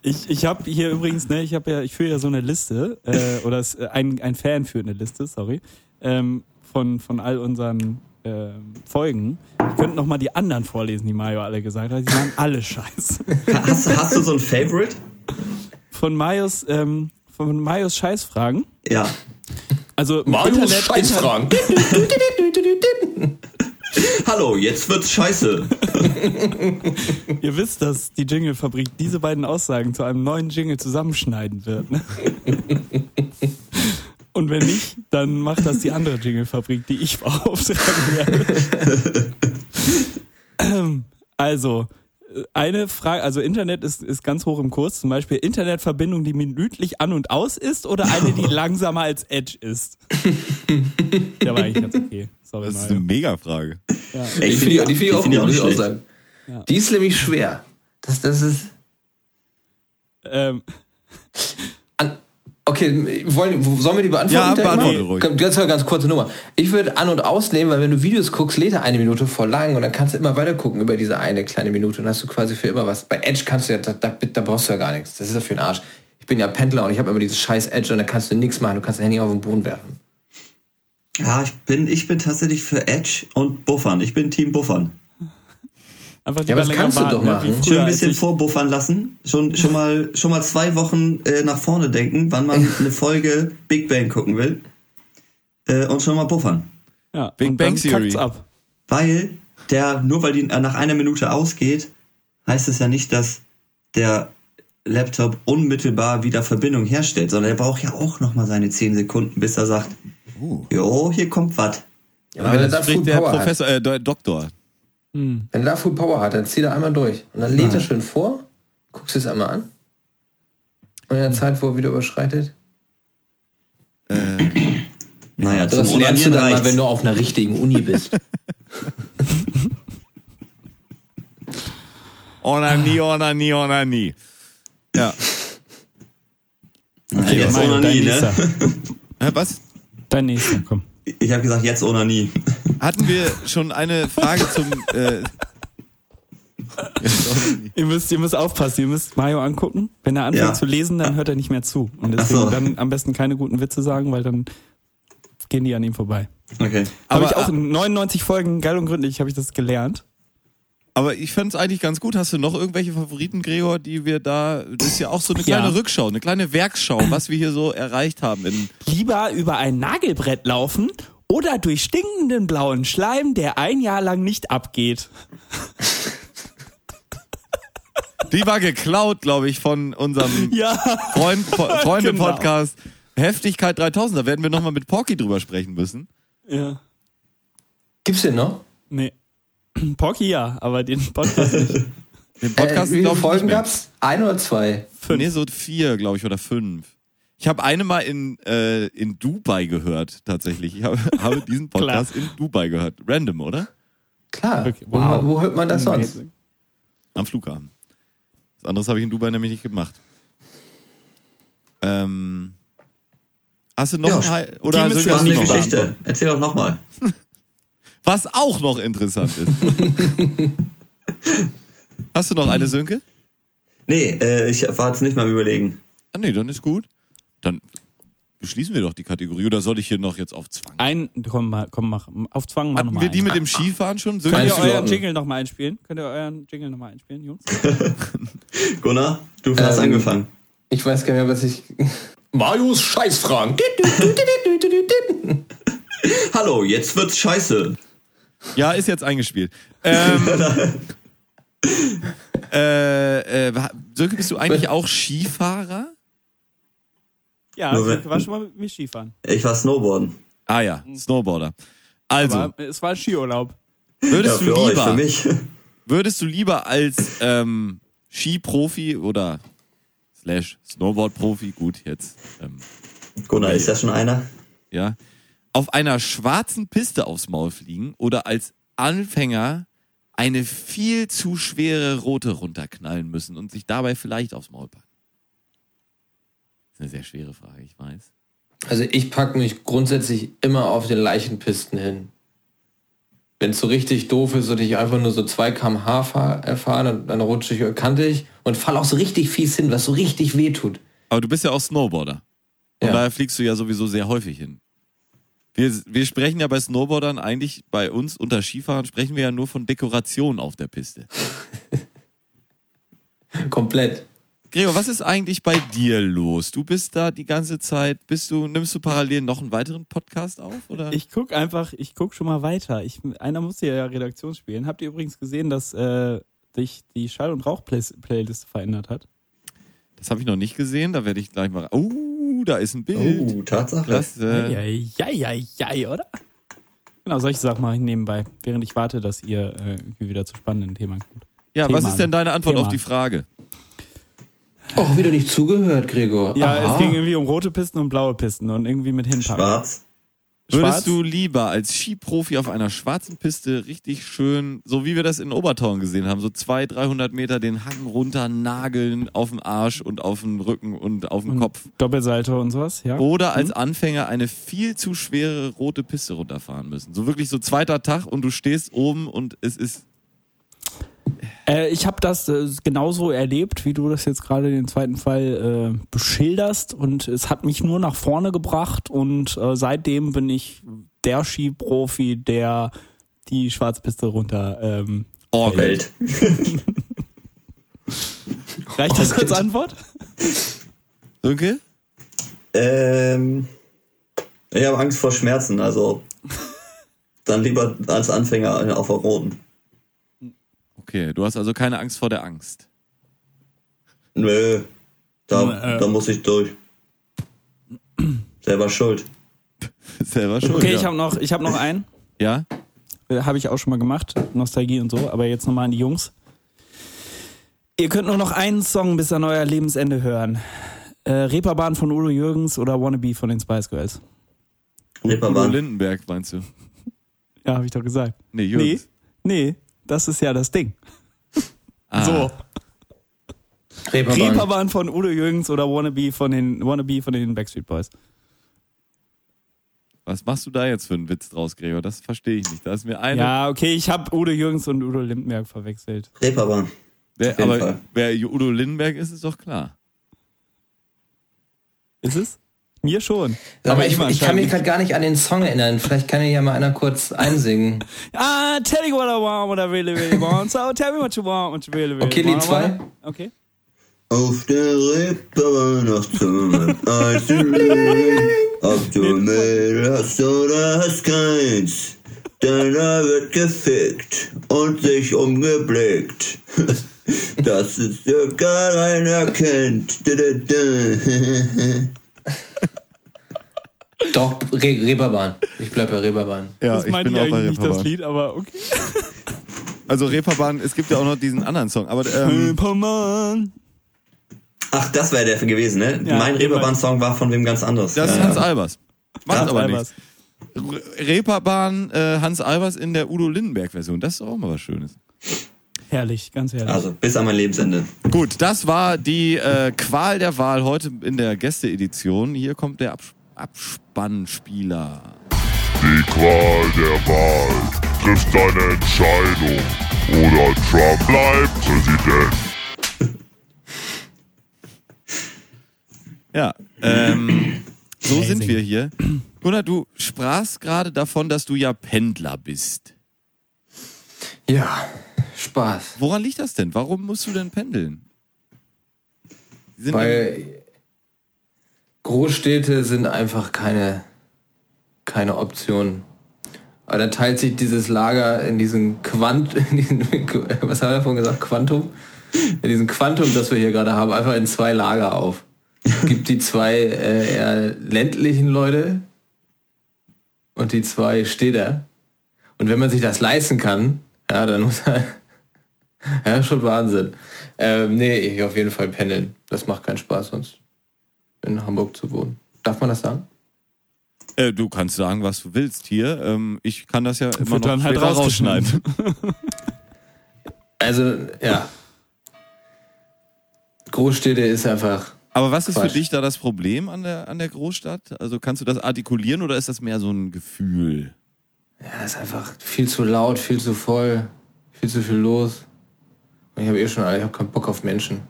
C: Ich, ich habe hier übrigens, ne, ich habe ja, ich führe ja so eine Liste, äh, oder es, äh, ein, ein Fan führt eine Liste, sorry, ähm, von, von all unseren ähm, Folgen. Ihr könnt noch mal die anderen vorlesen, die Mario alle gesagt hat. Die waren alle scheiße.
D: Ha- hast, du- hast du so ein Favorite?
C: Von Marios, ähm, von Marios Scheißfragen.
D: Ja.
C: Also im Internet-
D: Hallo, jetzt wird's scheiße.
C: Ihr wisst, dass die Jingle-Fabrik diese beiden Aussagen zu einem neuen Jingle zusammenschneiden wird. Ne? Und wenn nicht, dann macht das die andere Jingle-Fabrik, die ich [laughs] beauftragen werde. Ähm, also, äh, eine Frage, also Internet ist, ist ganz hoch im Kurs. Zum Beispiel Internetverbindung, die minütlich an und aus ist oder eine, die langsamer als Edge ist. Der war eigentlich ganz okay. Sorry,
B: Das ist eine
C: Mario.
B: Mega-Frage.
E: Ich finde die, die find ich auch
D: find
E: gut, muss ich auch
D: schlecht.
E: sagen. Die ist nämlich schwer. Das, das ist.
C: Ähm,
E: An, okay, wollen, sollen wir die beantworten?
B: Ja,
E: direkt mal?
B: beantworte ruhig.
E: Komm, Ganz, ganz kurze Nummer. Ich würde an- und ausnehmen, weil wenn du Videos guckst, lädt er eine Minute voll lang und dann kannst du immer weiter gucken über diese eine kleine Minute und hast du quasi für immer was. Bei Edge kannst du ja, da, da, da brauchst du ja gar nichts. Das ist ja für den Arsch. Ich bin ja Pendler und ich habe immer dieses scheiß Edge und da kannst du nichts machen. Du kannst dein Handy auf den Boden werfen.
D: Ja, ich bin, ich bin tatsächlich für Edge und Buffern. Ich bin Team Buffern.
C: einfach
E: Ja, aber das kannst du doch machen.
D: Schön ein
C: ne? als
D: bisschen
C: ich-
D: vorbuffern lassen. Schon, schon, mal, schon mal zwei Wochen äh, nach vorne denken, wann
E: [laughs]
D: man eine Folge Big Bang gucken will. Äh, und schon mal buffern.
C: Ja,
B: Big
C: und
B: Bang
C: dann
B: Theory.
C: kackt's ab.
D: Weil der, nur weil die nach einer Minute ausgeht, heißt es ja nicht, dass der Laptop unmittelbar wieder Verbindung herstellt, sondern er braucht ja auch nochmal seine 10 Sekunden, bis er sagt, jo, hier kommt was.
E: Ja, wenn er da Full
B: Spricht der
E: Power hat,
B: Professor, äh, der Doktor.
E: wenn er da Full Power hat, dann zieht er einmal durch. Und dann lädt er schön vor, guckst du es einmal an. Und in der Zeit, wo er wieder überschreitet,
D: Naja, zum
E: das lernst du
D: Onanieren
E: dann mal,
D: reicht's.
E: wenn du auf einer richtigen Uni bist.
B: Onani, onani, onani. Ja.
D: Nein, jetzt
C: Mario, dein
D: Onanie, ne?
C: nächster.
B: Hä, Was?
C: Dein nächster, komm.
D: Ich habe gesagt, jetzt Onanie. [laughs]
B: Hatten wir schon eine Frage zum, äh, [laughs]
C: Ihr müsst, ihr müsst aufpassen, ihr müsst Mario angucken. Wenn er anfängt
D: Ja.
C: zu lesen, dann hört er nicht mehr zu. Und deswegen
D: Ach so.
C: dann am besten keine guten Witze sagen, weil dann gehen die an ihm vorbei.
D: Okay.
B: Aber-
C: Habe ich auch in 99 Folgen, geil und gründlich, habe ich das gelernt.
B: aber ich fand's eigentlich ganz gut. Hast du noch irgendwelche Favoriten, Gregor, die wir da, das ist ja auch so eine kleine
C: Ja.
B: Rückschau, eine kleine Werkschau, was wir hier so erreicht haben in,
C: Lieber über ein Nagelbrett laufen oder durch stinkenden blauen Schleim, der ein Jahr lang nicht abgeht.
B: Die war geklaut, glaube ich, von unserem
C: Ja.
B: Freund,
C: [laughs] Genau.
B: Freunde-Podcast. Heftigkeit 3000, da werden wir nochmal mit Porky drüber sprechen müssen.
C: ja.
E: Gibt's den noch?
C: Nee. [clears throat] Porky ja, aber den Podcast nicht.
B: Den
E: Äh,
B: Podcast,
E: wie viele
B: glaube ich,
E: Folgen
B: nicht mehr.
E: gab's? Ein oder zwei?
B: Nee, so vier, glaube ich, oder fünf. Ich habe eine mal in, äh, in Dubai gehört, tatsächlich. Ich habe, [laughs] habe diesen Podcast in Dubai gehört. Random, oder?
E: Klar.
C: Okay,
E: Wo-
C: wow.
E: Wo hört man das sonst?
C: Amazing.
B: Am Flughafen. Das anderes habe ich in Dubai nämlich nicht gemacht. Ähm, hast du noch
D: Ja,
B: ein Hi- oder
D: Das
B: soll ich
D: war
B: das
D: eine
B: noch
D: Geschichte.
B: beantworten?
D: Erzähl doch nochmal.
B: Was auch noch interessant ist.
D: [laughs]
B: hast du noch eine Sönke?
D: Nee, äh, ich war jetzt nicht mal am überlegen.
B: Ah, nee, dann ist gut. Dann beschließen wir doch die Kategorie. Oder soll ich hier noch jetzt auf Zwang?
C: Ein, komm mal, komm mach, auf Zwang machen
B: Hatten wir die mit dem Skifahren schon? Sönke,
C: Könnt ihr
E: Einflotten.
C: euren Jingle nochmal einspielen? Könnt ihr euren Jingle nochmal einspielen, Jungs?
D: Gunnar, du hast
E: Ähm,
D: angefangen.
E: Ich weiß gar nicht mehr, was ich. [laughs] Marius Scheißfragen.
D: Hallo, jetzt wird's scheiße.
B: Ja, ist jetzt eingespielt.
D: [laughs]
B: Ähm, äh, äh, Sönke, bist du eigentlich auch Skifahrer?
C: Ja,
D: Nur wenn-
C: ich war schon mal mit mir Skifahren.
D: Ich war Snowboarden.
B: Ah ja, Snowboarder. Also,
C: Aber es war ein Skiurlaub.
D: Ja,
B: würdest,
D: für
B: du
D: euch, für
B: lieber,
D: mich. [laughs]
B: würdest du lieber als ähm, Skiprofi oder slash Snowboardprofi, gut, jetzt, ähm,
D: Gunnar, ist ja schon einer.
B: ja, auf einer schwarzen Piste aufs Maul fliegen oder als Anfänger eine viel zu schwere rote runterknallen müssen und sich dabei vielleicht aufs Maul packen? Das ist eine sehr schwere Frage, ich weiß.
E: Also ich packe mich grundsätzlich immer auf den Leichenpisten hin. Wenn es so richtig doof ist und ich einfach nur so 2 km/h fahr- äh, fahre, dann, dann rutsche ich kantig und falle auch so richtig fies hin, was so richtig weh tut.
B: Aber du bist ja auch Snowboarder. Von
E: Ja.
B: daher fliegst du ja sowieso sehr häufig hin. Wir, wir sprechen ja bei Snowboardern eigentlich, bei uns unter Skifahren sprechen wir ja nur von Dekoration auf der Piste.
E: Komplett.
B: Gregor, was ist eigentlich bei dir los? Du bist da die ganze Zeit, bist du, nimmst du parallel noch einen weiteren Podcast auf? Oder?
C: Ich guck einfach, ich guck schon mal weiter. Ich, einer muss hier ja Redaktion spielen. Habt ihr übrigens gesehen, dass äh, sich die Schall- und Rauch-Playlist verändert hat?
B: das habe ich noch nicht gesehen, da werde ich gleich mal. Oh, da ist ein Bild. äh,
D: Oh, Tatsache.
B: Klasse.
C: Ja, ja, ja, ja, oder? Genau, solche Sachen mache ich nebenbei, während ich warte, dass ihr äh, irgendwie wieder zu spannenden Themen kommt.
B: Ja, was
C: Thema.
B: ist denn deine Antwort
C: Thema.
B: auf die Frage?
E: Auch wieder nicht zugehört, Gregor.
C: Ja,
E: Aha.
C: es ging irgendwie um rote Pisten und blaue Pisten und irgendwie mit hinpacken.
D: Schwarz.
C: Schwarz?
B: Würdest du lieber als Skiprofi auf einer schwarzen Piste richtig schön, so wie wir das in Obertauern gesehen haben, so 200, 300 Meter den Hang runter nageln auf dem Arsch und auf dem Rücken und auf dem Kopf?
C: Doppelsalto und sowas, ja.
B: Oder als Anfänger eine viel zu schwere rote Piste runterfahren müssen? So wirklich so zweiter Tag und du stehst oben und es ist...
C: Äh, ich habe das äh, genauso erlebt, wie du das jetzt gerade den zweiten Fall äh, beschilderst und es hat mich nur nach vorne gebracht und äh, seitdem bin ich der Skiprofi, der die Schwarzpiste runter. Ähm,
D: Welt.
C: reicht Oh, das als Antwort?
B: Sönke?
D: Ähm, ich habe Angst vor Schmerzen, also dann lieber als Anfänger auf der Roten.
B: Okay, du hast also keine Angst vor der Angst. [laughs]
D: Nö, da,
C: Nö, äh.
D: da muss ich durch. Selber schuld.
B: Selber schuld.
C: Okay,
B: ja.
C: ich habe noch, ich habe noch einen.
B: ja?
C: Habe ich auch schon mal gemacht. Nostalgie und so. Aber jetzt nochmal an die Jungs. Ihr könnt nur noch einen Song bis an euer Lebensende hören. Äh, Reeperbahn von Udo Jürgens oder Wannabe von den Spice Girls.
B: Udo
D: Reeperbahn.
B: Lindenberg meinst du?
C: Ja, habe ich doch gesagt.
B: Nee,
C: Nee,
B: Jürgens.
C: nee, das ist ja das Ding.
B: Ah.
C: So,
E: Reeperbahn.
C: Reeperbahn von Udo Jürgens oder Wannabe von den, Wannabe von den Backstreet Boys.
B: Was machst du da jetzt für einen Witz draus, Gregor? Das verstehe ich nicht. Da ist mir eine
C: Ja, okay, ich habe Udo Jürgens und Udo Lindenberg verwechselt.
D: Reeperbahn.
B: Wer,
D: Auf jeden
B: aber
D: Fall.
B: wer Udo Lindenberg ist, ist doch klar.
C: Ist es? Mir schon.
E: Aber ich,
C: immer
E: ich kann
C: anscheinend
E: mich gerade gar nicht an den Song erinnern. Vielleicht kann ja mal einer kurz [laughs] einsingen.
C: Ah, tell me what I want, what I really, really want. So tell me what you want, what you really, really
E: Okay,
C: want.
E: Lied
C: Okay.
D: Auf der Reeperbahn nach [laughs] Zimmer. Ob du Mehl hast oder hast [laughs] keins. Deiner wird gefickt und sich umgeblickt. Das ist sogar ein erkennt. Du, du, du.
E: Doch, Re Reeperbahn. Ich bleib bei Reeperbahn.
B: Ja,
C: das
B: ich
C: meine
B: bin
C: ich
B: auch bei
C: eigentlich nicht
B: Reeperbahn.
C: das Lied, aber okay.
B: Also Reeperbahn, es gibt ja auch noch diesen anderen Song, aber ähm,
C: Reeperbahn.
D: [laughs] Ach, das wäre der gewesen, ne?
C: Ja,
D: mein
C: immer.
D: Reeperbahn-Song war von wem ganz anderes.
B: das ist
D: Ja,
B: Hans
D: ja.
B: Albers. Macht
C: Ganz
B: aber
C: albers.
B: nichts. Re- Reeperbahn, äh, Hans Albers in der Udo Lindenberg-Version. Das ist doch auch mal was Schönes.
C: Herrlich, ganz herrlich.
D: Also, bis an mein Lebensende.
B: Gut, das war die äh, Qual der Wahl heute in der Gästeedition. Hier kommt der Abs Abspannspieler.
H: Die Qual der Wahl trifft eine Entscheidung. Oder Trump bleibt Präsident.
B: Ja, ähm, so sind wir hier. Gunnar, du sprachst gerade davon, dass du ja Pendler bist.
E: Ja, Spaß.
B: Woran liegt das denn? Warum musst du denn pendeln? Sind
E: Weil Großstädte sind einfach keine, keine Option. Aber da teilt sich dieses Lager in diesen Quant, [laughs] in diesen, was haben wir davon gesagt? Quantum? In diesem Quantum, das wir hier gerade haben, einfach in zwei Lager auf. Es gibt die zwei äh, eher ländlichen Leute und die zwei Städter. Und wenn man sich das leisten kann, ja, dann muss er, [laughs] ja, schon Wahnsinn. Ähm, nee, ich auf jeden Fall pendeln. Das macht keinen Spaß sonst, in Hamburg zu wohnen. Darf man das sagen?
B: Äh, du kannst sagen, was du willst hier. Ähm, ich kann das ja immer
C: Wird
B: noch
C: dann halt
B: später
C: rausgeschnitten.
B: rausschneiden.
E: Also, ja. Großstädte ist einfach,
B: Aber was ist für
E: Quatsch.
B: dich da das Problem an der, an der Großstadt? Also kannst du das artikulieren oder ist das mehr so ein Gefühl?
E: ja, ist einfach viel zu laut, viel zu voll, viel zu viel los. Und ich habe eh schon alle, ich habe keinen Bock auf [laughs] Menschen.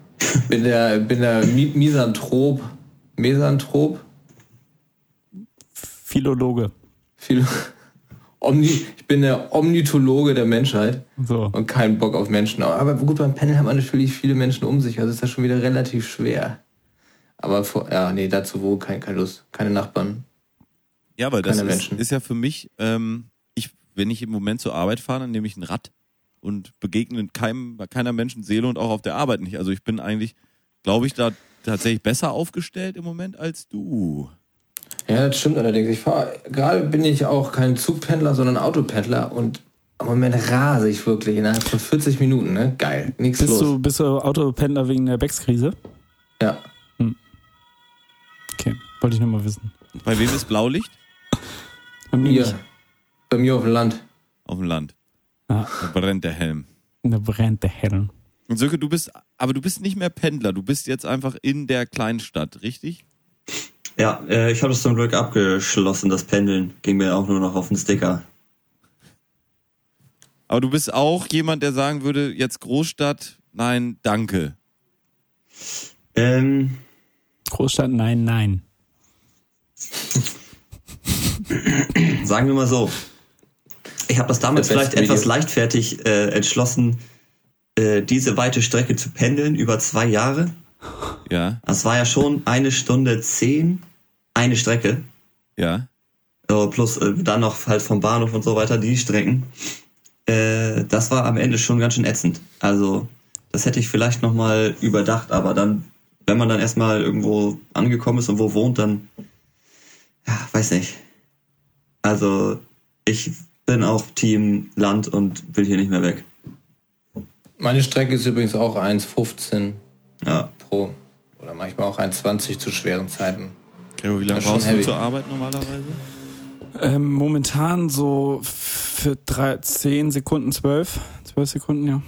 E: Bin der, bin der Mi- Misanthrop, Mesanthrop,
C: Philologe.
E: viel, [laughs] Omni, ich bin der Omnitologe der Menschheit.
C: So.
E: und keinen Bock auf Menschen. Aber gut, beim Panel hat man natürlich viele Menschen um sich, also ist das schon wieder relativ schwer. Aber vor, ja, nee, dazu wo kein, keine Lust, keine Nachbarn.
B: Ja, weil das
E: Keine
B: ist,
E: Menschen.
B: ist ja für mich, ähm, ich, wenn ich im Moment zur Arbeit fahre, dann nehme ich ein Rad und begegne keinem, keiner Menschenseele und auch auf der Arbeit nicht. Also ich bin eigentlich, glaube ich, da tatsächlich besser aufgestellt im Moment als du.
E: Ja, das stimmt allerdings. Ich fahre, gerade bin ich auch kein Zugpendler, sondern Autopendler und im Moment rase ich wirklich innerhalb von 40 Minuten, ne? Geil. Nichts
C: Bist
E: los.
C: du, bist du Autopendler wegen der Beckskrise?
E: Ja.
C: Okay, wollte ich nur mal wissen.
B: Bei wem ist Blaulicht?
C: Bei mir
E: Hier.
C: nicht.
E: Bei mir auf dem Land.
B: Auf dem Land.
C: Ah.
B: Da brennt der Helm.
C: Da brennt der Herren.
B: Und Söke, du bist, aber du bist nicht mehr Pendler, du bist jetzt einfach in der Kleinstadt, richtig?
D: Ja, äh, ich habe das zum Glück abgeschlossen, das Pendeln. Ging mir auch nur noch auf den Sticker.
B: Aber du bist auch jemand, der sagen würde, jetzt Großstadt, nein, danke.
D: Ähm,
C: Großstadt, nein, nein.
D: sagen wir mal so. Ich habe das damals
E: Der beste
D: vielleicht etwas
E: Video.
D: leichtfertig äh, entschlossen, äh, diese weite Strecke zu pendeln über zwei Jahre.
B: Ja,
D: Das war ja schon eine Stunde zehn, eine Strecke.
B: ja.
D: So, plus äh, dann noch halt vom Bahnhof und so weiter die Strecken. Äh, das war am Ende schon ganz schön ätzend. Also das hätte ich vielleicht nochmal überdacht, aber dann, wenn man dann erstmal irgendwo angekommen ist und wo wohnt, dann, ja, weiß nicht. Also ich bin auch Team Land und will hier nicht mehr weg.
E: Meine Strecke ist übrigens auch 1,15
D: Ja.
E: pro oder manchmal auch 1,20 zu schweren Zeiten.
B: Gregor, wie lange
E: Das ist schon
B: brauchst du
E: heavy.
B: zur Arbeit normalerweise?
C: Ähm, momentan so für drei, 10 Sekunden, 12. 12 Sekunden, ja.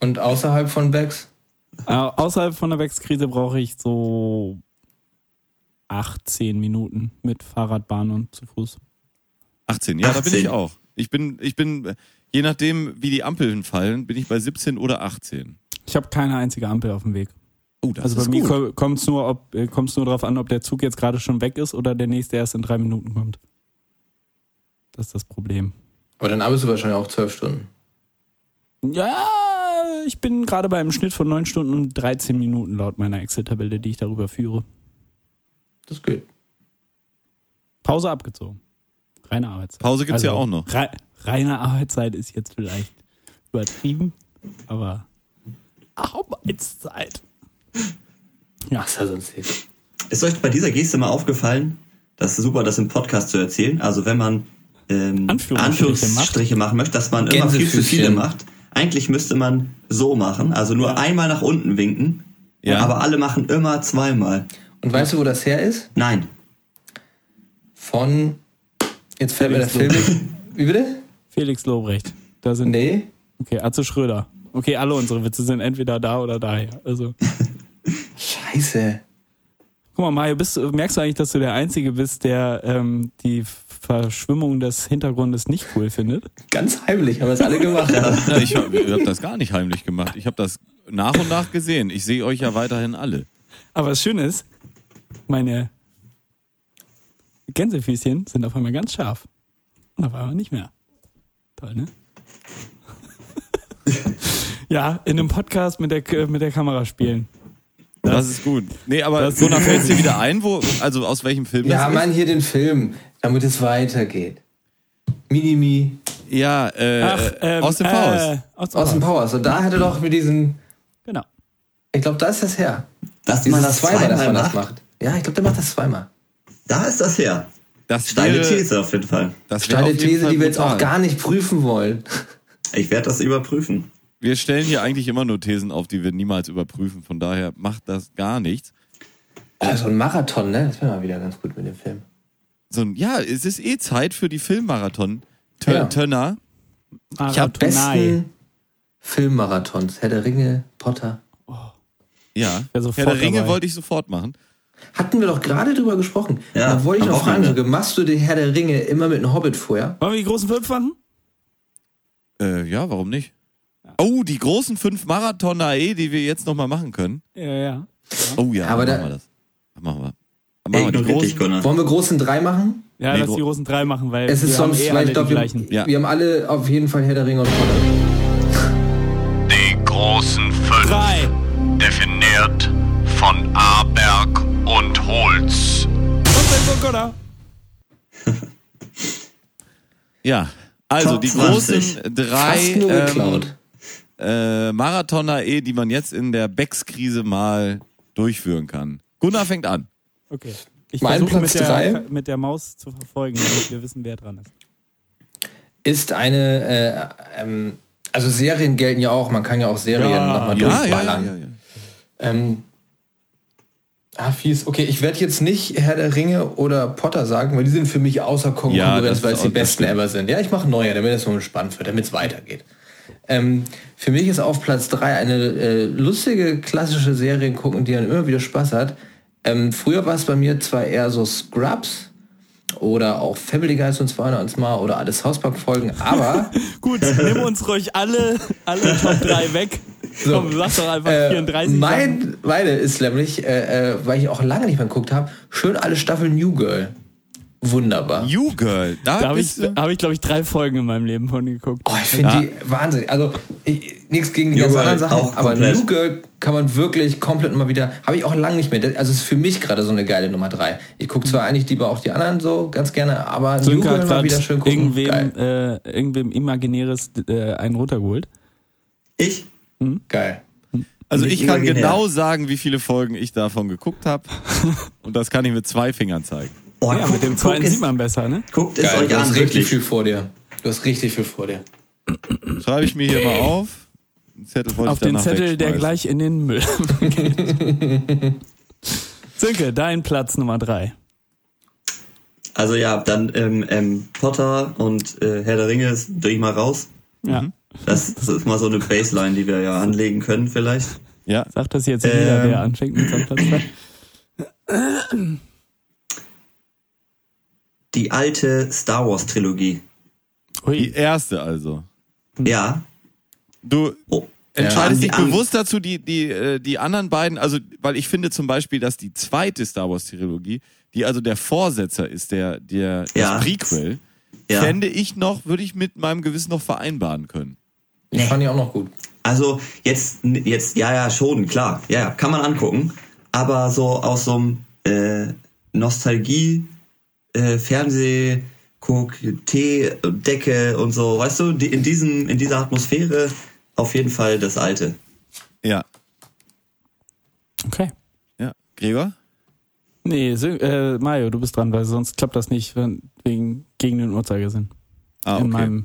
E: Und außerhalb von Becks?
C: Äh, außerhalb von der Wechskrise brauche ich so 18 Minuten mit Fahrrad, Bahn und zu Fuß.
B: 18, ja, da bin ich
D: 18.
B: auch. Ich bin, ich bin, äh, je nachdem, wie die Ampeln fallen, bin ich bei 17 oder 18.
C: Ich habe keine einzige Ampel auf dem Weg.
B: Oh, das
C: also bei mir kommt es nur, ob, äh, kommt's nur darauf an, ob der Zug jetzt gerade schon weg ist oder der nächste erst in drei Minuten kommt. Das ist das Problem.
E: Aber dann arbeitest du wahrscheinlich auch zwölf Stunden.
C: Ja, ich bin gerade bei einem Schnitt von 9 Stunden und 13 Minuten laut meiner Excel-Tabelle, die ich darüber führe.
E: Das geht.
C: Pause abgezogen. Reine Arbeitszeit. Also,
B: Pause gibt's ja auch noch.
C: Rei reine Arbeitszeit ist jetzt vielleicht übertrieben, aber Arbeitszeit. Ja,
E: Was er sonst nicht.
D: Ist euch bei dieser Geste mal aufgefallen? Das ist super, das im Podcast zu erzählen. Also wenn man ähm,
C: Anführungsstriche
D: Anführungsstriche, machen möchte, dass man immer viel zu
E: Gänsefüßchen.
D: viele macht. Eigentlich müsste man so machen, also nur einmal nach unten winken.
B: Ja.
D: Aber alle machen immer zweimal.
E: Und weißt du, wo das her ist?
D: Nein.
E: Von. Jetzt fällt mir der Film. Wie bitte?
C: Felix Lobrecht. Da sind
E: Nee.
C: Okay, Atze Schröder. Okay, alle unsere Witze sind entweder da oder daher. Also,
E: Scheiße.
C: guck mal, Mario, bist, du- merkst du eigentlich, dass du der Einzige bist, der ähm, die Verschwimmung des Hintergrundes nicht cool findet?
E: Ganz heimlich haben wir es alle gemacht.
B: Na, Ich habe hab das gar nicht heimlich gemacht. Ich habe das nach und nach gesehen. Ich sehe euch ja weiterhin alle.
C: Aber das Schöne ist, meine Gänsefüßchen sind auf einmal ganz scharf. Und auf einmal nicht mehr. Toll,
E: [laughs]
C: ne? ja, in einem Podcast mit der, K- mit der Kamera spielen.
B: Das ist gut. Nee, aber Gunnar, fällt dir wieder ein, wo, also aus welchem Film
E: Wir haben
B: das
E: einen hier den Film, damit es weitergeht. Minimi
B: ist? Ja, äh, aus dem Faust.
C: Äh, aus dem
E: aus
C: Faust.
E: dem Powers. Und da hatte doch mit diesen.
C: Genau.
E: Ich glaube, da ist das her.
D: Dass
E: Dieses
D: man das
E: zweimal,
D: zweimal,
E: dass man
D: macht,
E: das macht. Ja, ich glaube, der macht das zweimal.
D: da ist das her.
B: Das
D: Steile
B: wäre,
D: These auf jeden Fall.
B: das wäre
E: Steile
B: auf jeden
E: These,
B: Fall
E: die wir jetzt auch
B: brutal.
E: gar nicht prüfen wollen. [laughs]
D: Ich werde das überprüfen.
B: Wir stellen hier eigentlich immer nur Thesen auf, die wir niemals überprüfen. Von daher macht das gar nichts.
E: Oh, so ein Marathon, ne? Das wäre mal wieder ganz gut mit dem Film.
B: So ein, ja, es ist eh Zeit für die Filmmarathon. Tö
E: Ja.
B: Tönner.
E: Ich habe
C: Marathonai.
E: besten Filmmarathons. Herr der Ringe, Potter.
B: Ja.
C: Wär
B: Herr
C: sofort
B: der Ringe
C: dabei.
B: wollte ich sofort machen.
E: Hatten wir doch gerade drüber gesprochen.
D: Ja,
E: da wollte ich
D: am
E: noch fragen,
D: Wochenende.
E: so, machst du den Herr der Ringe immer mit einem Hobbit vorher?
C: Wollen wir die großen fünf machen?
B: Äh, ja, warum nicht? Oh, die großen fünf Marathoner, eh, die wir jetzt nochmal machen können.
C: Ja, ja.
B: Oh ja,
E: Aber
B: dann
E: da-
B: machen wir das. Dann Machen wir. Dann
D: Er
B: Machen wir die
D: ignoriert dich,
B: großen.
D: Gunnar.
E: Wollen wir großen drei machen?
C: Ja,
B: Nee,
C: lass
B: du-
C: die großen drei machen, weil
E: Es ist
C: wir
E: sonst
C: haben eh
E: vielleicht,
C: alle
E: glaube
C: die
E: ich,
C: gleichen.
B: Ja.
E: wir haben alle auf jeden Fall Herr der Ringe und Potter.
H: Die großen Fünf.
C: Drei.
H: Definiert von Aberg und Holz.
C: Und dann
B: Ja. Also
D: Top
B: die
D: 20.
B: großen
E: Fast
B: drei
E: nur
B: ähm,
E: geklaut.
B: äh, Marathoner, eh, die man jetzt in der Becks-Krise mal durchführen kann. Gunnar fängt an.
C: Okay. Ich
E: Mein
C: versuche
E: Platz
C: mit der,
E: drei.
C: mit der Maus zu verfolgen, damit wir wissen, wer dran ist.
E: Ist eine, äh, ähm, also Serien gelten ja auch, man kann ja auch Serien nochmal
B: Ja, ja,
E: durchballern.
B: ja, ja, ja.
E: Ähm, ah, fies. Okay, ich werde jetzt nicht Herr der Ringe oder Potter sagen, weil die sind für mich außer Kon
B: Ja, das
E: Konkurrenz,
B: ist
E: weil es
B: auch-
E: die
B: das
E: besten
B: stimmt.
E: ever sind. Ja, ich mache neue, damit es so spannend wird, damit es weitergeht. Ähm, für mich ist auf Platz 3 eine äh, lustige, klassische Serie gucken, die dann immer wieder Spaß hat. Ähm, früher war es bei mir zwar eher so Scrubs oder auch Family Guys und 200 Mal oder alles Hausback-Folgen,
B: [laughs]
E: aber
C: Gut,
E: [laughs]
C: nimm uns ruhig alle, alle Top 3 weg.
E: So.
C: Komm, sag doch einfach
E: Äh,
C: 34. Sachen.
E: Mein, meine ist nämlich, äh, äh, weil ich auch lange nicht mehr geguckt habe, schön alle Staffeln New Girl. Wunderbar.
B: You Girl. Da,
C: Da habe ich,
B: bist du.
C: hab ich glaube ich, drei Folgen in meinem Leben von geguckt.
E: Oh, ich finde die Wahnsinn. Also ich- nichts gegen die
D: New
E: ganzen
D: Girl,
E: anderen Sachen,
D: auch
E: aber
D: komplett.
E: New Girl kann man wirklich komplett mal wieder. Habe ich auch lange nicht mehr. Das- Also es ist für mich gerade so eine geile Nummer drei. Ich gucke zwar eigentlich lieber auch die anderen so ganz gerne, aber New
C: Sönke
E: Girl
C: Mhm. hat
E: mal
C: gerade
E: wieder schön gucken. Geil.
C: irgendwem, äh, irgendwem Imaginäres äh, einen runtergeholt.
D: Ich?
E: Geil.
B: Also ich kann
D: imaginär.
B: genau sagen, wie viele Folgen ich davon geguckt
C: [laughs]
B: habe. Und das kann ich mit zwei Fingern zeigen.
E: Ah,
D: Oh,
C: Ja, mit dem zweiten sieht man besser, ne?
D: Guckt es
E: Geil.
D: euch
E: Du
D: an,
E: hast richtig
D: wirklich.
E: viel vor dir. Du hast richtig viel vor dir.
B: Schreibe ich mir hier mal auf. Den Zettel wollte
C: Auf
B: ich danach
C: den Zettel, der
B: wegschmeißen.
C: gleich in den
E: [laughs]
C: Müll geht. Sönke, dein Platz Nummer drei.
D: Also ja, dann ähm, ähm, Potter und äh, Herr der Ringe ist ich mal raus.
C: Ja.
E: Mhm.
D: Das, das ist mal so eine Baseline, die wir ja anlegen können vielleicht.
B: Ja,
C: Sagt das jetzt jeder,
D: Ähm.
C: der anfängt mit seinem Platz drei?
D: Die alte Star Wars Trilogie.
B: die
C: Ui.
B: erste also.
D: Ja.
B: Du
D: Oh.
B: entscheidest
D: Ja,
B: dich
D: die an-
B: bewusst dazu, die, die, äh, die anderen beiden, also, weil ich finde zum Beispiel, dass die zweite Star Wars Trilogie, die also der Vorsetzer ist, der, der,
D: Ja.
B: das Prequel,
D: Ja.
B: fände ich noch, würde ich mit meinem Gewissen noch vereinbaren können.
E: Ich fand die auch noch gut.
D: Also jetzt, jetzt, ja, ja, schon, klar. Ja, ja, kann man angucken. Aber so aus so einem äh, Nostalgie, äh, Fernseh, guck, Tee, Decke und so, weißt du, die, in, diesem, in dieser Atmosphäre auf jeden Fall das Alte.
B: Ja,
C: Okay.
B: ja. Gregor?
C: Nee, Sö- äh, Mario, du bist dran, weil sonst klappt das nicht wenn- wegen, gegen den Uhrzeigersinn.
B: Ah,
C: In
B: okay.
C: meinem,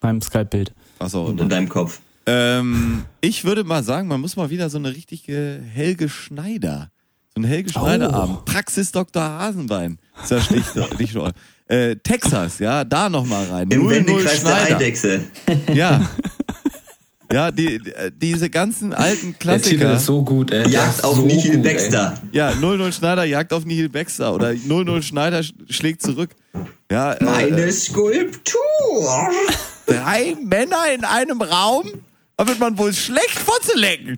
C: meinem Skype-Bild.
B: Was auch
D: Und in
B: immer.
D: deinem Kopf.
B: Ähm, ich würde mal sagen, man muss mal wieder so eine richtige Helge Schneider. So einen Helge
E: Oh.
B: Schneider haben. Praxis Dr. Hasenbein. Ist ja schlicht, nicht nur. Äh, Texas, ja, da nochmal rein.
D: Im
B: 00
D: Wendekreis der Eidechse.
B: Ja. Ja, die, äh, diese ganzen alten
E: Der Titel
B: Klassiker.
E: ist so gut, ey. Der
D: Jagd
E: ist
D: auf
E: so
D: Nihil
E: gut, ey.
D: Baxter.
B: Ja, 00 Schneider jagt auf Nihil Baxter oder 00 Schneider sch- schlägt zurück. Ja, äh,
D: Eine Skulptur.
B: drei Männer in einem Raum, da wird man wohl schlecht Fotze lecken.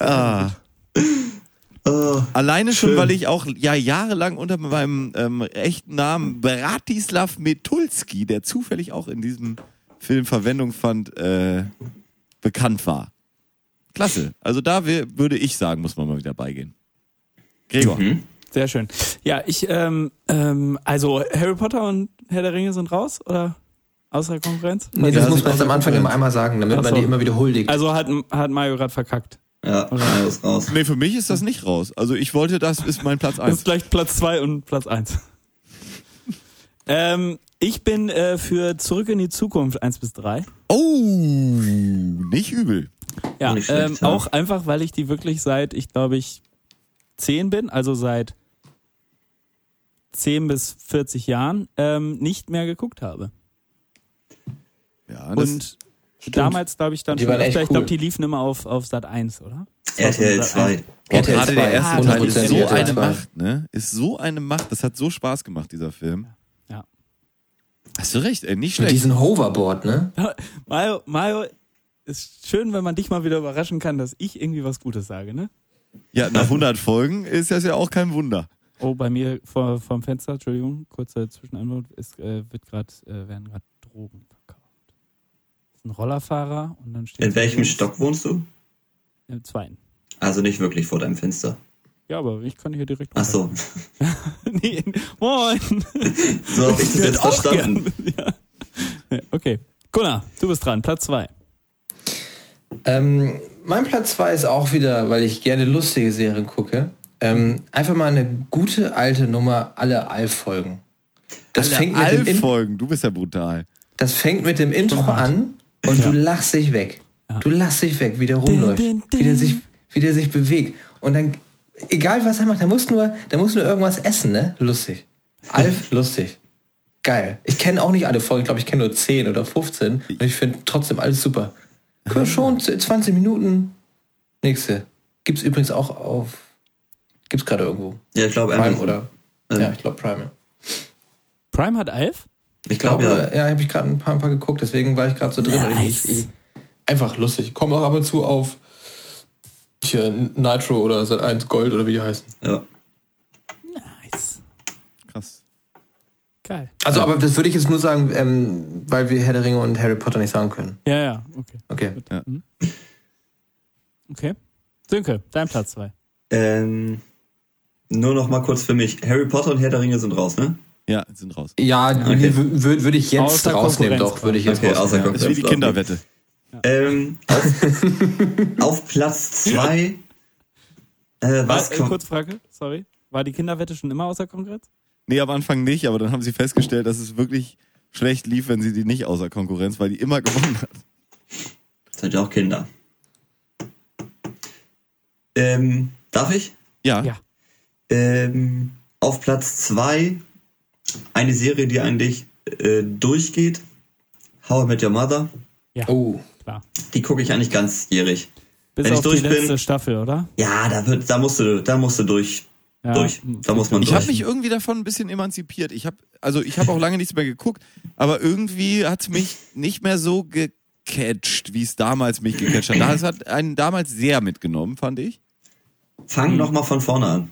B: ah. Alleine schon, weil ich auch ja jahrelang unter meinem ähm, echten Namen Bratislav Metulski, der zufällig auch in diesem Film Verwendung fand, äh, bekannt war. Klasse. Also da wär, würde ich sagen, muss man mal wieder beigehen. Gregor.
C: Sehr schön. Ja, ich, ähm, ähm, also Harry Potter und Herr der Ringe sind raus, oder? Außer Konkurrenz?
E: Nee, das
B: Ja,
E: muss
B: sind
E: man jetzt
B: auch
E: am Anfang immer einmal sagen, damit
C: Ach
E: man
C: so.
E: die immer wieder huldigt.
C: Also hat, hat Mario gerade verkackt.
D: Ja, raus, raus.
B: Nee, für mich ist das nicht raus. Also ich wollte, das ist mein Platz
C: Das ist
B: 1.
C: gleich Platz zwei und Platz eins. [laughs] ähm, ich bin äh, für Zurück in die Zukunft eins bis drei.
B: Oh, nicht übel.
C: Ja,
D: Nicht schlecht,
C: ähm,
D: ja.
C: auch einfach, weil ich die wirklich seit, ich glaube ich, 10 bin, also seit 10 bis 40 Jahren, ähm, nicht mehr geguckt habe.
B: Ja, das,
C: Und damals, glaube ich, dann
E: Die waren echt
C: ich glaube,
E: cool.
C: die liefen immer auf, auf Sat 1, oder?
D: RTL 2.
B: auch gerade der erste Teil ist so
E: 100%
B: eine
E: RTL 2.
B: Macht, ne? Ist so eine Macht. Das hat so Spaß gemacht, dieser Film.
C: Ja.
B: Hast du recht, ey, nicht
E: Mit
B: schlecht.
E: diesem Hoverboard, ne?
C: Mario, Mario, ist schön, wenn man dich mal wieder überraschen kann, dass ich irgendwie was Gutes sage, ne?
B: Ja, nach 100 Folgen ist das ja auch kein Wunder.
C: Oh, bei mir vor, vorm Fenster, Entschuldigung, kurzer Zwischeneinwurf, ist, äh, wird grad, äh, werden gerade Drogen verkauft. Ist ein Rollerfahrer und dann steht
D: In welchem Stock wohnst du?
C: Im zweiten.
D: Also nicht wirklich vor deinem Fenster.
C: Ja, aber ich kann hier direkt.
D: Ach so.
C: [laughs] nee,
D: [laughs]
C: moin.
D: So habe ich das jetzt verstanden.
C: ja. [laughs] Ja, Okay. Gunnar, du bist dran. Platz zwei.
E: Ähm, mein Platz 2 ist auch wieder, weil ich gerne lustige Serien gucke. Ähm, einfach mal eine gute alte Nummer, alle Alf-Folgen. Das, fängt mit dem In-
B: Alf-Folgen, du bist ja brutal.
E: das fängt mit dem Intro an und du lachst dich weg. Du lachst dich weg, wie der rumläuft,
C: Din, din,
E: wie der
C: din.
E: sich, wie der sich bewegt. Und dann, egal was er macht, der muss nur, der muss nur irgendwas essen, ne? Lustig. Alf, lustig. Geil. Ich kenne auch nicht alle Folgen, ich glaube, ich kenne nur 10 oder 15. Und ich finde trotzdem alles super. Können wir schon 20 Minuten. Nächste. Gibt's übrigens auch auf. Gibt's gerade irgendwo.
D: Ja, ich glaube,
E: Prime,
D: Amazon.
E: oder?
D: Ähm,
E: Ja, ich glaube Prime.
C: Prime hat elf?
D: Ich
E: glaube,
D: glaube, ja.
E: ja, habe ich gerade ein paar, ein paar geguckt, deswegen war ich gerade so drin.
C: Nice.
E: Ich, ich, einfach lustig. Komm auch ab und zu auf hier, Nitro oder Sat 1 Gold oder wie die heißen.
D: ja.
C: Nice.
B: Krass.
C: Geil.
E: Also, aber das würde ich jetzt nur sagen, ähm, weil wir Herr der Ringe und Harry Potter nicht sagen können.
C: Ja, ja. Okay.
E: Okay.
C: Okay. Sönke, dein Platz zwei.
D: Ähm, nur noch mal kurz für mich. Harry Potter und Herr der Ringe sind raus, ne?
B: Ja, sind raus.
E: Ja, nee, wür- würd- würde ich jetzt
C: Außer
E: rausnehmen,
C: Konkurrenz.
E: doch, würde ich jetzt
D: Okay,
E: rausnehmen.
D: außer
B: Das ist wie die Kinderwette.
D: Ähm, [laughs] auf, auf Platz 2. Äh, was
C: War, äh,
D: kommt?
C: kurze Frage, sorry. War die Kinderwette schon immer außer Konkurrenz?
B: Nee, am Anfang nicht, aber dann haben sie festgestellt, dass es wirklich schlecht lief, wenn sie die nicht außer Konkurrenz, weil die immer gewonnen hat.
D: Seid ihr auch Kinder? Ähm, darf ich?
B: Ja.
C: Ja.
D: Ähm, auf Platz 2 eine Serie, die eigentlich äh, durchgeht. How I Met Your Mother.
E: Oh,
D: Die gucke ich eigentlich ganzjährig.
C: Bis
D: Wenn ich
C: auf die
D: durch bin-
C: letzte Staffel, oder?
D: Ja, da wird, da musst du, da musst du durch.
C: Ja.
D: durch. Da muss man
B: Ich
D: durch.
B: habe mich irgendwie davon ein bisschen emanzipiert. Ich habe also ich habe auch lange nichts mehr geguckt, aber irgendwie hat mich nicht mehr so gecatcht, wie es damals mich gecatcht hat. Das hat einen damals sehr mitgenommen, fand ich.
D: Fang noch mal von vorne an.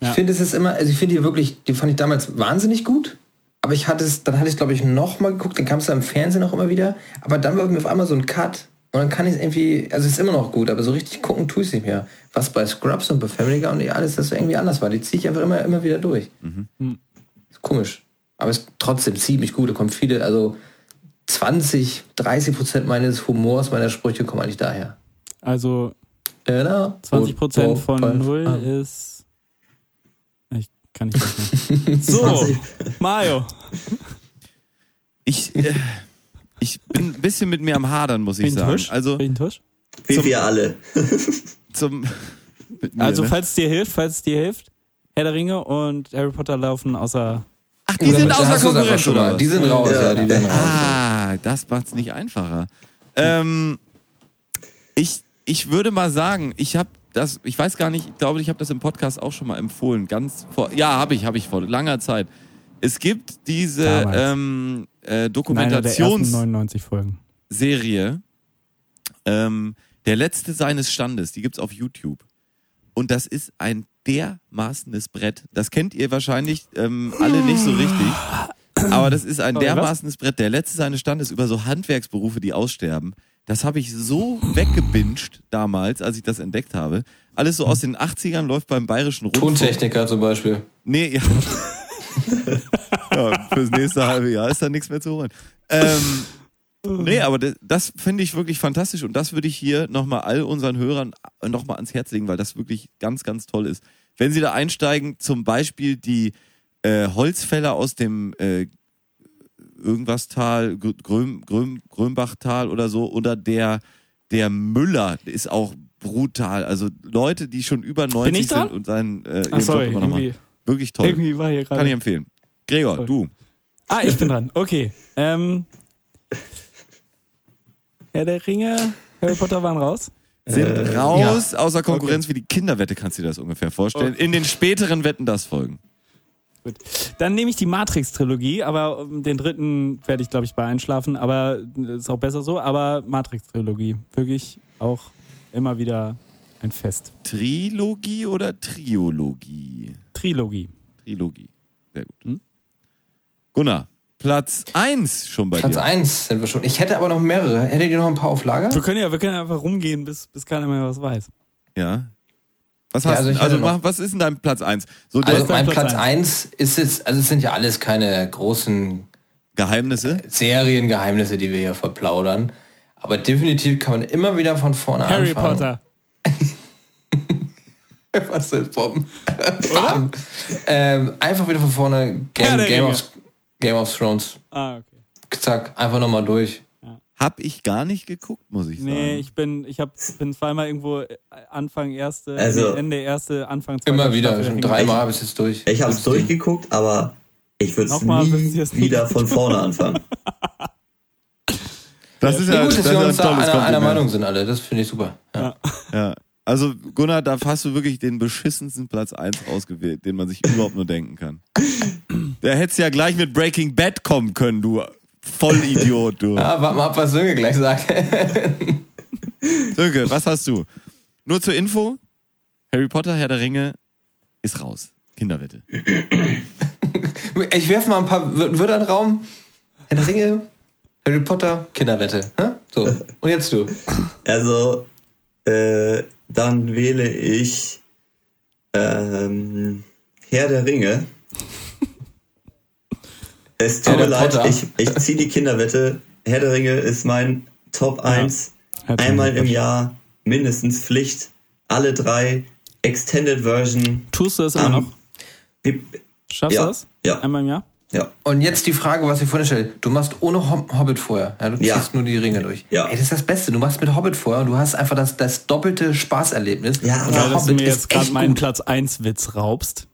E: Ich finde, es ist immer, also ich finde die wirklich, die fand ich damals wahnsinnig gut. Aber ich hatte es, dann hatte ich, glaube ich, noch mal geguckt, dann kam es dann im Fernsehen auch immer wieder. Aber dann war mir auf einmal so ein Cut. Und dann kann ich es irgendwie, also ist immer noch gut, aber so richtig gucken tue ich nicht mehr. Was bei Scrubs und bei Family Guy und alles, das irgendwie anders war. Die ziehe ich einfach immer, immer wieder durch.
C: Hm.
E: Ist komisch. Aber ist trotzdem ziemlich gut. Da kommen viele, also 20, 30 Prozent meines Humors, meiner Sprüche kommen eigentlich daher.
C: Also
E: Genau.
C: 20
D: Oh,
C: Prozent von
E: Wo- wo-
C: null
E: ah.
C: ist. Ich kann nicht
D: [laughs]
C: rechnen. So, Mario.
B: Ich, äh, ich bin ein bisschen mit mir am Hadern, muss ich
C: Bin
B: sagen.
C: Tusch?
B: Also
C: Bin Tusch?
D: Wie wir alle.
B: zum. mit mir,
C: Also,
B: ne?
C: falls es dir hilft, falls es dir hilft, Herr der Ringe und Harry Potter laufen außer.
B: Ach, die sind
E: Da
B: außer
E: hast du's einfach
B: Konkurrenz,
E: schon
B: oder?
E: mal.
B: was?
E: Die sind raus, ja, die werden raus.
B: Ah, das macht's nicht einfacher. Ähm, ich, ich würde mal sagen, ich habe das, ich weiß gar nicht, ich glaube, ich habe das im Podcast auch schon mal empfohlen. Ganz vor, ja, habe ich, habe ich vor langer Zeit. Es gibt diese
C: Damals.
B: ähm, äh,
C: in einer der ersten
B: Dokumentations...
C: 99 Folgen.
B: Serie, ähm, Der Letzte seines Standes, die gibt's auf YouTube. Und das ist ein dermaßenes Brett. Das kennt ihr wahrscheinlich ähm, alle nicht so richtig. Aber das ist ein
C: Sorry, was?
B: dermaßenes Brett. Der Letzte seines Standes über so Handwerksberufe, die aussterben. Das habe ich so weggebinged damals, als ich das entdeckt habe. Alles so aus den 80ern läuft beim Bayerischen Rundfunk.
E: Tontechniker zum Beispiel.
B: Nee, ja. [laughs] ja, fürs nächste halbe Jahr ist da nichts mehr zu holen. Ähm, nee, aber das, das finde ich wirklich fantastisch und das würde ich hier nochmal all unseren Hörern nochmal ans Herz legen, weil das wirklich ganz, ganz toll ist. Wenn sie da einsteigen, zum Beispiel die äh, Holzfäller aus dem äh, Irgendwas-Tal, Gr- Gröm, Gröm, Grömbach-Tal oder so, oder der, der Müller ist auch brutal. Also Leute, die schon über 90
C: dran?
B: sind und seinen äh,
C: Ach,
B: ihren
C: sorry,
B: Job immer noch machen.
C: irgendwie,
B: Wirklich toll.
C: irgendwie war hier
B: Kann ich
C: gerade.
B: empfehlen. Gregor,
C: Toll.
B: du.
C: Ah, ich bin dran. Okay. Ähm, Herr der Ringe, Harry Potter waren raus.
B: Sind raus außer Konkurrenz wie die Kinderwette, kannst du dir das ungefähr vorstellen. In den späteren Wetten das folgen.
C: Gut. Dann nehme ich die Matrix-Trilogie, aber ähm, den dritten werde ich, glaube ich, bei einschlafen, aber äh, ist auch besser so. Aber Matrix-Trilogie, wirklich auch immer wieder ein Fest.
B: Trilogie oder Triologie?
C: Trilogie.
B: Trilogie. Sehr gut.
C: Hm?
B: Gunnar, Platz 1 schon bei
E: Platz
B: dir.
E: 1 sind wir schon. Ich hätte aber noch mehrere. Hättet ihr noch ein paar auf Lager?
C: Wir können ja, wir können ja einfach rumgehen, bis, bis keiner mehr was weiß.
B: Ja. Was
E: Ja,
B: hast
E: also
B: du?
E: ich
B: Also,
E: hätte noch-
B: mach, was ist denn dein Platz 1? So der
E: Also
C: ist dein
E: mein
C: Platz
E: Platz 1 ist jetzt, also es sind ja alles keine großen
B: Geheimnisse?
E: Seriengeheimnisse, die wir hier verplaudern. Aber definitiv kann man immer wieder von vorne
C: Harry
E: [laughs] anfangen.
C: Potter.
E: Harry Potter. Was denn, Bomben? Bam. [laughs] ähm, einfach wieder von vorne
C: Herr
E: Game,
C: der
E: Game,
C: Ringe.
E: of, Game of Thrones.
C: Ah, okay.
E: Zack, einfach nochmal durch.
B: Hab ich gar nicht geguckt, muss ich sagen.
C: Nee, ich bin, ich hab, bin zweimal irgendwo äh, Anfang erste,
D: Also-
C: nee, Ende erste, Anfang zweite.
E: Immer wieder,
C: Staffel
E: schon
C: hängen.
E: dreimal habe ich es jetzt durch.
D: Ich habe es durchgeguckt, aber ich würde es
C: Nochmal wisst
D: nie
C: ihr es nicht.
D: wieder
C: [laughs]
D: von vorne anfangen.
B: das ist
E: Ja,
B: ja
E: gut, dass
B: das ist
E: wir
B: ein
E: uns da
B: tolles
E: einer, einer
B: Kompliment.
E: Meinung sind alle. Das finde ich super. Ja.
B: Ja. Also, Gunnar, da hast du wirklich den beschissensten Platz 1 ausgewählt, den man sich [laughs] überhaupt nur denken kann. Der hättest ja gleich mit Breaking Bad kommen können, du Vollidiot, du.
E: Ah, warte mal ab, was Sönke gleich sagt.
B: Sönke, was hast du? Nur zur Info: Harry Potter, Herr der Ringe, ist raus. Kinderwette.
E: Ich werf mal ein paar Wör- Wörter in den Raum. Herr der Ringe, Harry Potter, Kinderwette. Hä? So, und jetzt du.
D: Also, äh, dann wähle ich ähm, Herr der Ringe. Es tut
E: Herr
D: mir
E: der
D: leid,
E: Potter.
D: ich, ich ziehe die Kinderwette. Herr der Ringe ist mein Top 1.
C: Herzlichen
D: Einmal im
C: Glückwunsch.
D: Jahr mindestens Pflicht. Alle drei Extended Version.
C: Tust du das immer
B: Ähm,
D: am-
C: noch?
D: Wie-
C: Schaffst
D: ja,
C: du das?
D: ja.
C: Einmal im Jahr?
D: Ja,
E: Und jetzt die Frage, was ich vorhin stelle. Du machst ohne Hob- Hobbit vorher. Ja, du ziehst
D: Ja.
E: nur die Ringe durch.
D: Ja.
E: Ey, das ist das Beste. Du machst mit Hobbit vorher und du hast einfach das, das doppelte Spaßerlebnis.
D: Ja,
E: und
D: aber
E: der
C: Weil dass du
E: Hobbit
C: mir
E: ist
C: jetzt gerade
E: echt
C: meinen
E: gut.
C: Platz 1 Witz raubst.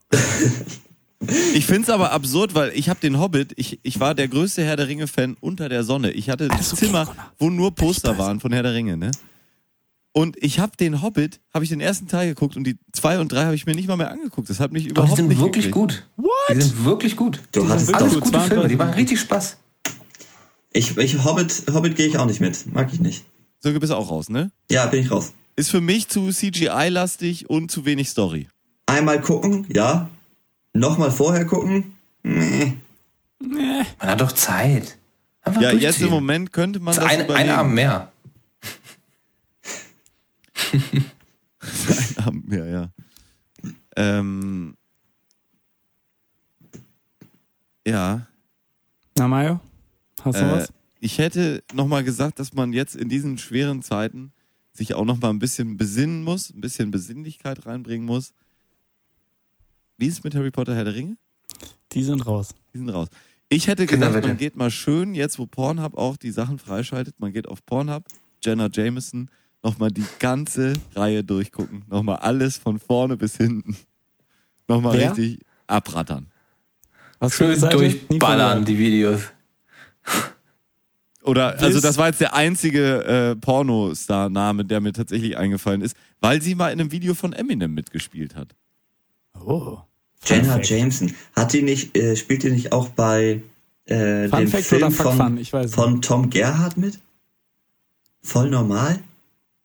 B: Ich find's aber absurd, weil ich hab den Hobbit, ich, ich war der größte Herr der Ringe-Fan unter der Sonne. Ich hatte das
C: Alles okay,
B: Zimmer,
C: Gunnar.
B: wo nur Poster waren von Herr der Ringe, ne? Und ich hab den Hobbit, hab ich den ersten Teil geguckt und die zwei und drei habe ich mir nicht mal mehr angeguckt. Das hat mich
E: Aber die
B: überhaupt
E: sind
B: nicht
E: wirklich
B: gekriegt.
E: gut. What? Die sind wirklich gut.
D: du hattest
C: wirklich
D: doch.
E: Alles
C: gut.
E: gute Filme, die
C: 32.
E: machen richtig Spaß.
D: Ich, ich Hobbit, Hobbit gehe ich auch nicht mit. Mag ich nicht.
B: So bist du auch raus, ne?
D: Ja, bin ich raus.
B: Ist für mich zu CGI-lastig und zu wenig Story.
D: Einmal gucken, ja. Nochmal vorher gucken. Nee.
E: Man hat doch Zeit. Einfach
B: Ja, jetzt
E: durchziehen.
B: im Moment könnte man das
E: Das ist Ein, ein
B: überlegen.
E: Abend mehr.
B: Ein [laughs] Abend mehr, ja. Ähm, ja.
C: Na, Mario? Hast du
B: Äh,
C: was?
B: Ich hätte nochmal gesagt, dass man jetzt in diesen schweren Zeiten sich auch nochmal ein bisschen besinnen muss, ein bisschen Besinnlichkeit reinbringen muss. Wie ist es mit Harry Potter Herr der Ringe?
C: Die sind raus.
B: Die sind raus. Ich hätte
E: Kinder,
B: gesagt, man
E: bitte.
B: geht mal schön, jetzt wo Pornhub auch die Sachen freischaltet, man geht auf Pornhub, Jenna Jameson, nochmal die ganze Reihe durchgucken. Nochmal alles von vorne bis hinten. Nochmal
C: Wer?
B: richtig abrattern.
C: Hast du
E: Schön
C: gesagt, nie von
E: durchballern,
C: gehört.
E: die Videos.
B: Oder, also
C: Bis-
B: das war jetzt der einzige äh, Pornostar-Name, der mir tatsächlich eingefallen ist, weil sie mal in einem Video von Eminem mitgespielt hat.
C: Oh.
D: Jenna
C: Fact.
D: Jameson. Hat die nicht, äh, spielt die nicht auch bei äh,
C: Fun
D: dem
C: Fact
D: Film
C: oder Fuck
D: von,
C: Fun? Ich weiß nicht.
D: von Tom Gerhardt mit? Voll normal?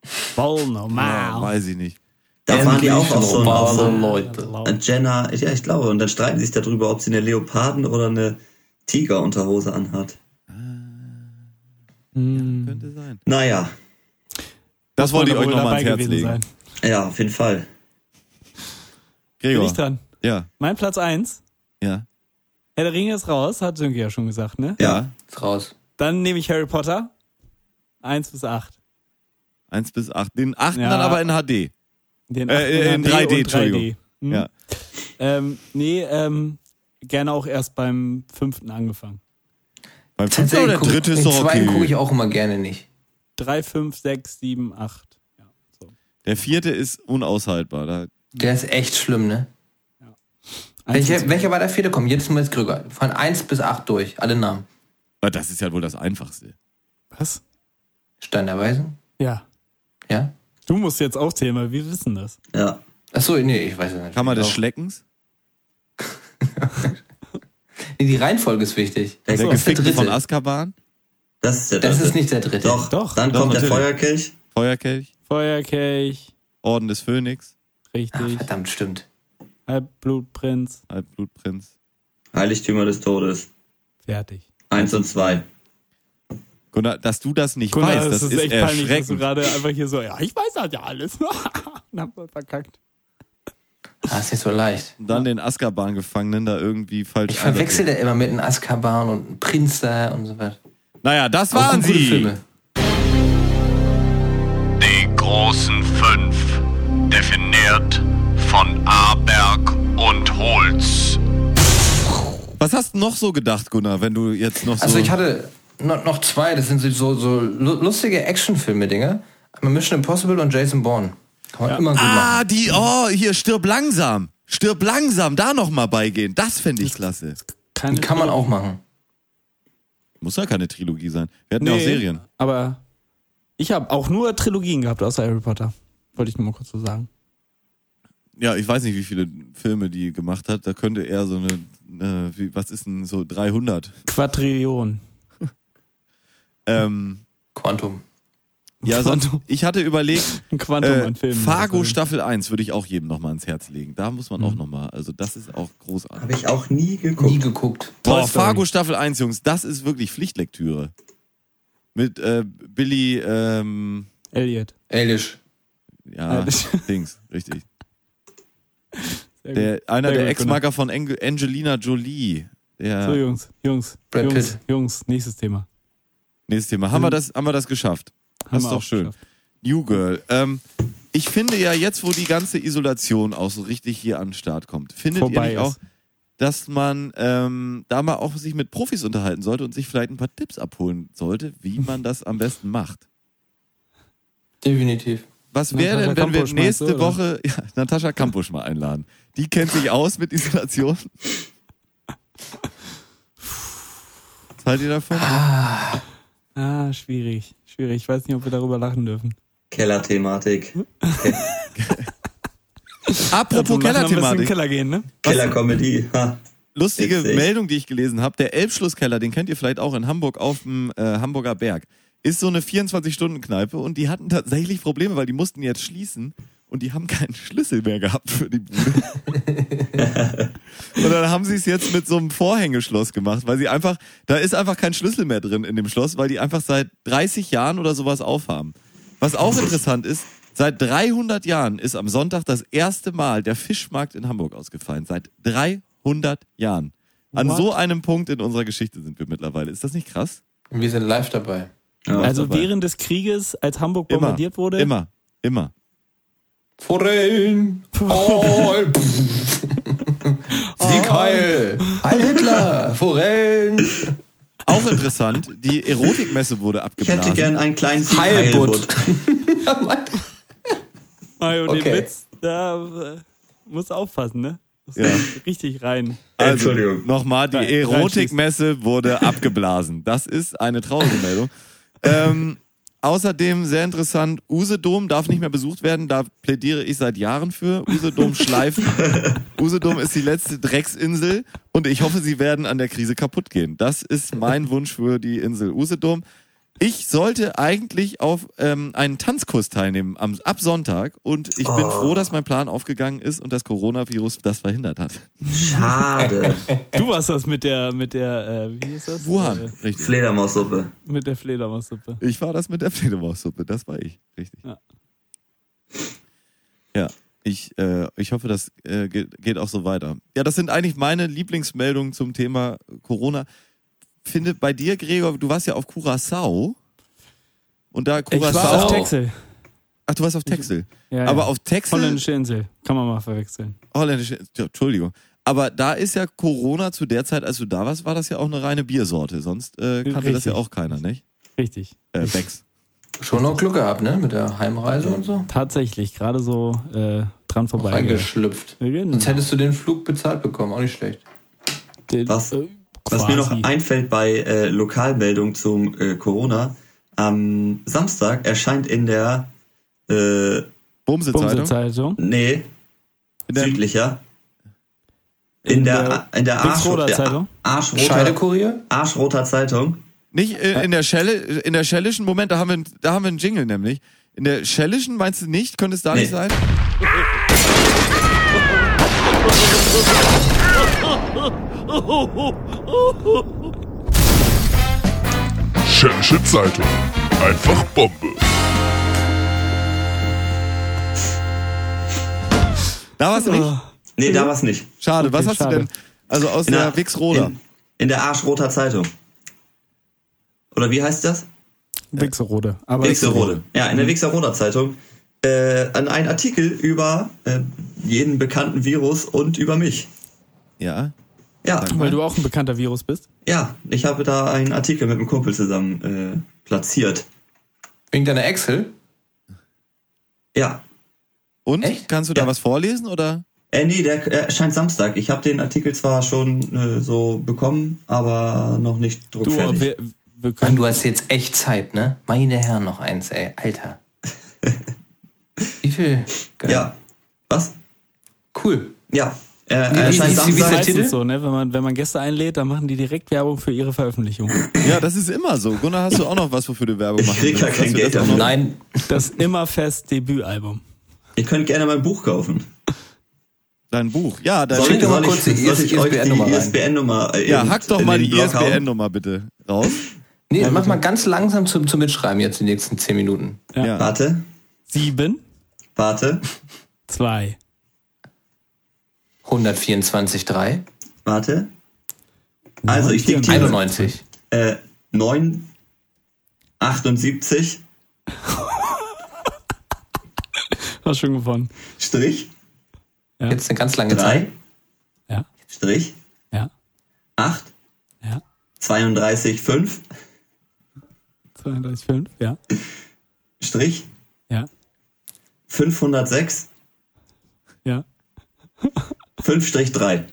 C: Voll
B: Ja,
C: normal.
B: weiß ich nicht.
D: Da waren die auch auf so einem auf so
E: normale
D: einem-
E: Leute.
D: Äh, Jenna, ja, ich glaube. Und dann streiten sie sich darüber, ob sie eine Leoparden- oder eine Tigerunterhose anhat.
C: Hm.
B: Könnte sein.
D: Naja,
B: Das wollte ich
C: Muss
B: euch
C: man
B: nochmal
C: dabei
B: ans Herz
C: gewesen
B: legen.
C: sein.
D: ja, auf jeden Fall.
C: Bin
B: Gregor.
C: ich dran.
B: Ja,
C: Mein Platz 1.
B: ja,
C: Herr der Ringe ist raus, hat Sönke ja schon gesagt, ne?
B: ja.
E: Ist raus.
C: Dann nehme ich Harry Potter. 1 bis 8.
B: Eins bis acht. Den achten
C: Ja.
B: dann aber in HD.
C: Den
B: Äh,
C: achten
B: in 3D,
C: und 3D.
B: Entschuldigung.
C: Hm?
B: Ja.
C: Ähm, nee, ähm, gerne auch erst beim fünften angefangen.
B: Beim fünften oder
E: guck-
B: dritte ist
E: den
B: doch
E: zweiten gucke
B: okay.
E: ich auch immer gerne nicht.
C: 3, 5, 6, 7, 8. Ja, so.
B: Der vierte ist unaushaltbar. Da,
E: Der ist echt schlimm, ne?
C: Eins
E: Welcher,
C: bis-
E: welcher war der vierte? Komm, jedes Mal ist Krüger. Von 1 bis 8 durch, alle Namen.
B: aber das ist ja wohl das Einfachste.
C: Was?
E: Standardweise,
C: Ja.
E: ja?
C: Du musst jetzt auch zählen, weil wir wissen das.
D: Ja.
E: Achso, nee, ich weiß es nicht.
B: Kammer des
E: Auch-
B: Schleckens,
E: nee, die Reihenfolge ist wichtig.
D: Der
B: der
E: Das ist der
B: Gefickte
E: dritte.
B: von Azkaban,
D: Das ist der
E: das
D: dritte.
E: ist nicht der dritte.
D: Doch,
C: Doch,
D: Dann
B: doch,
D: kommt der
B: natürlich.
D: Feuerkelch.
B: Feuerkelch,
C: Feuerkelch,
B: Orden des Phönix,
E: Ach,
C: richtig.
E: Ah, verdammt, stimmt.
C: Halbblutprinz,
B: Halbblutprinz,
D: Heiligtümer des Todes.
C: fertig.
D: Eins und zwei.
B: Gunnar, dass du das nicht
C: Gunnar,
B: weißt, das, ist, erschreckend.
C: dass du gerade einfach hier so, ja, ich weiß das ja alles. [laughs] Und hab mal verkackt.
E: Ah, ist nicht so leicht.
B: Und dann den Azkaban-Gefangenen da irgendwie falsch
E: Ich verwechsel
B: einsortiert.
E: da immer mit einem Azkaban und einem Prinz da und so weiter.
B: Naja, das
E: Auch
B: waren
E: gute
B: sie.
E: Filme.
H: Die großen fünf, definiert von Aberg und Holz.
B: Was hast du noch so gedacht, Gunnar, wenn du jetzt noch so...
E: Also ich hatte noch, noch zwei, das sind so, so lu- lustige Actionfilme-Dinger. Einmal Mission Impossible und Jason Bourne. Kann man immer gut machen.
B: ah, die, oh, hier, stirb langsam. Stirb langsam, da nochmal beigehen. Das fände ich klasse.
C: Keine
E: Kann man auch machen.
B: Muss ja keine Trilogie sein. Wir hatten ja auch
C: Nee,
B: Serien.
C: Aber ich habe auch nur Trilogien gehabt außer Harry Potter. Wollte ich nur mal kurz so sagen.
B: Ja, ich weiß nicht, wie viele Filme die gemacht hat. Da könnte er so eine, äh, wie, was ist denn so 300?
C: Quadrillion.
B: Ähm,
E: Quantum.
B: ja, sonst,
C: Quantum.
B: ich hatte überlegt,
C: Ein [laughs] Quantum
B: äh,
C: an Filmen.
B: Fargo
C: Also,
B: Staffel 1 würde ich auch jedem nochmal ans Herz legen. Da muss
C: Mhm.
B: man auch nochmal, also das ist auch großartig.
D: Habe ich auch nie geguckt.
E: Nie geguckt.
B: Boah,
C: Story.
B: Fargo Staffel 1, Jungs, das ist wirklich Pflichtlektüre. Mit äh, Billy, ähm,
C: Elliot.
E: Elish.
B: ja,
C: Äh, das-
B: [laughs] Dings, richtig.
C: Sehr gut.
B: Der, einer
C: Sehr
B: der
C: gut, genau.
B: Ex-Macker von Angel Angelina Jolie.
C: So,
B: Der,
C: Jungs, Jungs,
E: Brad
C: Jungs,
E: Pitt.
C: Jungs, nächstes Thema.
B: nächstes Thema. Haben wir das, haben wir das geschafft?
C: Haben
B: Das ist
C: wir
B: doch
C: auch
B: schön.
C: geschafft.
B: New Girl. Ähm, ich finde ja jetzt, wo die ganze Isolation auch so richtig hier an den Start kommt, findet
C: Vorbei
B: ihr nicht
C: ist.
B: auch, dass man ähm, da mal auch sich mit Profis unterhalten sollte und sich vielleicht ein paar Tipps abholen sollte, wie man das am besten macht?
E: Definitiv.
B: Was wäre
C: Natascha
B: denn, wenn wir
C: Kampusch meinst
B: nächste
C: du, oder?
B: Woche [laughs] ja, Natascha Kampusch mal einladen? Die kennt sich aus mit Isolation. Was haltet ihr davon?
C: Ah, schwierig, schwierig. Ich weiß nicht, ob wir darüber lachen dürfen.
D: Kellerthematik.
B: Apropos
C: Wir machen noch ein bisschen in den
B: Kellerthematik.
C: Keller gehen, ne?
D: Kellerkomödie. Ha.
B: Lustige
D: Witzig.
B: Meldung, die ich gelesen habe. Der Elbschlusskeller, den kennt ihr vielleicht auch in Hamburg auf dem äh, Hamburger Berg, ist so eine 24-Stunden-Kneipe und die hatten tatsächlich Probleme, weil die mussten jetzt schließen und die haben keinen Schlüssel mehr gehabt für die Bude. und dann haben sie es jetzt mit so einem Vorhängeschloss gemacht, weil sie einfach, da ist einfach kein Schlüssel mehr drin in dem Schloss, weil die einfach seit 30 Jahren oder sowas aufhaben. Was auch interessant ist, Seit 300 Jahren ist am Sonntag das erste Mal der Fischmarkt in Hamburg ausgefallen. Seit 300 Jahren. An
C: What?
B: so einem Punkt in unserer Geschichte sind wir mittlerweile. Ist das nicht krass?
E: Wir sind live dabei.
C: Also
B: dabei.
C: während des Krieges, als Hamburg
B: Immer.
C: bombardiert wurde.
B: Immer, immer.
E: Forellen! All. [laughs] Sieg heil! Heil Hitler! Forellen! [laughs]
B: Auch interessant, die Erotikmesse wurde
D: Ich hätte
B: abgeblasen.
D: gern einen kleinen Sieg
E: Heilbutt.
C: Mario, Ah, den
E: Okay.
C: Witz, da äh, musst du aufpassen, ne? Musst
B: Ja.
C: [laughs] Richtig rein.
B: Also,
D: Entschuldigung.
B: nochmal, die
C: Rein-
B: Erotikmesse wurde abgeblasen. Das ist eine traurige Meldung. ähm, außerdem sehr interessant, Usedom darf nicht mehr besucht werden. Da plädiere ich seit Jahren für. Usedom schleifen. Usedom ist die letzte Drecksinsel und ich hoffe, sie werden an der Krise kaputt gehen. Das ist mein Wunsch für die Insel Usedom. Ich sollte eigentlich auf ähm, einen Tanzkurs teilnehmen am, ab Sonntag und ich bin froh, dass mein Plan aufgegangen ist und das Coronavirus das verhindert hat.
D: Schade.
C: Du warst das mit der, mit der, äh, wie hieß das?
B: Wuhan,
C: Äh,
B: richtig.
D: Fledermaussuppe.
C: Mit der Fledermaussuppe.
B: Ich war das mit der Fledermaussuppe, das war ich, richtig. Ja,
C: Ja.
B: ich, äh, ich hoffe, das äh, ge- geht auch so weiter. Ja, das sind eigentlich meine Lieblingsmeldungen zum Thema Corona. Finde bei dir, Gregor, du warst ja auf Curacao und da
C: Ich
B: Curacao.
C: war auf Texel.
B: Ach, du warst auf Texel.
C: Ja,
B: Aber
C: ja.
B: auf Texel.
C: Holländische Insel. Kann man mal verwechseln.
B: Holländische. Ja, Entschuldigung. Aber da ist ja Corona zu der Zeit, als du da warst, war das ja auch eine reine Biersorte. Sonst äh, kannte das
C: Richtig.
B: ja auch keiner, nicht?
C: Richtig.
B: Äh, Becks.
E: Schon noch Glück gehabt, ne? Mit der Heimreise und so.
C: Tatsächlich, gerade so äh, dran vorbei.
E: Reingeschlüpft.
C: Genau.
E: Sonst hättest du den Flug bezahlt bekommen, auch nicht schlecht.
C: Den-
D: Was-
C: äh,
D: Was mir noch
C: quasi.
D: einfällt bei äh, Lokalmeldung zum äh, Corona, am Samstag erscheint in der, äh,
B: Bumse-Zeitung.
C: Bumse-Zeitung.
D: nee,
B: In der-
D: südlicher, in der, in der
C: Dingsroder
D: Arschroter
C: Zeitung?
D: Arschroter,
E: Scheidekurier?
D: Arschroter Zeitung.
B: Nicht äh, in, in der Schelle, in der schellischen, Moment, da haben wir, einen- da haben wir einen Jingle nämlich. In der schellischen meinst du nicht? Könnte es da
D: Nee.
B: nicht sein?
H: Schellsche Zeitung. Einfach Bombe.
B: Da war es nicht.
D: Nee, da war's nicht.
B: Schade, was hast
C: schade.
B: du denn? Also aus
D: In
B: der, Wixroder.
D: In, in der Arschroter Zeitung. Oder wie heißt das?
C: Wixerode. Aber
D: Wixerode. Ja, in der Wixerroder Zeitung. Äh, an einen Artikel über äh, jeden bekannten Virus und über mich.
B: Ja.
D: Ja,
C: Weil du auch ein bekannter Virus bist.
D: ja, ich habe da einen Artikel mit einem Kumpel zusammen äh, platziert.
E: Wegen deiner Excel?
D: Ja.
B: Und?
E: Echt?
B: Kannst du da
D: Ja.
B: was vorlesen oder?
D: Äh, nee, der äh, erscheint Samstag. Ich habe den Artikel zwar schon äh, so bekommen, aber noch nicht
C: Du,
D: druckfertig.
C: wir, wir
E: Mann,
C: können.
E: du hast jetzt echt Zeit, ne? Meine Herren, noch eins, ey.
D: [laughs]
E: Alter. Wie viel? Geil.
D: ja. Was?
E: Cool.
D: Ja. Äh,
E: Wie-
D: er erscheint
E: wie- wie- wie-
D: Samstag.
E: Der Titel?
C: Meistens so, ne? Wenn man, wenn man Gäste einlädt, dann machen die direkt Werbung für ihre Veröffentlichung.
B: Ja, das ist immer so. Gunnar, hast du auch noch was, wofür du Werbung
D: Ich
B: machen
D: krieg ja
B: willst? Dass
D: kein
B: wir das
D: Geld
B: auch noch-
D: dafür.
E: Nein,
C: Das Immerfest Debütalbum.
D: Ihr könnt gerne mein Buch kaufen.
B: Dein Buch. Ja, dein
E: Soll
B: Buch.
E: ich- doch mal kurz die
D: soll ich euch die
E: ISBN-Nummer rein?
D: ISBN-Nummer äh,
B: Ja,
D: in-
B: hack doch
D: in
B: mal
D: den
B: die E
D: Blog hauen?
B: ISBN-Nummer bitte raus.
E: nee, mach mal ganz langsam zum, zum Mitschreiben jetzt die nächsten 10 Minuten.
B: Ja.
D: Warte,
C: Sieben,
D: warte,
C: zwei,
E: 124,3,
D: warte. Also ich diktiere
E: 91.
D: äh, 9, 78,
C: hast schon gewonnen.
D: Strich,
C: Ja.
E: Jetzt eine ganz lange Zeit.
D: 3,
C: Ja,
D: Strich,
C: ja,
D: 8,
C: ja.
D: 32, 5,
C: 32,5, ja,
D: Strich,
C: ja,
D: 506,
C: ja.
D: 5 Strich 3.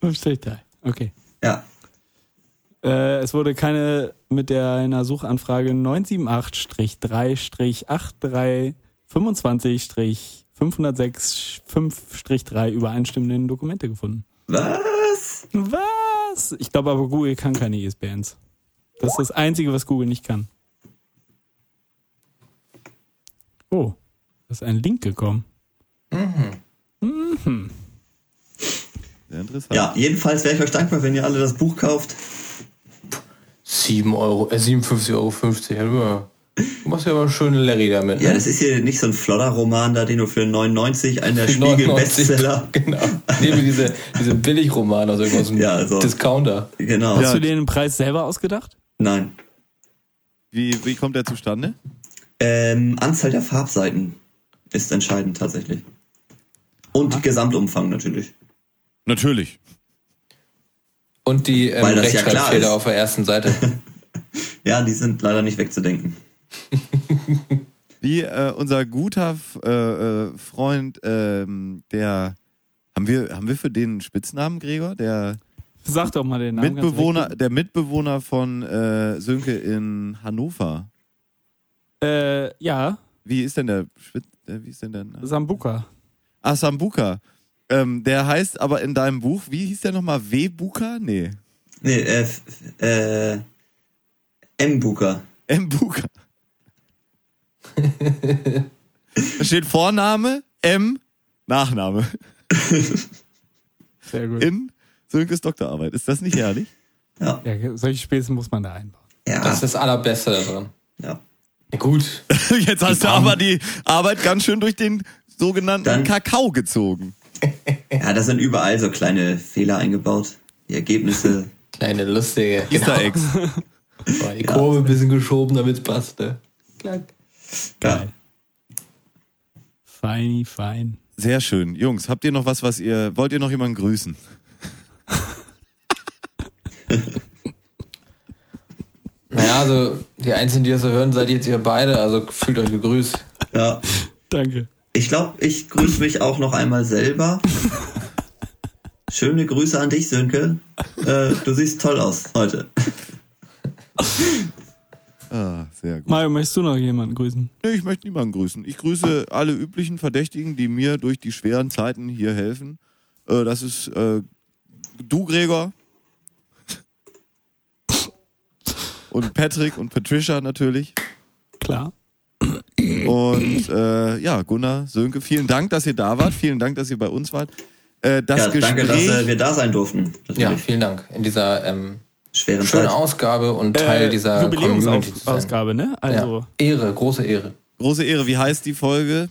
C: 5 Strich 3. Okay.
D: Ja,
C: Äh, es wurde keine mit der einer Suchanfrage 978-3-8325-506-5-3 übereinstimmenden Dokumente gefunden.
D: was?
C: Was? Ich glaube aber, Google kann keine E ISBNs. Das ist das Einzige, was Google nicht kann. Oh, da ist ein Link gekommen.
B: Sehr interessant.
D: Ja, jedenfalls wäre ich euch dankbar, wenn ihr alle das Buch kauft. [laughs]
E: 7 Euro, äh, 57,50 Euro. Du machst ja aber schöne Larry damit. ne?
D: Ja, das ist hier nicht so ein Flodder-Roman, da den du für 99 einen der
E: Für
D: Spiegel-Bestseller.
E: [laughs] Genau. Neben diese, diese Billigroman aus irgendwas
D: Ja, also.
E: Discounter.
D: Genau.
C: Hast du dir den Preis selber ausgedacht?
D: Nein.
B: Wie, wie kommt der zustande?
D: Ähm, Anzahl der Farbseiten ist entscheidend tatsächlich. Und Gesamtumfang natürlich.
B: Natürlich.
E: Und die ähm,
D: Weil das ja klar
E: Rechtschreibfehler
D: ist.
E: auf der ersten Seite.
D: Ja, die sind leider nicht wegzudenken.
B: Wie äh, unser guter F- äh, äh, Freund, ähm, der haben wir, haben wir für den einen Spitznamen, Gregor? Der
C: Sag doch mal den Namen. ganz
B: Mitbewohner, der Mitbewohner von äh, Sönke in Hannover.
C: richtig. Äh, ja,
B: Wie ist denn der Spitz, äh, wie ist denn der Name?
C: Sambuka.
B: Ah, Sambuka. Ähm, der heißt aber in deinem Buch, wie hieß der nochmal? W-Buka? Nee.
D: Nee, äh, f- äh, M-Booker.
B: M-Buka. da steht Vorname, M, Nachname.
C: Sehr gut.
B: In Sönkes Doktorarbeit. Ist das nicht herrlich?
C: Ja, solche Späße muss man da einbauen.
D: Ja, [laughs]
E: Das ist das Allerbeste daran.
D: ja.
E: Gut.
B: [laughs] Jetzt hast du aber die Arbeit ganz schön durch den sogenannten
D: Dann-
B: Kakao gezogen.
D: ja, da sind überall so kleine Fehler eingebaut. Die Ergebnisse.
E: Kleine lustige.
B: Easter
E: [laughs]
B: Eggs.
E: Genau. Die Kurve ein bisschen geschoben, damit es passt. Ne?
D: ja.
C: Feini, fein.
B: Sehr schön. Jungs, habt ihr noch was, was ihr. Wollt ihr noch jemanden grüßen?
E: Naja, also die Einzigen, die das so hören, seid jetzt ihr beide. Also fühlt euch gegrüßt.
D: ja.
C: Danke.
D: Ich glaube, ich grüße mich auch noch einmal selber. Schöne Grüße an dich, Sönke. Äh, du siehst toll aus heute.
B: Ah, sehr gut.
C: Mario, möchtest du noch jemanden grüßen?
B: Nee, ich möchte niemanden grüßen. Ich grüße alle üblichen Verdächtigen, die mir durch die schweren Zeiten hier helfen. Äh, das ist äh, du, Gregor. Und Patrick und Patricia natürlich.
C: Klar.
B: Und äh, ja, Gunnar, Sönke, vielen Dank, dass ihr da wart. Vielen Dank, dass ihr bei uns wart. Äh, das
D: Ja,
B: Gespräch.
D: danke, dass äh, wir da sein durften.
E: Ja,
D: Natürlich.
E: vielen Dank. In dieser ähm,
D: Schweren
E: schönen
D: Zeit.
E: Ausgabe und Teil
C: Äh,
E: dieser Community zu sein.
C: Jubiläumsausgabe, ne? Also,
E: Ja. Ehre, große Ehre.
B: Große Ehre, wie heißt die Folge?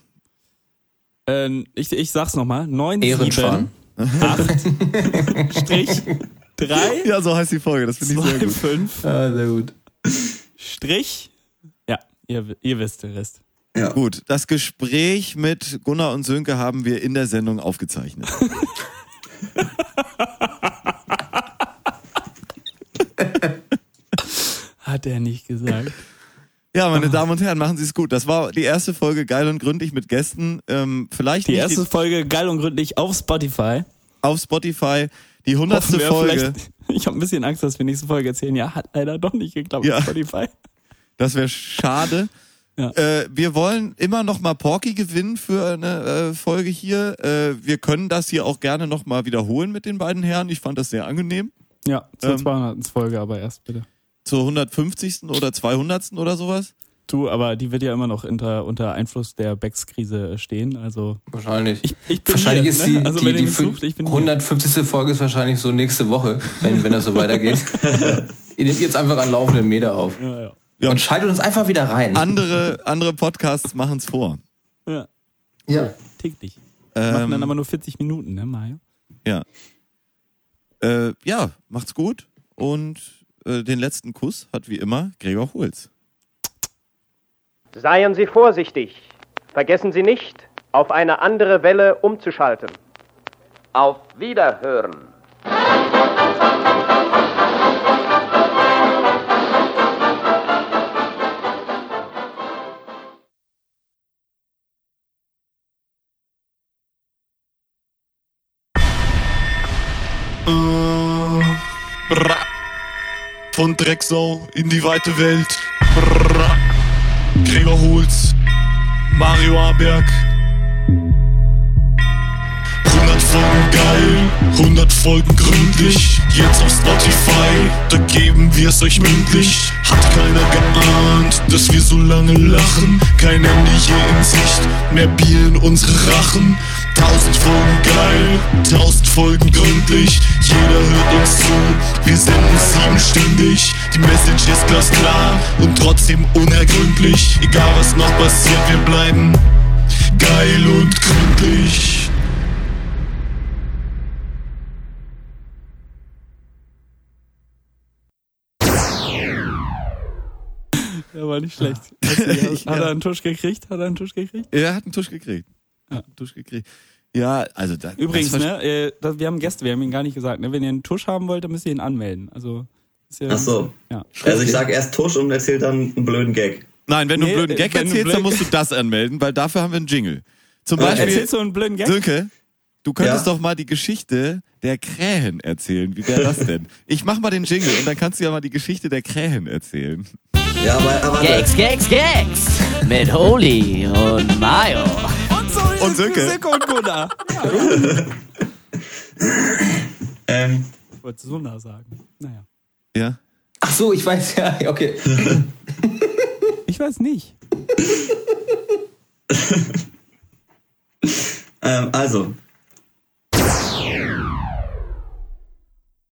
C: äh, ich, ich sag's nochmal. 9,
E: Ehrenschwan.
C: 7,
B: [laughs]
C: 8, Strich, 3,
B: Ja, so heißt die Folge, das finde ich sehr
C: 2,
B: gut.
C: 5,
E: Ja, sehr gut.
C: Strich. Ja, ihr, ihr wisst den Rest.
B: Gut, das Gespräch mit Gunnar und Sönke haben wir in der Sendung aufgezeichnet.
C: Hat er nicht gesagt.
B: [laughs] Ja, meine Damen und Herren, machen Sie es gut. Das war die erste Folge geil und gründlich mit Gästen. Ähm, vielleicht
C: Die
B: nicht
C: erste Folge geil und gründlich auf Spotify.
B: auf Spotify. Die hundertste
C: Hoffen wir
B: Folge,
C: vielleicht- Ich habe ein bisschen Angst, dass wir nächste Folge erzählen. Ja, hat leider doch nicht geklappt
B: Ja.
C: auf Spotify.
B: das wäre schade.
C: [laughs] Ja.
B: Äh, wir wollen immer noch mal Porky gewinnen für eine äh, Folge hier. Äh, wir können das hier auch gerne noch mal wiederholen mit den beiden Herren. Ich fand das sehr angenehm.
C: Ja, zur
B: Ähm.
C: 200. Folge aber erst bitte.
B: Zur 150. oder 200. oder sowas.
C: Du, aber die wird ja immer noch unter, unter Einfluss der Becks-Krise stehen. Also
E: Wahrscheinlich.
C: ich bin
E: wahrscheinlich
C: hier,
E: ist
C: ne?
E: die,
C: Also
E: die,
C: wenn ihr
E: die
C: mich sucht, ich bin hier.
E: 150. Folge ist wahrscheinlich so nächste Woche, wenn, wenn das so weitergeht.
C: [laughs]
E: ihr nehmt jetzt einfach an laufenden Meter auf.
C: ja, ja. Ah.
E: Und schaltet uns einfach wieder rein.
B: Andere, andere Podcasts machen es vor.
C: ja,
E: ja.
C: täglich. Machen dann
B: Ähm,
C: aber nur 40 Minuten, ne, Mario?
B: ja. Äh, ja, macht's gut. Und äh, den letzten Kuss hat wie immer Gregor Holz.
G: Seien Sie vorsichtig. Vergessen Sie nicht, auf eine andere Welle umzuschalten. Auf Wiederhören.
F: Bra. Von Drecksau in die weite Welt. Bra. Gregor Holz, Mario Aberg. 100 Folgen geil, 100 Folgen gründlich. Jetzt auf Spotify, da geben wir's euch mündlich. Hat keiner geahnt, dass wir so lange lachen. Kein Ende je in Sicht, mehr Bier in unsere Rachen. 1000 Folgen geil, 1000 Folgen gründlich. Jeder hört uns zu, wir Wir senden siebenstündig, die Message ist glasklar und trotzdem unergründlich. Egal was noch passiert, wir bleiben geil und gründlich.
C: Der war nicht schlecht.
B: Ah. [laughs]
C: Hat er einen Tusch gekriegt? Hat er einen Tusch gekriegt?
B: Er hat einen Tusch gekriegt. Ja. Einen Tusch gekriegt. Ja, also da,
C: Übrigens,
B: das
C: ne, äh, das, wir haben Gäste, wir haben ihn gar nicht gesagt. Ne? Wenn ihr einen Tusch haben wollt, dann müsst ihr ihn anmelden. Also, ist ja,
D: Ach so.
C: Ja.
B: Äh,
D: Also ich sag erst Tusch und erzähl dann einen blöden Gag.
B: Nein, wenn du einen
C: Nee,
B: blöden Gag
C: wenn du
B: erzählst, dann
C: blöd-
B: musst du das anmelden, weil dafür haben wir einen Jingle. Zum
C: Äh,
B: Beispiel,
C: erzählst du einen blöden Gag?
B: Sönke, du könntest
C: Ja.
B: doch mal die Geschichte der Krähen erzählen. Wie wäre das denn? ich mach mal den Jingle und dann kannst du ja mal die Geschichte der Krähen erzählen.
D: Ja, aber,
L: Gags, Gags, Gags! Mit Holy und Mayo.
C: Und so ist
B: Und Sönke.
C: Sönke und
B: [laughs]
C: Gunnar.
D: Ähm,
C: Ich wollte Sunda sagen. Naja.
B: ja.
E: Ach so, ich weiß ja, okay.
C: Ich weiß nicht.
D: Ähm, also,